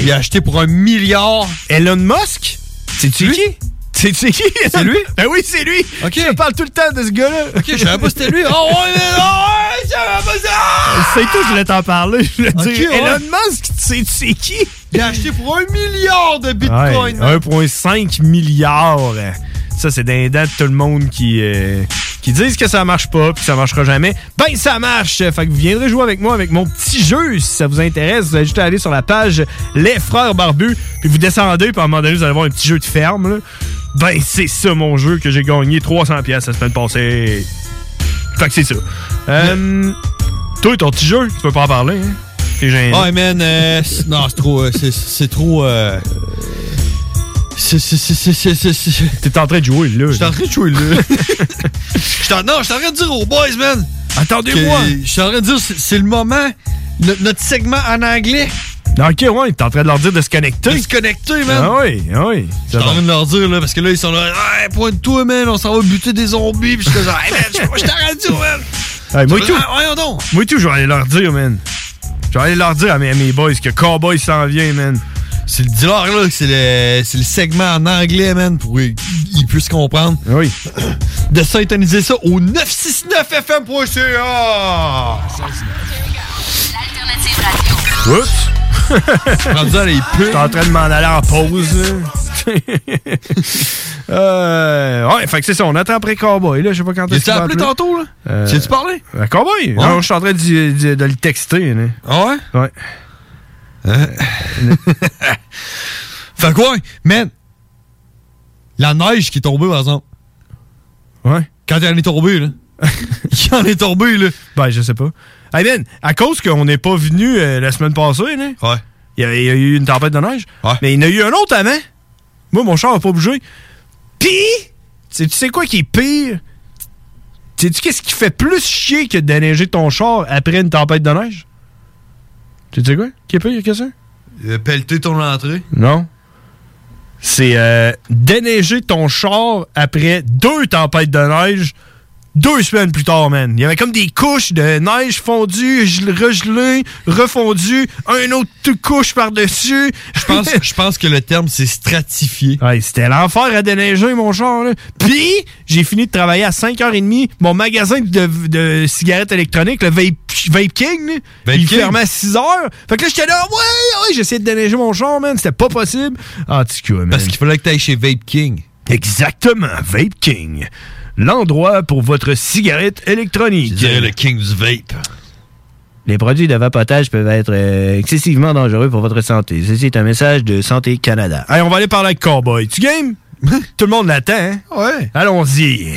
[SPEAKER 6] il a acheté pour un milliard.
[SPEAKER 5] Elon Musk? C'est-tu qui? C'est c'est qui? C'est lui? Ben oui, c'est lui! Je te parle tout le temps de ce gars-là! Ok,
[SPEAKER 6] je savais pas c'était lui. Oh, ouais, oh, ouais, je savais pas ça.
[SPEAKER 5] C'est tout, je voulais t'en parler. Je voulais
[SPEAKER 6] Ok,
[SPEAKER 5] dire,
[SPEAKER 6] ouais.
[SPEAKER 5] Elon Musk, tu sais, tu sais qui?
[SPEAKER 6] Il a acheté pour un milliard de
[SPEAKER 5] Ouais,
[SPEAKER 6] bitcoins.
[SPEAKER 5] 1,5 milliard. Ça, c'est d'un dents de tout le monde qui, euh, qui disent que ça marche pas, puis ça marchera jamais. Ben, ça marche! Fait que vous viendrez jouer avec moi avec mon petit jeu, si ça vous intéresse. Vous allez juste aller sur la page Les Frères Barbus, puis vous descendez, puis à un moment donné, vous allez voir un petit jeu de ferme. là. Ben, c'est ça mon jeu que j'ai gagné 300$ pièces la semaine passée. Fait que c'est ça. Euh, Toi, ton petit jeu, tu peux pas en parler, hein? T'es gêné.
[SPEAKER 6] Ouais, man, euh, c'est- non, c'est trop. euh, c'est- c'est trop. euh, c'est- c'est- c'est- c'est- c'est- c'est- c'est-
[SPEAKER 5] T'es en train de jouer, là.
[SPEAKER 6] Je suis en train de jouer, là. J'étais en- non, je suis en train de dire aux boys, man.
[SPEAKER 5] Attendez-moi.
[SPEAKER 6] que Je suis en train de dire, c'est c'est le moment. No- notre segment en anglais.
[SPEAKER 5] Ok, ouais, t'es en train de leur dire de se connecter.
[SPEAKER 6] Se connecter, man.
[SPEAKER 5] Ah oui, ah oui.
[SPEAKER 6] Je suis en train de leur dire, là, parce que là, ils sont là. Hey, pointe-toi, man, on s'en va buter des zombies. Puis je suis genre, hey, man, je suis pas- je suis à la radio, man.
[SPEAKER 5] Hey, moi, et tout.
[SPEAKER 6] Ah, voyons donc.
[SPEAKER 5] Moi et tout, je vais aller leur dire, man. Je vais aller leur dire à mes, à mes boys que Cowboy s'en vient, man.
[SPEAKER 6] C'est le dealer, là, que c'est le, c'est le segment en anglais, man, pour qu'ils puissent comprendre.
[SPEAKER 5] Oui.
[SPEAKER 6] De syntoniser ça au 969fm.ca.
[SPEAKER 5] Oups!
[SPEAKER 6] Prends-en les pubs.
[SPEAKER 5] J'étais en train de m'en aller en pause. là. Euh, ouais, fait que c'est ça, on attend après Cowboy, là. Je sais pas quand est-ce
[SPEAKER 6] Il t'a
[SPEAKER 5] qu'il va
[SPEAKER 6] appelé
[SPEAKER 5] appeler.
[SPEAKER 6] tantôt, là?
[SPEAKER 5] Euh,
[SPEAKER 6] T'y as-tu parlé?
[SPEAKER 5] euh, Cowboy? Non, je suis en train d'y- d'y- de, le texter, là.
[SPEAKER 6] Ah ouais? Euh,
[SPEAKER 5] Ouais.
[SPEAKER 6] Fait quoi, man? La neige qui est tombée, par exemple.
[SPEAKER 5] Ouais.
[SPEAKER 6] Quand elle est tombée, là. Quand elle est tombée, là.
[SPEAKER 5] Ben, je sais pas. Hey, man, à cause qu'on n'est pas venu euh, la semaine passée, là. Il y, a, il y a eu une tempête de neige. Mais il y en a eu un autre avant. Moi, mon char n'a pas bougé. Pis, tu sais quoi qui est pire? Sais-tu qu'est-ce qui fait plus chier que de déneiger ton char après une tempête de neige? Tu sais quoi? Qui est pire que ça?
[SPEAKER 6] Il a pelleté ton entrée.
[SPEAKER 5] Non. C'est euh, déneiger ton char après deux tempêtes de neige, deux semaines plus tard, man. Il y avait comme des couches de neige fondue, gel- regelée, refondue, un autre toute couche par-dessus.
[SPEAKER 6] Je pense, je pense que le terme, c'est stratifié.
[SPEAKER 5] Ouais, c'était l'enfer à déneiger, mon char. Là. Puis, j'ai fini de travailler à 5h30. Mon magasin de, de cigarettes électroniques, le Vape, Vape King, là, il
[SPEAKER 6] King.
[SPEAKER 5] fermait à 6h. Fait que là, j'étais là, ouais, ouais, j'essayais de déneiger mon char, man. C'était pas possible. Ah, tu man.
[SPEAKER 6] Parce qu'il fallait que t'ailles chez Vape King.
[SPEAKER 5] Exactement, Vape King. l'endroit pour votre cigarette électronique.
[SPEAKER 6] C'est le king du vape.
[SPEAKER 5] Les produits de vapotage peuvent être euh, excessivement dangereux pour votre santé. Ceci est un message de Santé Canada. Hey, on va aller parler avec Cowboy. Tu game? Tout le monde l'attend, hein? Ouais. Allons-y.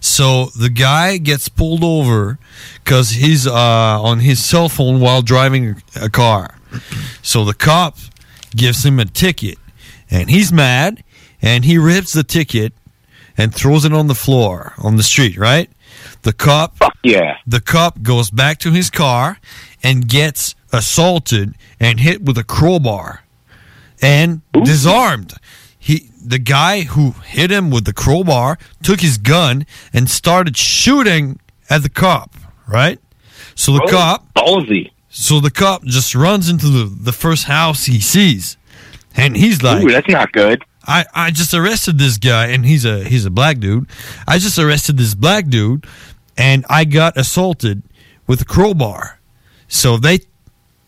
[SPEAKER 6] So the guy gets pulled over because he's uh, on his cell phone while driving a car. So the cop gives him a ticket, and he's mad, and he rips the ticket and throws it on the floor on the street. Right? The cop,
[SPEAKER 32] yeah.
[SPEAKER 6] The cop goes back to his car and gets assaulted and hit with a crowbar and disarmed. He the guy who hit him with the crowbar took his gun and started shooting at the cop, right? So the cop
[SPEAKER 32] Oh, ballsy.
[SPEAKER 6] So the cop just runs into the, the first house he sees. And he's like
[SPEAKER 32] Ooh, that's not good.
[SPEAKER 6] I, I just arrested this guy and he's a he's a black dude. I just arrested this black dude and I got assaulted with a crowbar. So they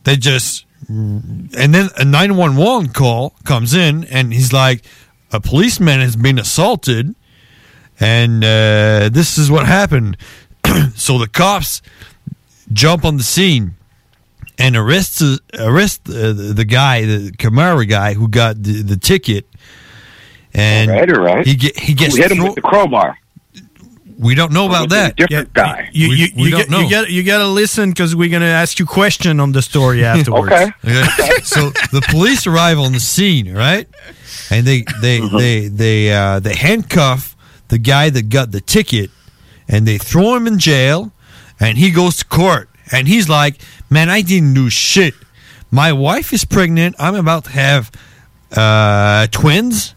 [SPEAKER 6] they just and then a 911 call comes in and he's like a policeman has been assaulted and uh, this is what happened so the cops jump on the scene and arrest arrest uh, the, the guy the Camaro guy who got the, the ticket and
[SPEAKER 32] All right, all right.
[SPEAKER 6] he get, he gets
[SPEAKER 32] Who hit him with the crowbar.
[SPEAKER 6] we don't know about that
[SPEAKER 32] different guy
[SPEAKER 11] You,
[SPEAKER 6] We-
[SPEAKER 11] you,
[SPEAKER 6] we
[SPEAKER 11] you,
[SPEAKER 6] don't
[SPEAKER 11] get,
[SPEAKER 6] know.
[SPEAKER 11] you get you gotta listen because we're gonna ask you question on the story afterwards.
[SPEAKER 6] Okay. so the police arrive on the scene, right? And they they they they uh, they handcuff the guy that got the ticket, and they throw him in jail, and he goes to court, and he's like, "Man, I didn't do shit. My wife is pregnant. I'm about to have uh, twins.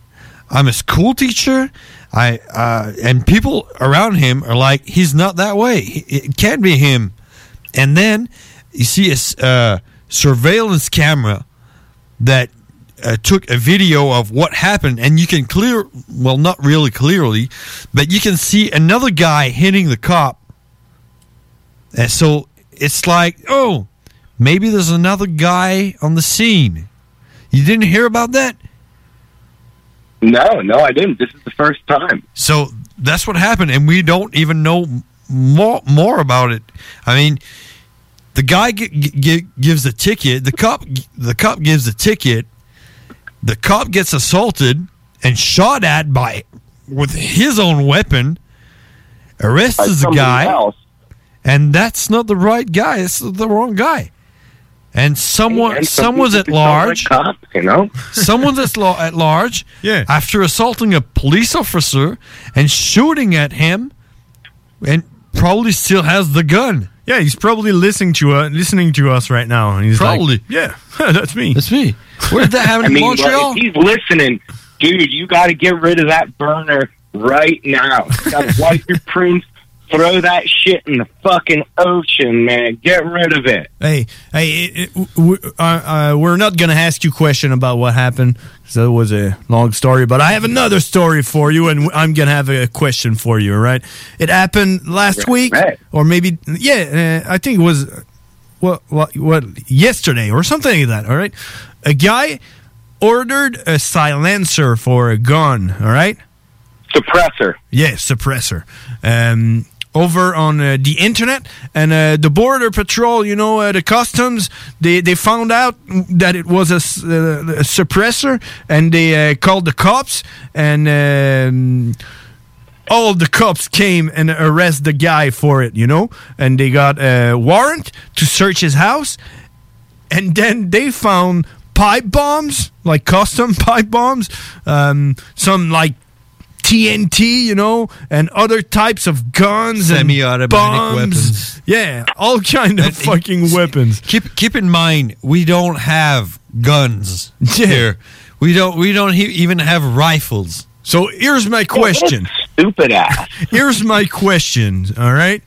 [SPEAKER 6] I'm a school teacher." I uh, and people around him are like, he's not that way. He- It can't be him. And then you see a s- uh, surveillance camera that uh, took a video of what happened, and you can clear, well, not really clearly, but you can see another guy hitting the cop. And so it's like, oh, maybe there's another guy on the scene. You didn't hear about that?
[SPEAKER 32] No, no, I didn't. This is the first time.
[SPEAKER 6] So that's what happened, and we don't even know m- more more about it. I mean, the guy g- g- gives the ticket. The cop the cop gives the ticket. The cop gets assaulted and shot at by with his own weapon.
[SPEAKER 32] By
[SPEAKER 6] Arrests the
[SPEAKER 32] somebody
[SPEAKER 6] guy,
[SPEAKER 32] else.
[SPEAKER 6] and that's not the right guy. It's the wrong guy. And someone,
[SPEAKER 32] And some
[SPEAKER 6] someone's
[SPEAKER 32] people
[SPEAKER 6] at
[SPEAKER 32] just don't like
[SPEAKER 6] large.
[SPEAKER 32] cops, you know.
[SPEAKER 6] Someone's at, la- at large yeah. after assaulting a police officer and shooting at him and probably still has the gun.
[SPEAKER 11] Yeah, he's probably listening to uh, listening to us right now, and he's like,
[SPEAKER 6] Probably.
[SPEAKER 11] yeah, that's me.
[SPEAKER 6] That's me. Where did that happen
[SPEAKER 32] I
[SPEAKER 6] in
[SPEAKER 32] mean,
[SPEAKER 6] Montreal?
[SPEAKER 32] well, if he's listening, dude, you got to get rid of that burner right now. You got to wipe your prints, Throw that shit in the fucking ocean, man. Get rid of it.
[SPEAKER 11] Hey, hey, it, it, w- w- uh, uh, we're not going to ask you question about what happened 'cause that was a long story, but I have another story for you, and w- I'm going to have a question for you. All right, it happened last week, or maybe yeah, uh, I think it was uh, what what what yesterday or something like that. All right, a guy ordered a silencer for a gun. All right,
[SPEAKER 32] suppressor.
[SPEAKER 11] Yeah, suppressor. Um, over on uh, the internet and uh, the border patrol, you know, uh, the customs, they, they found out that it was a, s- uh, a suppressor and they uh, called the cops and um, all the cops came and arrest the guy for it, you know, and they got a warrant to search his house and then they found pipe bombs, like custom pipe bombs, um, some like TNT, you know, and other types of guns and
[SPEAKER 6] Semi-automatic
[SPEAKER 11] bombs.
[SPEAKER 6] weapons.
[SPEAKER 11] Yeah, all kind of fucking weapons.
[SPEAKER 6] Keep keep in mind, we don't have guns here. We don't we don't he- even have rifles.
[SPEAKER 11] So here's my question.
[SPEAKER 32] Stupid ass.
[SPEAKER 11] Here's my question. All right?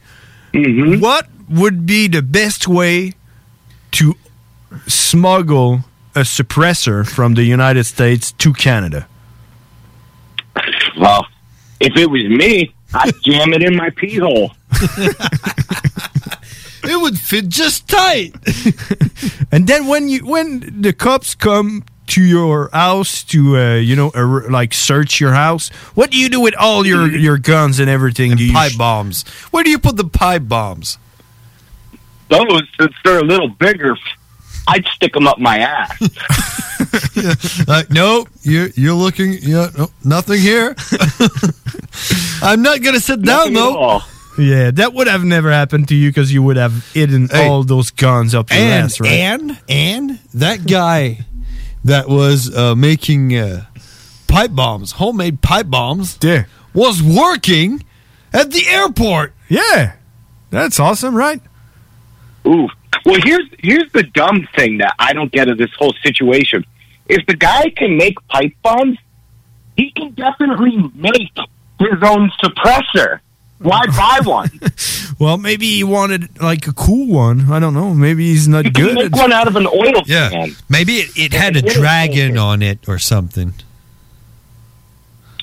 [SPEAKER 32] Mm-hmm.
[SPEAKER 11] What would be the best way to smuggle a suppressor from the United States to Canada?
[SPEAKER 32] Well, if it was me, I'd jam it in my pee hole.
[SPEAKER 6] It would fit just tight.
[SPEAKER 11] and then when you when the cops come to your house to uh, you know ar- like search your house, what do you do with all your your guns and everything? do you pipe
[SPEAKER 6] bombs. Where do you put the pipe bombs?
[SPEAKER 32] Those, since they're a little bigger, I'd stick them up my ass.
[SPEAKER 6] Like, no, you're you're looking. Yeah, no, nothing here. I'm not gonna sit down
[SPEAKER 11] Nothing at
[SPEAKER 6] though.
[SPEAKER 32] Oh.
[SPEAKER 11] Yeah, that would have never happened to you because you would have hidden all those guns up your
[SPEAKER 6] and
[SPEAKER 11] ass, right?
[SPEAKER 6] and and that guy that was uh, making uh, pipe bombs, homemade pipe bombs,
[SPEAKER 11] yeah.
[SPEAKER 6] was working at the airport.
[SPEAKER 11] Yeah, that's awesome, right?
[SPEAKER 32] Ooh. Well, here's here's the dumb thing that I don't get of this whole situation. If the guy can make pipe bombs, he can definitely make his own suppressor. Why buy one?
[SPEAKER 11] Well, maybe he wanted like a cool one. I don't know. Maybe he's not good.
[SPEAKER 32] make
[SPEAKER 11] at-
[SPEAKER 32] one out of an oil
[SPEAKER 6] Yeah, maybe it, it had a dragon on it or something.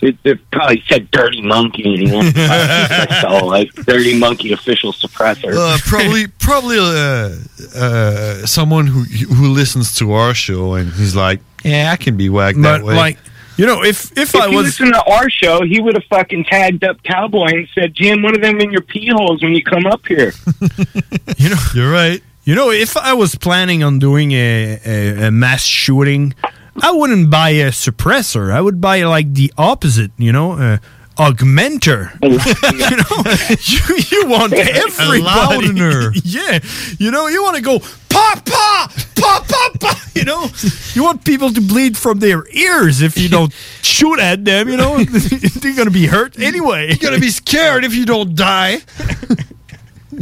[SPEAKER 32] It, it probably said "dirty monkey" and he wanted to like, so, like "dirty monkey" official suppressor.
[SPEAKER 6] Uh, probably, probably uh, uh, someone who who listens to our show and he's like, "Yeah, I can be whacked that way."
[SPEAKER 11] you know, if if,
[SPEAKER 6] I
[SPEAKER 32] he
[SPEAKER 6] was-
[SPEAKER 32] listened to our show, he would have fucking tagged up Cowboy and said, "Jim, one of them in your pee holes when you come up here."
[SPEAKER 11] you know,
[SPEAKER 6] you're right.
[SPEAKER 11] You know, if I was planning on doing a, a, a mass shooting, I wouldn't buy a suppressor. I would buy like the opposite. You know, uh, augmenter. you know, you, you want everybody.
[SPEAKER 6] Loudener.
[SPEAKER 11] yeah, you know, you want to go pop, pop, pop, pop, pop. You know, you want people to bleed from their ears if you don't shoot at them. You know, they're gonna be hurt anyway. You're
[SPEAKER 6] gonna be scared if you don't die.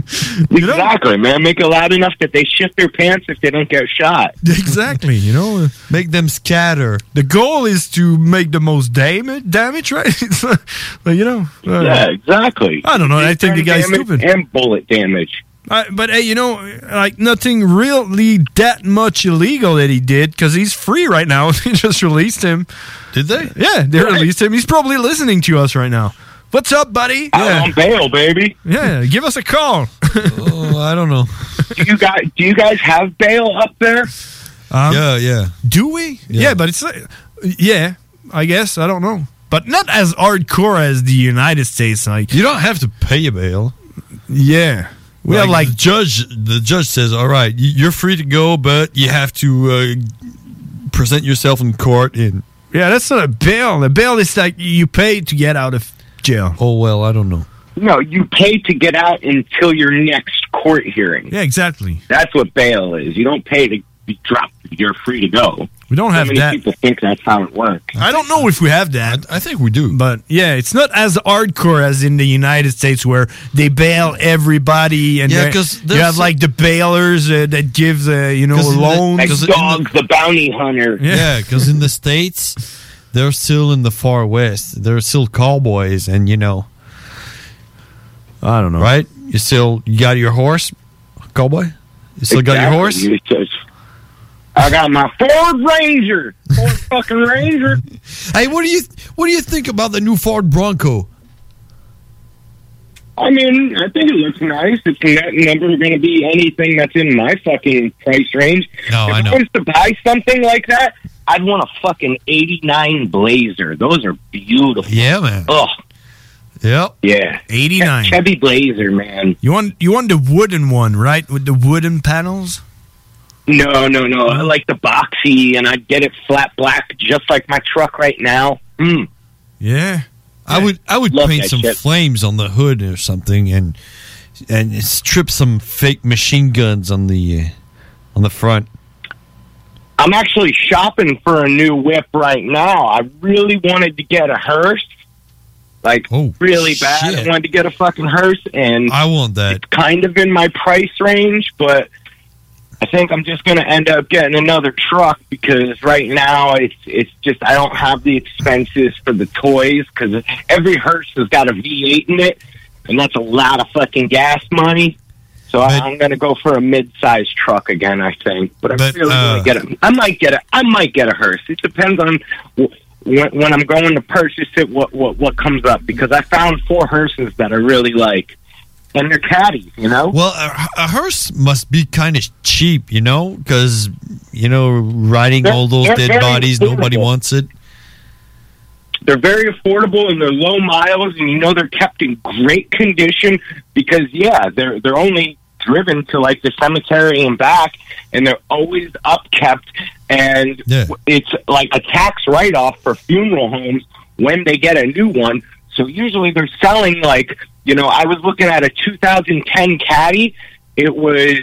[SPEAKER 32] exactly, man. Make it loud enough that they shit their pants if they don't get shot.
[SPEAKER 11] Exactly, you know,
[SPEAKER 6] make them scatter.
[SPEAKER 11] The goal is to make the most damage, damage, right? It's like, like, you know, uh,
[SPEAKER 32] yeah, exactly.
[SPEAKER 11] I don't know. I think the
[SPEAKER 32] Gun
[SPEAKER 11] guy's
[SPEAKER 32] damage
[SPEAKER 11] stupid.
[SPEAKER 32] And bullet damage.
[SPEAKER 11] Uh, but hey, you know, like nothing really that much illegal that he did because he's free right now. they just released him.
[SPEAKER 6] Did they?
[SPEAKER 11] Yeah, they
[SPEAKER 6] Right.
[SPEAKER 11] released him. He's probably listening to us right now. What's up, buddy?
[SPEAKER 32] I'm on bail, baby.
[SPEAKER 11] Yeah, give us a call.
[SPEAKER 6] oh, I don't know.
[SPEAKER 32] Do you guys do you guys have bail up there?
[SPEAKER 11] Um,
[SPEAKER 6] yeah, yeah.
[SPEAKER 11] Do we? Yeah, but it's like, yeah, I guess I don't know, but not as hardcore as the United States. Like
[SPEAKER 6] you don't have to pay a bail.
[SPEAKER 11] Yeah, we have like
[SPEAKER 6] the judge. The judge says, "All right, y- you're free to go, but you have to uh, present yourself in court." In
[SPEAKER 11] yeah, that's not a bail. A bail is like you pay to get out of jail.
[SPEAKER 6] Oh well, I don't know.
[SPEAKER 32] No, you pay to get out until your next court hearing.
[SPEAKER 11] Yeah, exactly.
[SPEAKER 32] That's what bail is. You don't pay to be dropped. You're free to go.
[SPEAKER 11] We don't
[SPEAKER 32] so
[SPEAKER 11] have
[SPEAKER 32] many
[SPEAKER 11] that.
[SPEAKER 32] People think that's how it works.
[SPEAKER 11] I don't know if we have that.
[SPEAKER 6] I think we do.
[SPEAKER 11] But yeah, it's not as hardcore as in the United States where they bail everybody and
[SPEAKER 6] Yeah,
[SPEAKER 11] they're-
[SPEAKER 6] 'cause
[SPEAKER 11] you
[SPEAKER 6] there's
[SPEAKER 11] have like the bailers uh, that give uh, you know
[SPEAKER 6] 'Cause in the-
[SPEAKER 11] loans.
[SPEAKER 6] Like 'cause in the- dogs,
[SPEAKER 32] the bounty hunter.
[SPEAKER 6] Yeah, because in the states, they're still in the far west. They're still cowboys, and you know, I don't know. Right? You still you got your horse, cowboy? You still got your horse?
[SPEAKER 32] Exactly. It's just- I got my Ford Ranger. Ford fucking Ranger.
[SPEAKER 6] Hey, what do you what do you think about the new Ford Bronco?
[SPEAKER 32] I mean, I think it looks nice. It's not never going to be anything that's in my fucking price range.
[SPEAKER 6] No,
[SPEAKER 32] if
[SPEAKER 6] I know.
[SPEAKER 32] I was to buy something like that, I'd want a fucking '89 Blazer. Those are beautiful.
[SPEAKER 11] Yeah, man.
[SPEAKER 32] Ugh.
[SPEAKER 6] Yep.
[SPEAKER 32] Yeah.
[SPEAKER 11] Eighty-nine.
[SPEAKER 32] Chevy Blazer, man.
[SPEAKER 11] You want you want the wooden one, right? With the wooden panels.
[SPEAKER 32] No, no, no. I like the boxy, and I'd get it flat black, just like my truck right now. Mm.
[SPEAKER 6] Yeah. I would I would
[SPEAKER 32] Love
[SPEAKER 6] paint
[SPEAKER 32] that
[SPEAKER 6] some
[SPEAKER 32] shit.
[SPEAKER 6] flames on the hood or something and and strip some fake machine guns on the uh, on the front.
[SPEAKER 32] I'm actually shopping for a new whip right now. I really wanted to get a hearse. Like really bad. I wanted to get a fucking hearse and
[SPEAKER 6] Oh, I want that. It's
[SPEAKER 32] kind of in my price range, but I think I'm just gonna end up getting another truck because right now it's it's just I don't have the expenses for the toys because every hearse has got a V8 in it, and that's a lot of fucking gas money. So I I'm gonna go for a mid-sized truck again, I think. But I really want to get a. I might get a. I might get a hearse. It depends on wh- when, when I'm going to purchase it. What what what comes up? Because I found four hearses that I really like, and they're caddies. You know.
[SPEAKER 6] Well, a, a hearse must be kind of cheap, you know, because you know riding
[SPEAKER 32] They're-
[SPEAKER 6] all those
[SPEAKER 32] they're
[SPEAKER 6] dead
[SPEAKER 32] very
[SPEAKER 6] bodies, nobody
[SPEAKER 32] affordable.
[SPEAKER 6] wants it.
[SPEAKER 32] They're very affordable and they're low miles, and you know they're kept in great condition because yeah, they're they're only driven to like the cemetery and back, and they're always upkept, and w- it's like a tax write off for funeral homes when they get a new one. So usually they're selling like you know I was looking at a 2010 Caddy, it was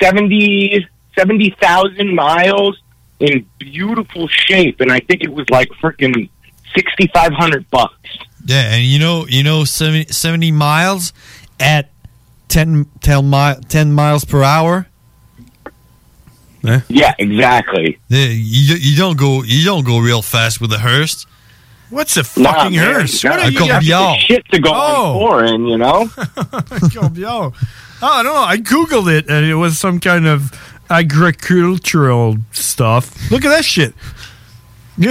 [SPEAKER 32] seventy seventy thousand miles in beautiful shape, and I think it was like freaking sixty five hundred bucks.
[SPEAKER 6] Yeah, and you know, you know, 70, 70 miles at 10, 10, mi- 10 miles per hour.
[SPEAKER 11] Eh?
[SPEAKER 32] Yeah, exactly.
[SPEAKER 6] Yeah, you, you don't go, you don't go real fast with a hearse.
[SPEAKER 11] What's a
[SPEAKER 6] Nah,
[SPEAKER 11] fucking
[SPEAKER 6] man,
[SPEAKER 11] hearse? What
[SPEAKER 6] I
[SPEAKER 11] are you
[SPEAKER 6] call
[SPEAKER 11] got-
[SPEAKER 6] y'all. Shit
[SPEAKER 32] to go
[SPEAKER 11] oh.
[SPEAKER 32] foreign, you know.
[SPEAKER 11] Yo. Oh no, I googled it and it was some kind of agricultural stuff. Look at that shit.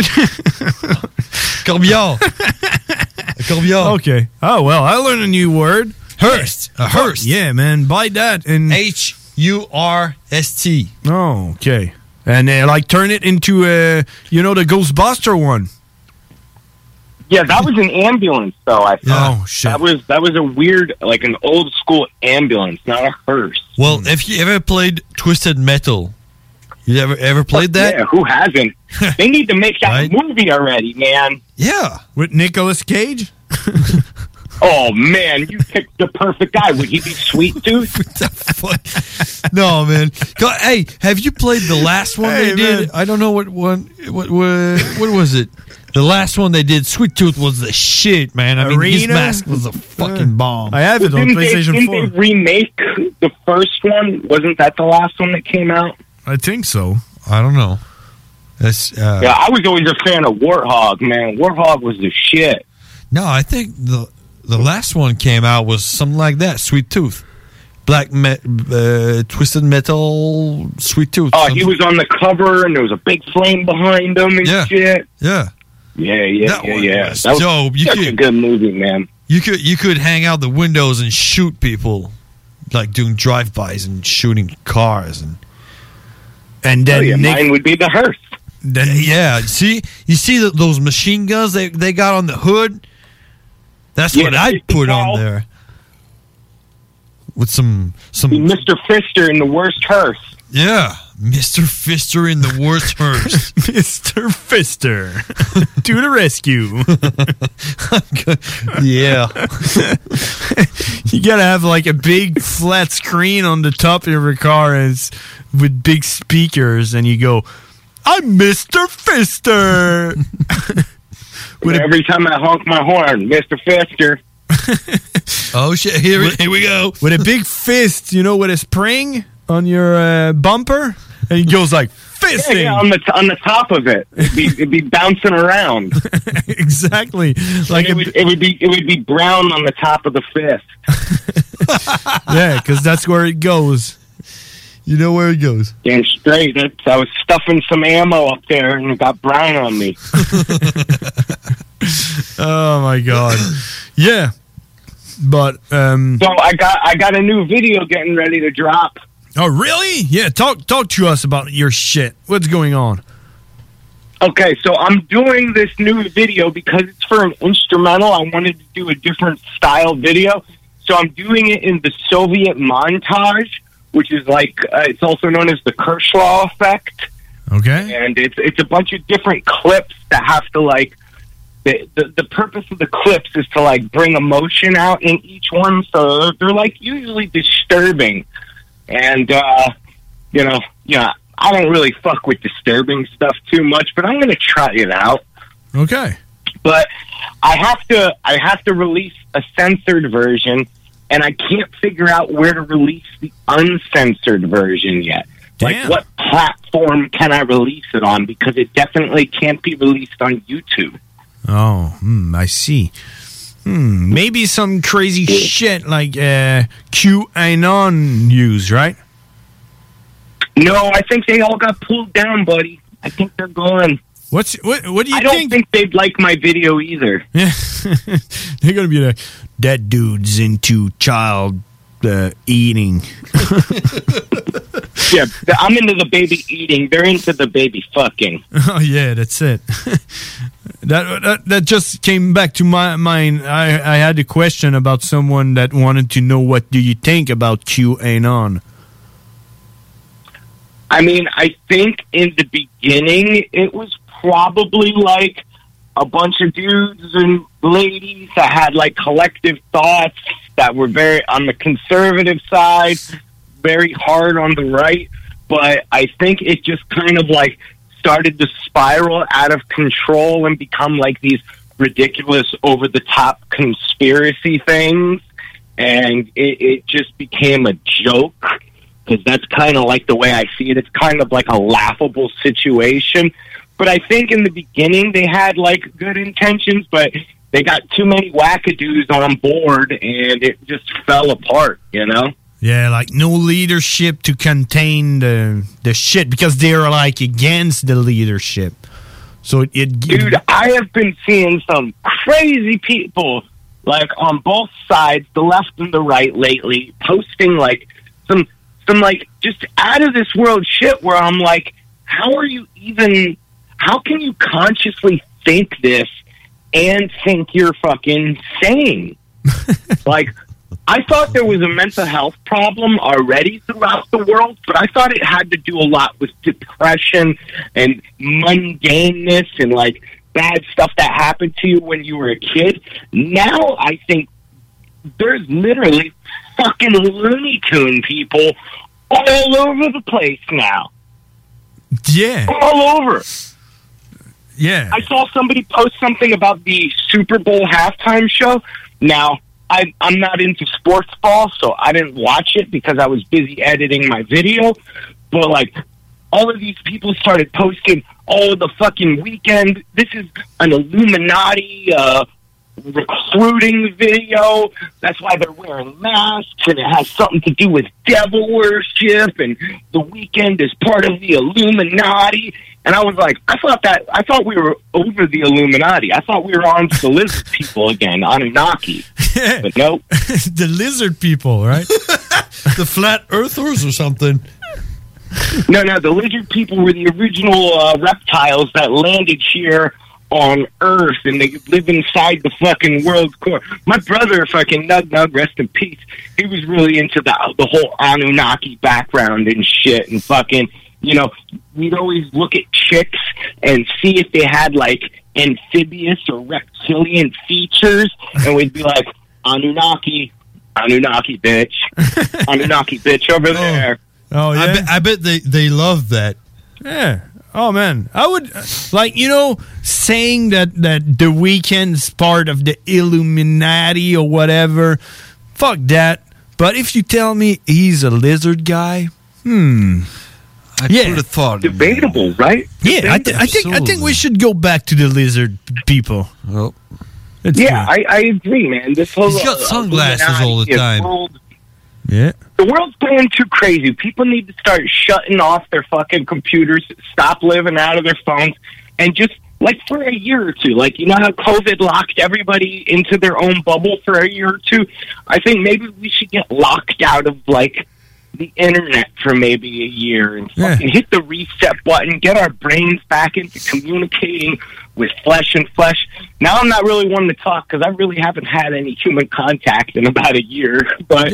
[SPEAKER 6] Corbillard. Corbillard.
[SPEAKER 11] Okay. Oh well, I learned a new word.
[SPEAKER 6] Hearst. A hearse.
[SPEAKER 11] Yeah, man. Buy that and
[SPEAKER 6] H U R S T.
[SPEAKER 11] Oh, okay. And uh, like turn it into a you know the Ghostbuster one.
[SPEAKER 32] Yeah, that was an ambulance, though.
[SPEAKER 11] Oh,
[SPEAKER 32] I thought. That was that was a weird, like an old school ambulance, not a hearse.
[SPEAKER 6] Well, if you ever played Twisted Metal, you ever ever played that?
[SPEAKER 32] Yeah, who hasn't? they need to make that movie already, man.
[SPEAKER 6] Yeah.
[SPEAKER 11] With Nicolas Cage?
[SPEAKER 32] oh man, you picked the perfect guy. Would he be sweet tooth?
[SPEAKER 6] no, man. Go- Hey, have you played the last one
[SPEAKER 32] Hey,
[SPEAKER 6] they did? I don't know what one. What, what what was it? The last one they did, Sweet Tooth was the shit, man. I mean, his
[SPEAKER 11] Arena? Uh,
[SPEAKER 6] mask was a fucking bomb.
[SPEAKER 11] I have it on
[SPEAKER 32] Didn't they-
[SPEAKER 11] PlayStation
[SPEAKER 32] didn't
[SPEAKER 11] 4.
[SPEAKER 32] They remake the first one. Wasn't that the last one that came out?
[SPEAKER 11] I think so.
[SPEAKER 6] I don't know. That's uh,
[SPEAKER 32] yeah, I was always a fan of Warthog, man. Warthog was the shit.
[SPEAKER 6] no. I think the the last one came out was something like that, Sweet Tooth, Black me- uh, Twisted Metal, Sweet Tooth.
[SPEAKER 32] Oh,
[SPEAKER 11] Um,
[SPEAKER 32] he was on the cover, and there was a big flame behind him and
[SPEAKER 6] Yeah.
[SPEAKER 32] shit.
[SPEAKER 6] Yeah.
[SPEAKER 32] Yeah, yeah,
[SPEAKER 6] That
[SPEAKER 32] yeah,
[SPEAKER 6] one
[SPEAKER 32] yeah.
[SPEAKER 6] was
[SPEAKER 32] That was
[SPEAKER 6] dope. You
[SPEAKER 32] such a
[SPEAKER 6] could-
[SPEAKER 32] good movie, man.
[SPEAKER 6] You could you could hang out the windows and shoot people, like doing drive bys and shooting cars and
[SPEAKER 11] and then
[SPEAKER 32] Oh, yeah, mine would be the hearse.
[SPEAKER 11] Then
[SPEAKER 6] yeah, see you see th those machine guns they they got on the hood. That's
[SPEAKER 32] Yeah,
[SPEAKER 6] what
[SPEAKER 32] the
[SPEAKER 6] I'd put on
[SPEAKER 32] ball.
[SPEAKER 6] there with some some
[SPEAKER 32] Mr. Fister in the worst hearse.
[SPEAKER 6] Yeah, Mister Fister in the worst hearse.
[SPEAKER 11] Mister Fister to the rescue.
[SPEAKER 6] yeah.
[SPEAKER 11] you gotta have like a big flat screen on the top of your car and it's with big speakers and you go, I'm Mr. Fister.
[SPEAKER 32] Every time I honk my horn, Mr. Fister.
[SPEAKER 6] oh shit, here, here we go.
[SPEAKER 11] With a big fist, you know, with a spring on your uh, bumper. And he goes like,
[SPEAKER 32] Yeah, on the on the top of it, it'd be, it'd be bouncing around.
[SPEAKER 11] exactly. Like
[SPEAKER 32] it would, it would be it would be brown on the top of the fist.
[SPEAKER 11] yeah, because that's where it goes. You know where it goes.
[SPEAKER 32] Damn straight. That's, I was stuffing some ammo up there and it got brown on me.
[SPEAKER 11] Oh my god. yeah. But um
[SPEAKER 32] So I got I got a new video getting ready to drop.
[SPEAKER 11] Oh really? Yeah, talk talk to us about your shit. What's going on?
[SPEAKER 32] Okay, so I'm doing this new video because it's for an instrumental. I wanted to do a different style video. So I'm doing it in the Soviet montage, which is like, uh, it's also known as the Kershaw effect.
[SPEAKER 11] Okay.
[SPEAKER 32] And it's, it's a bunch of different clips that have to like, the, the, the purpose of the clips is to like bring emotion out in each one. So they're like usually disturbing. And, uh, you know, yeah, I don't really fuck with disturbing stuff too much, but I'm going to try it out.
[SPEAKER 11] Okay.
[SPEAKER 32] But I have to, I have to release a censored version, and I can't figure out where to release the uncensored version yet. Like, what platform can I release it on? Because it definitely can't be released on YouTube.
[SPEAKER 11] Oh, hmm, I see. Hmm, maybe some crazy shit like uh QAnon news, right?
[SPEAKER 32] No, I think they all got pulled down, buddy. I think they're gone.
[SPEAKER 11] What's what? What do you
[SPEAKER 32] I don't think? they'd like my video either.
[SPEAKER 11] Yeah. They're gonna be like, that dude's into child uh, eating.
[SPEAKER 32] yeah, th- I'm into the baby eating. They're into the baby fucking.
[SPEAKER 11] Oh yeah, that's it. that, that that just came back to my mind. I I had a question about someone that wanted to know what do you think about QAnon.
[SPEAKER 32] I mean, I think in the beginning it was probably like a bunch of dudes and ladies that had like collective thoughts that were very on the conservative side, very hard on the right. But I think it just kind of like started to spiral out of control and become like these ridiculous, over the top conspiracy things. And it, it just became a joke because that's kind of like the way I see it. It's kind of like a laughable situation. But I think in the beginning they had like good intentions, but they got too many wackadoos on board and it just fell apart, you know?
[SPEAKER 11] Yeah, like no leadership to contain the the shit because they're like against the leadership. So it, it
[SPEAKER 32] Dude, I have been seeing some crazy people, like on both sides, the left and the right lately, posting like some some like just out of this world shit where I'm like, how are you even how can you consciously think this and think you're fucking sane? like I thought there was a mental health problem already throughout the world, but I thought it had to do a lot with depression and mundaneness and like bad stuff that happened to you when you were a kid. Now I think there's literally fucking Looney Tune people all over the place now.
[SPEAKER 11] Yeah.
[SPEAKER 32] All over.
[SPEAKER 11] Yeah.
[SPEAKER 32] I saw somebody post something about the Super Bowl halftime show. Now, I, I'm not into sports ball, so I didn't watch it because I was busy editing my video. But, like, all of these people started posting all the fucking weekend. This is an Illuminati uh, recruiting video. That's why they're wearing masks, and it has something to do with devil worship. And the weekend is part of the Illuminati. And I was like, I thought that I thought we were over the Illuminati. I thought we were on to the lizard people again, Anunnaki. But nope.
[SPEAKER 11] the lizard people, right?
[SPEAKER 6] the flat earthers or something.
[SPEAKER 32] No, no, the lizard people were the original uh, reptiles that landed here on Earth, and they live inside the fucking world's core. My brother, fucking Nug Nug, rest in peace. He was really into the the whole Anunnaki background and shit, and fucking, you know, we'd always look at chicks and see if they had like amphibious or reptilian features, and we'd be like, Anunnaki, Anunnaki, bitch, Anunnaki, bitch, over there.
[SPEAKER 11] Oh yeah.
[SPEAKER 6] I, bet- I bet they they love that.
[SPEAKER 11] Yeah. Oh man, I would like you know saying that that the weekend's part of the Illuminati or whatever. Fuck that. But if you tell me he's a lizard guy, hmm.
[SPEAKER 6] I would have thought. Debatable,
[SPEAKER 32] right?
[SPEAKER 11] Yeah, I, th- I think I think we should go back to the lizard people.
[SPEAKER 32] yeah, I, I agree, man. This whole uh,
[SPEAKER 11] He's got sunglasses
[SPEAKER 32] Illuminati
[SPEAKER 11] all the
[SPEAKER 32] is
[SPEAKER 11] time.
[SPEAKER 32] old.
[SPEAKER 11] Yeah.
[SPEAKER 32] The world's going too crazy. People need to start shutting off their fucking computers, stop living out of their phones, and just like for a year or two. Like you know how COVID locked everybody into their own bubble for a year or two. I think maybe we should get locked out of like the internet for maybe a year and fucking hit the reset button, get our brains back into communicating with flesh and flesh. Now I'm not really one to talk because I really haven't had any human contact in about a year. But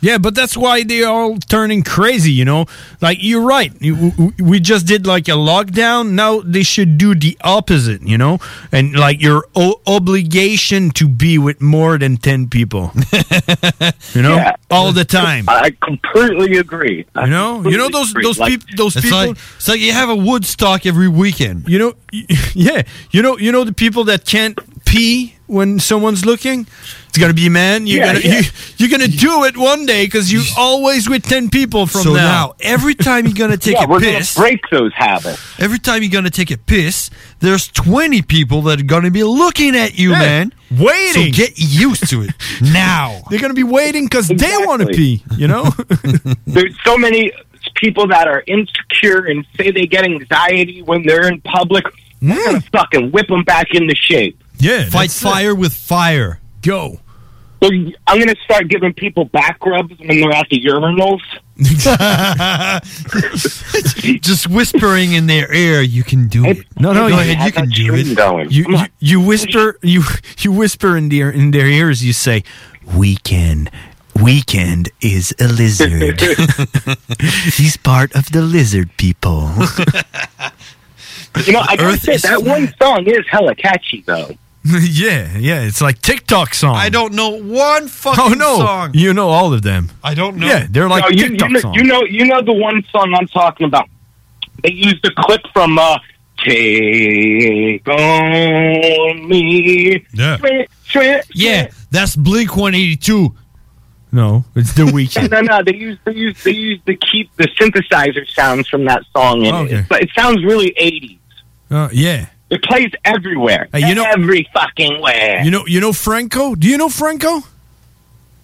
[SPEAKER 11] Yeah, but that's why they're all turning crazy, you know? Like, you're right. You- w- w- We just did like a lockdown. Now they should do the opposite, you know? And like your o- obligation to be with more than 10 people, you know?
[SPEAKER 32] Yeah.
[SPEAKER 11] All the time.
[SPEAKER 32] I completely agree.
[SPEAKER 11] You
[SPEAKER 6] Oh,
[SPEAKER 11] know, you know those those people, those people.
[SPEAKER 6] it's like you have a Woodstock every weekend.
[SPEAKER 11] You know, yeah. You know, you know the people that can't pee when someone's looking. It's gonna be man. You're
[SPEAKER 6] Yeah,
[SPEAKER 11] gonna
[SPEAKER 6] yeah.
[SPEAKER 11] You, you're gonna do it one day because you're always with ten people from
[SPEAKER 6] so
[SPEAKER 11] now.
[SPEAKER 6] now, every time you're gonna take a piss,
[SPEAKER 32] those habits.
[SPEAKER 6] Every time you're gonna take a piss, there's 20 people that are gonna be looking at you,
[SPEAKER 11] Yeah,
[SPEAKER 6] man,
[SPEAKER 11] waiting.
[SPEAKER 6] So get used to it now.
[SPEAKER 11] They're gonna be waiting because they want to pee. You know.
[SPEAKER 32] There's so many people that are insecure and say they get anxiety when they're in public.
[SPEAKER 6] Mm.
[SPEAKER 32] We're gonna fucking whip them back into shape.
[SPEAKER 11] Yeah,
[SPEAKER 6] fight fire with fire.
[SPEAKER 11] Go.
[SPEAKER 32] So y- I'm gonna start giving people back rubs when they're at the urinals.
[SPEAKER 6] Just whispering in their ear, you can do it.
[SPEAKER 11] No, no,
[SPEAKER 6] go
[SPEAKER 11] you-
[SPEAKER 6] ahead, you can do it.
[SPEAKER 11] You, you you whisper you you whisper in their in their ears. You say, "Weekend, weekend is a lizard. He's part of the lizard people."
[SPEAKER 32] You know, I gotta say that one song is hella catchy though.
[SPEAKER 11] yeah, yeah, it's like TikTok song.
[SPEAKER 6] I don't know one fucking
[SPEAKER 11] Oh no,
[SPEAKER 6] song.
[SPEAKER 11] you know all of them.
[SPEAKER 6] I don't know.
[SPEAKER 11] Yeah, they're like
[SPEAKER 32] No, you,
[SPEAKER 11] TikTok
[SPEAKER 32] you, know,
[SPEAKER 11] songs.
[SPEAKER 32] you know, you know the one song I'm talking about. They used the clip from uh, "Take on Me."
[SPEAKER 6] Yeah.
[SPEAKER 32] Sweet, sweet,
[SPEAKER 6] Yeah, that's Blink 182.
[SPEAKER 11] No, it's the weekend.
[SPEAKER 32] no, no, they use they use they use the keep the synthesizer sounds from that song in
[SPEAKER 11] Okay.
[SPEAKER 32] it, but it sounds really '80s.
[SPEAKER 11] Uh, yeah,
[SPEAKER 32] It plays everywhere,
[SPEAKER 11] Hey, you know-
[SPEAKER 32] every fucking where.
[SPEAKER 11] you know you know Franco. Do you know Franco?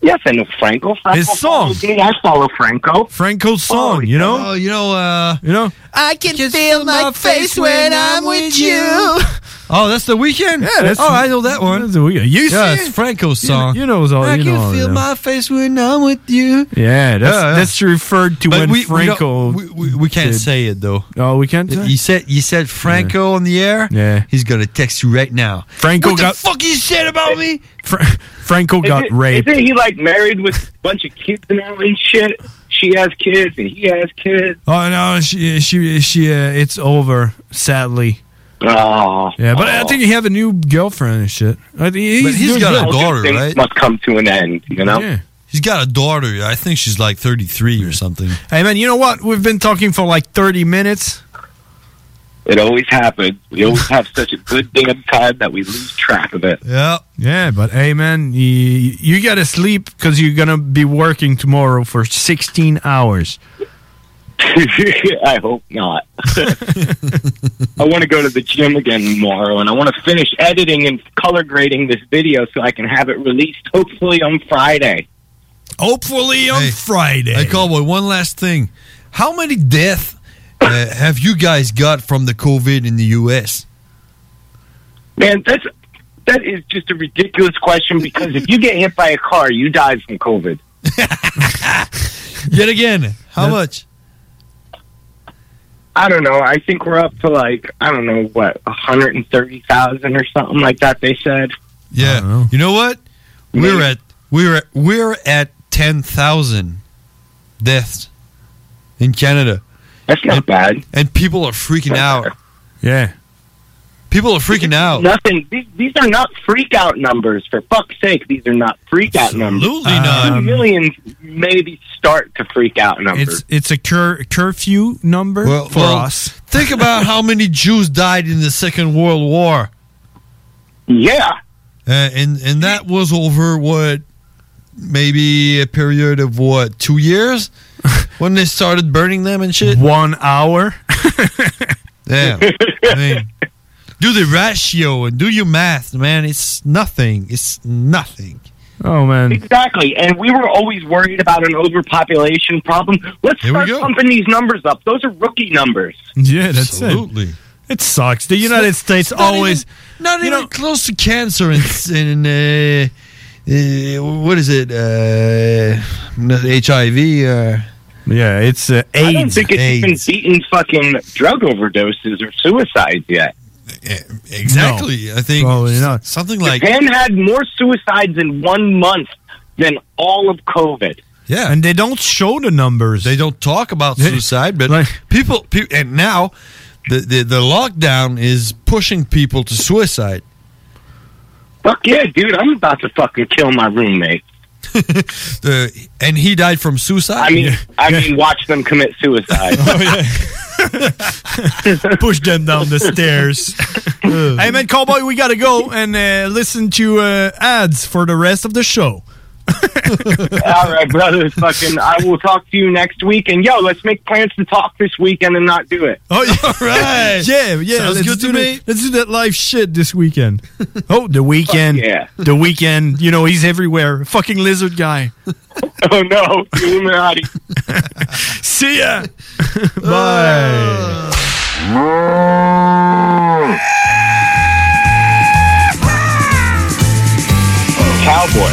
[SPEAKER 32] yes, I know Franco. Franco
[SPEAKER 11] His song.
[SPEAKER 32] follows me. I follow Franco.
[SPEAKER 11] Franco's song. you know.
[SPEAKER 6] Oh, you know, uh,
[SPEAKER 11] you know.
[SPEAKER 31] I can feel my face when I'm with you.
[SPEAKER 6] Oh, that's the weekend.
[SPEAKER 11] Yeah, that's
[SPEAKER 6] oh, I know that one.
[SPEAKER 11] That's the weekend. You
[SPEAKER 6] yeah,
[SPEAKER 11] see
[SPEAKER 6] it's
[SPEAKER 11] it?
[SPEAKER 6] Franco's
[SPEAKER 11] You-
[SPEAKER 6] song.
[SPEAKER 11] you know it's all-
[SPEAKER 6] I
[SPEAKER 11] you
[SPEAKER 6] can
[SPEAKER 11] know all
[SPEAKER 6] feel
[SPEAKER 11] them.
[SPEAKER 6] my face when I'm with you.
[SPEAKER 11] Yeah, that's
[SPEAKER 6] Yeah, yeah.
[SPEAKER 11] that's referred to
[SPEAKER 6] But
[SPEAKER 11] when
[SPEAKER 6] we- we
[SPEAKER 11] Franco.
[SPEAKER 6] don't- we- we- we can't say it though.
[SPEAKER 11] Oh, we can't.
[SPEAKER 6] You said you said Franco on the air.
[SPEAKER 11] Yeah.
[SPEAKER 6] he's gonna text you right now.
[SPEAKER 11] Franco
[SPEAKER 6] what
[SPEAKER 11] got-
[SPEAKER 6] the fuck you said about me?
[SPEAKER 11] Fra- Franco
[SPEAKER 32] Is
[SPEAKER 11] got
[SPEAKER 32] it-
[SPEAKER 11] raped.
[SPEAKER 32] Isn't he like married with a bunch of kids now and shit? She has kids and he has kids.
[SPEAKER 11] Oh no, she she she. Uh, it's over. Sadly.
[SPEAKER 32] Oh,
[SPEAKER 11] Yeah, but I think he have a new girlfriend and shit. I think he's,
[SPEAKER 6] But he's
[SPEAKER 11] doing
[SPEAKER 6] got a
[SPEAKER 11] good.
[SPEAKER 6] daughter, right?
[SPEAKER 32] must come to an end. You know.
[SPEAKER 11] Yeah.
[SPEAKER 6] He's got a daughter. I think she's like 33 or something.
[SPEAKER 11] Hey man, you know what? We've been talking for like thirty minutes.
[SPEAKER 32] It always happens. We always have such a good damn time that we lose track of it.
[SPEAKER 6] Yeah,
[SPEAKER 11] yeah, but hey man, you, you gotta sleep because you're gonna be working tomorrow for sixteen hours.
[SPEAKER 32] I hope not. I want to go to the gym again tomorrow, and I want to finish editing and color grading this video so I can have it released hopefully on Friday.
[SPEAKER 11] Hopefully
[SPEAKER 6] on
[SPEAKER 11] Friday.
[SPEAKER 6] Hey, Cowboy, one last thing. How many deaths uh, have you guys got from the COVID in the U.S.?
[SPEAKER 32] Man, that's that is just a ridiculous question because if you get hit by a car, you die from COVID.
[SPEAKER 6] Yet again, how much?
[SPEAKER 32] I don't know. I think we're up to like I don't know what 130,000 or something like that. They said.
[SPEAKER 6] Yeah. You know what? We're at we're at, we're at 10,000 deaths in Canada.
[SPEAKER 32] That's not bad.
[SPEAKER 6] And people are freaking out.
[SPEAKER 11] Yeah.
[SPEAKER 6] People are freaking out.
[SPEAKER 32] Nothing. These, these are not freak out numbers. For fuck's sake, these are not freak out numbers.
[SPEAKER 6] Absolutely not.
[SPEAKER 32] Um, Millions maybe start to freak out numbers.
[SPEAKER 11] It's it's a cur- curfew number
[SPEAKER 6] Well,
[SPEAKER 11] for
[SPEAKER 6] well,
[SPEAKER 11] us.
[SPEAKER 6] Think about how many Jews died in the Second World War.
[SPEAKER 32] Yeah.
[SPEAKER 6] Uh, and and that was over what maybe a period of what two years When they started burning them and shit?
[SPEAKER 11] One hour.
[SPEAKER 6] Damn. I mean, do the ratio and do your math, man. It's nothing. It's nothing.
[SPEAKER 11] Oh man.
[SPEAKER 32] Exactly. And we were always worried about an overpopulation problem. Let's start pumping these numbers up. Those are rookie numbers.
[SPEAKER 11] Yeah, that's Absolutely. it. It sucks. The United States always.
[SPEAKER 6] Even, not even close to cancer and, and uh, uh, what is it? Uh, not HIV. Uh,
[SPEAKER 11] yeah, it's uh, AIDS.
[SPEAKER 32] I don't think it's even beaten fucking drug overdoses or suicides yet.
[SPEAKER 6] Exactly. I think
[SPEAKER 11] Probably not.
[SPEAKER 6] something like
[SPEAKER 32] Japan had more suicides in one month than all of COVID.
[SPEAKER 6] Yeah,
[SPEAKER 11] and they don't show the numbers.
[SPEAKER 6] They don't talk about suicide, but people, pe- and now the, the the lockdown is pushing people to suicide.
[SPEAKER 32] Fuck yeah, dude! I'm about to fucking kill my roommate.
[SPEAKER 6] The and he died from suicide.
[SPEAKER 32] I mean, I mean, watch them commit suicide.
[SPEAKER 11] Push them down the stairs. hey man, cowboy, we gotta go and uh, listen to uh, ads for the rest of the show.
[SPEAKER 32] All right, brothers. Fucking, I will talk to you next week. And yo, let's make plans to talk this weekend and not do it.
[SPEAKER 11] Oh, yeah. all right. yeah, yeah.
[SPEAKER 6] Sounds
[SPEAKER 11] let's
[SPEAKER 6] good
[SPEAKER 11] do
[SPEAKER 6] to
[SPEAKER 11] that-
[SPEAKER 6] me.
[SPEAKER 11] Let's do that live shit this weekend. Oh, the weekend.
[SPEAKER 32] yeah.
[SPEAKER 11] The weekend. You know, he's everywhere. Fucking lizard guy.
[SPEAKER 32] oh no, Illuminati.
[SPEAKER 11] See ya. Bye.
[SPEAKER 32] Cowboy.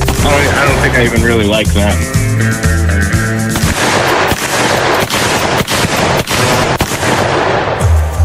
[SPEAKER 32] Oh, I don't think I even really like them.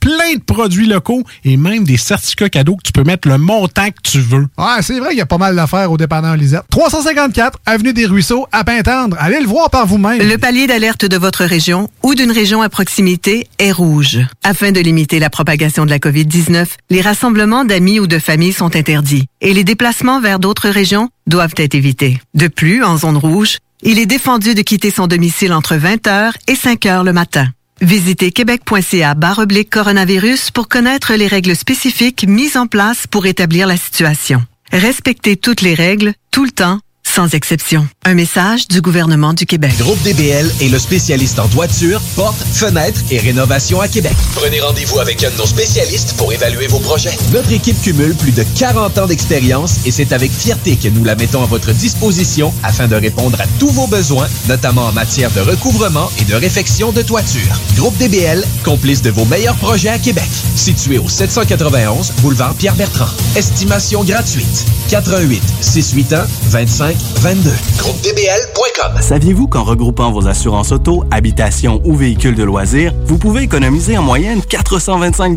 [SPEAKER 33] plein de produits locaux et même des certificats cadeaux que tu peux mettre le montant que tu veux.
[SPEAKER 28] Ouais, c'est vrai, il y a pas mal d'affaires au dépanneur Lisette. 354 Avenue des Ruisseaux, à Pintendre. Allez le voir par vous-même.
[SPEAKER 17] Le palier d'alerte de votre région ou d'une région à proximité est rouge. Afin de limiter la propagation de la COVID-19, les rassemblements d'amis ou de familles sont interdits et les déplacements vers d'autres régions doivent être évités. De plus, en zone rouge, il est défendu de quitter son domicile entre 20h et 5h le matin. Visitez québec.ca barre oblique coronavirus pour connaître les règles spécifiques mises en place pour établir la situation. Respectez toutes les règles, tout le temps, sans exception. Un message du gouvernement du Québec.
[SPEAKER 20] Groupe DBL est le spécialiste en toiture, portes, fenêtres et rénovation à Québec. Prenez rendez-vous avec un de nos spécialistes pour évaluer vos projets. Notre équipe cumule plus de 40 ans d'expérience et c'est avec fierté que nous la mettons à votre disposition afin de répondre à tous vos besoins, notamment en matière de recouvrement et de réfection de toiture. Groupe DBL, complice de vos meilleurs projets à Québec. Situé au 791 boulevard Pierre-Bertrand. Estimation gratuite. 88 681 25 22. Groupe DBL.com.
[SPEAKER 22] Saviez-vous qu'en regroupant vos assurances auto, habitation ou véhicules de loisirs, vous pouvez économiser en moyenne 425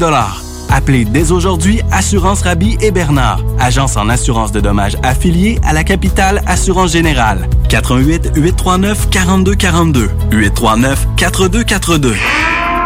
[SPEAKER 22] Appelez dès aujourd'hui Assurance Rabi et Bernard, agence en assurance de dommages affiliée à la capitale Assurance Générale. 88 839 4242 839 4242.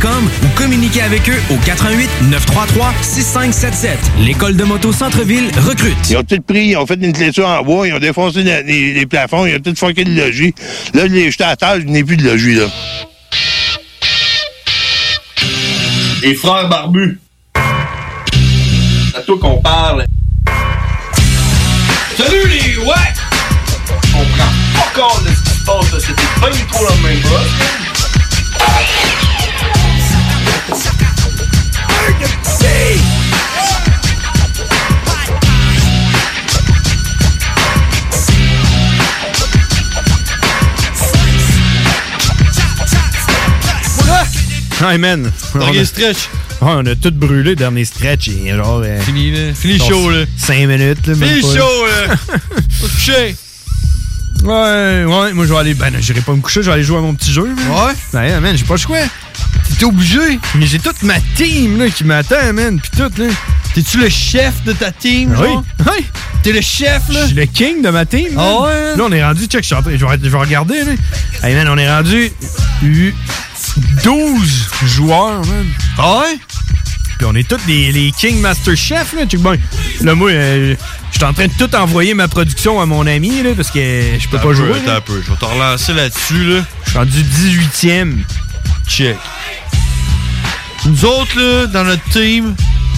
[SPEAKER 23] motocentreville.com ou communiquez avec eux au 88 933 6577. L'école de moto Centreville recrute.
[SPEAKER 24] Ils ont tout pris, ils ont fait une clôture en bois, ils ont défoncé la- les, les plafonds, ils ont tout fucké le logis. Là, je l'ai jeté à terre, je n'ai plus de logis, là.
[SPEAKER 11] Les frères barbus. C'est à toi qu'on parle. Salut les ouais! On prend pas compte de ce qui se passe, là. C'était pas du tout la même
[SPEAKER 5] Hey man!
[SPEAKER 6] Dernier
[SPEAKER 5] On a-
[SPEAKER 6] stretch.
[SPEAKER 5] Ouais, on a tout brûlé, dernier stretch. Et genre, euh,
[SPEAKER 6] Fini, là. Fini
[SPEAKER 5] genre
[SPEAKER 6] chaud, là.
[SPEAKER 5] Cinq minutes, là. même
[SPEAKER 6] Fini
[SPEAKER 5] pas,
[SPEAKER 6] chaud, là. Faut se coucher.
[SPEAKER 5] Ouais, ouais, moi je vais aller. Ben, j'irai pas me coucher, je vais aller jouer à mon petit jeu. Ouais? Ben, man, j'ai pas le choix. T'es obligé. Mais j'ai toute ma team, là, qui m'attend, man, pis tout, là. T'es-tu le chef de ta team,
[SPEAKER 6] genre?
[SPEAKER 5] Oui. Oui. T'es le chef, là? Je suis le king de ma team. man.
[SPEAKER 6] Ah ouais?
[SPEAKER 5] Là, on est rendu, check, je suis en train- je vais, je vais regarder, là. Hey, man, on est rendu eu 12 joueurs, man. Ah ouais? Puis on est tous les, les King Master Chef, là. Check, ben, là, moi, euh, je suis en train de tout envoyer ma production à mon ami, là, parce que je peux
[SPEAKER 6] T'as
[SPEAKER 5] pas
[SPEAKER 6] un
[SPEAKER 5] jouer.
[SPEAKER 6] peu,
[SPEAKER 5] là.
[SPEAKER 6] T'as un peu. Je vais te relancer là-dessus, là.
[SPEAKER 5] Je suis rendu 18e.
[SPEAKER 6] Check. Nous autres, là, dans notre team,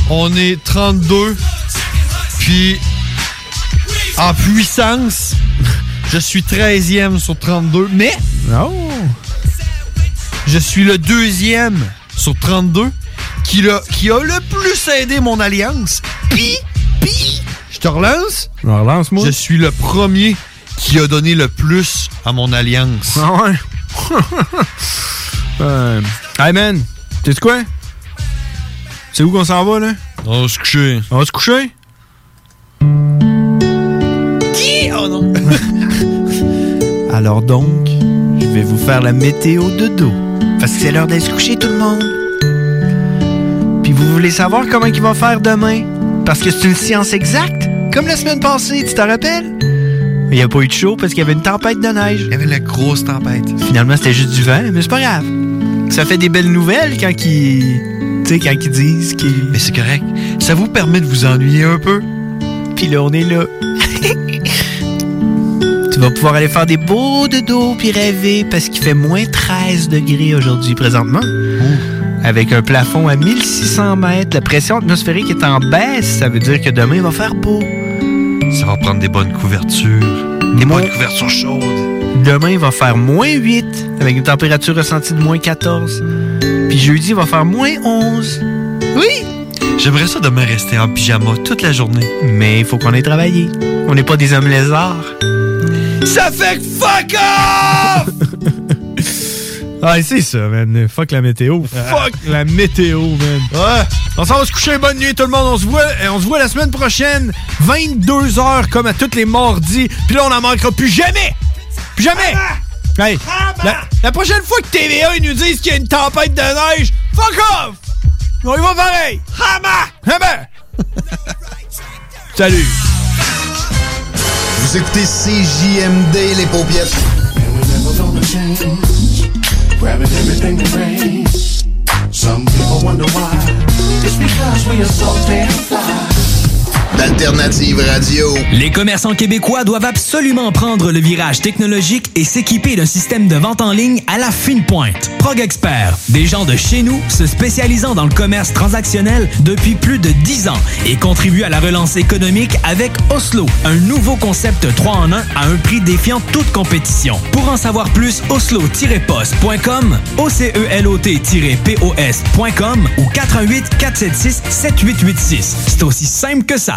[SPEAKER 6] on est 32. Puis, en puissance, je suis 13e sur 32. Mais, je suis le deuxième sur 32 qui, l'a- qui a le plus aidé mon alliance. Puis, puis, je te relance.
[SPEAKER 5] relance-moi.
[SPEAKER 6] Je suis le premier qui a donné le plus à mon alliance.
[SPEAKER 5] Ah Euh, hey man, tu quoi? C'est où qu'on s'en va là?
[SPEAKER 6] On va se coucher.
[SPEAKER 5] On va se coucher?
[SPEAKER 6] Qui? Oh non!
[SPEAKER 5] Alors donc, je vais vous faire la météo de dos. Parce que c'est l'heure d'aller se coucher tout le monde. Puis vous voulez savoir comment il va faire demain? Parce que c'est une science exacte, comme la semaine passée, tu te rappelles? Il n'y a pas eu de chaud parce qu'il y avait une tempête de neige. Il y avait la grosse tempête. Finalement, c'était juste du vent, mais c'est pas grave. Ça fait des belles nouvelles quand ils. Tu sais, quand ils disent qu'ils.
[SPEAKER 6] Mais c'est correct. Ça vous permet de vous ennuyer un peu.
[SPEAKER 5] Puis là, on est là. tu vas pouvoir aller faire des beaux dodos puis rêver parce qu'il fait moins 13 degrés aujourd'hui présentement.
[SPEAKER 6] Oh.
[SPEAKER 5] Avec un plafond à 1600 mètres, la pression atmosphérique est en baisse. Ça veut dire que demain, il va faire beau.
[SPEAKER 6] Ça va prendre des bonnes couvertures. Des bonnes couvertures chaudes.
[SPEAKER 5] Demain, il va faire moins 8 avec une température ressentie de moins 14. Puis jeudi, il va faire moins 11. Oui!
[SPEAKER 6] J'aimerais ça demain rester en pyjama toute la journée.
[SPEAKER 5] Mais il faut qu'on aille travailler. On n'est pas des hommes lézards.
[SPEAKER 6] Ça fait que fuck off!
[SPEAKER 5] Ah, c'est ça, man. Fuck la météo. Fuck la météo, man. Ouais. On s'en va se coucher. Bonne nuit, tout le monde. On se voit, et on se voit la semaine prochaine. 22h, comme à tous les mardis. Puis là, on n'en manquera plus jamais. Plus jamais. Hey, la, la prochaine fois que TVA, ils nous disent qu'il y a une tempête de neige, fuck off. On y va pareil. Ah, ben. Hama! Hama! Salut.
[SPEAKER 34] Vous écoutez CJMD, les paupiètes.
[SPEAKER 25] Grabbing everything that rains. Some people wonder why. It's because we are so damn fly.
[SPEAKER 34] D'alternative radio.
[SPEAKER 23] Les commerçants québécois doivent absolument prendre le virage technologique et s'équiper d'un système de vente en ligne à la fine pointe. Prog Expert, des gens de chez nous se spécialisant dans le commerce transactionnel depuis plus de 10 ans et contribuent à la relance économique avec Oslo, un nouveau concept 3 en 1 à un prix défiant toute compétition. Pour en savoir plus, oslo-post.com, E OCELOT-POS.com ou 88 476 7886. C'est aussi simple que ça.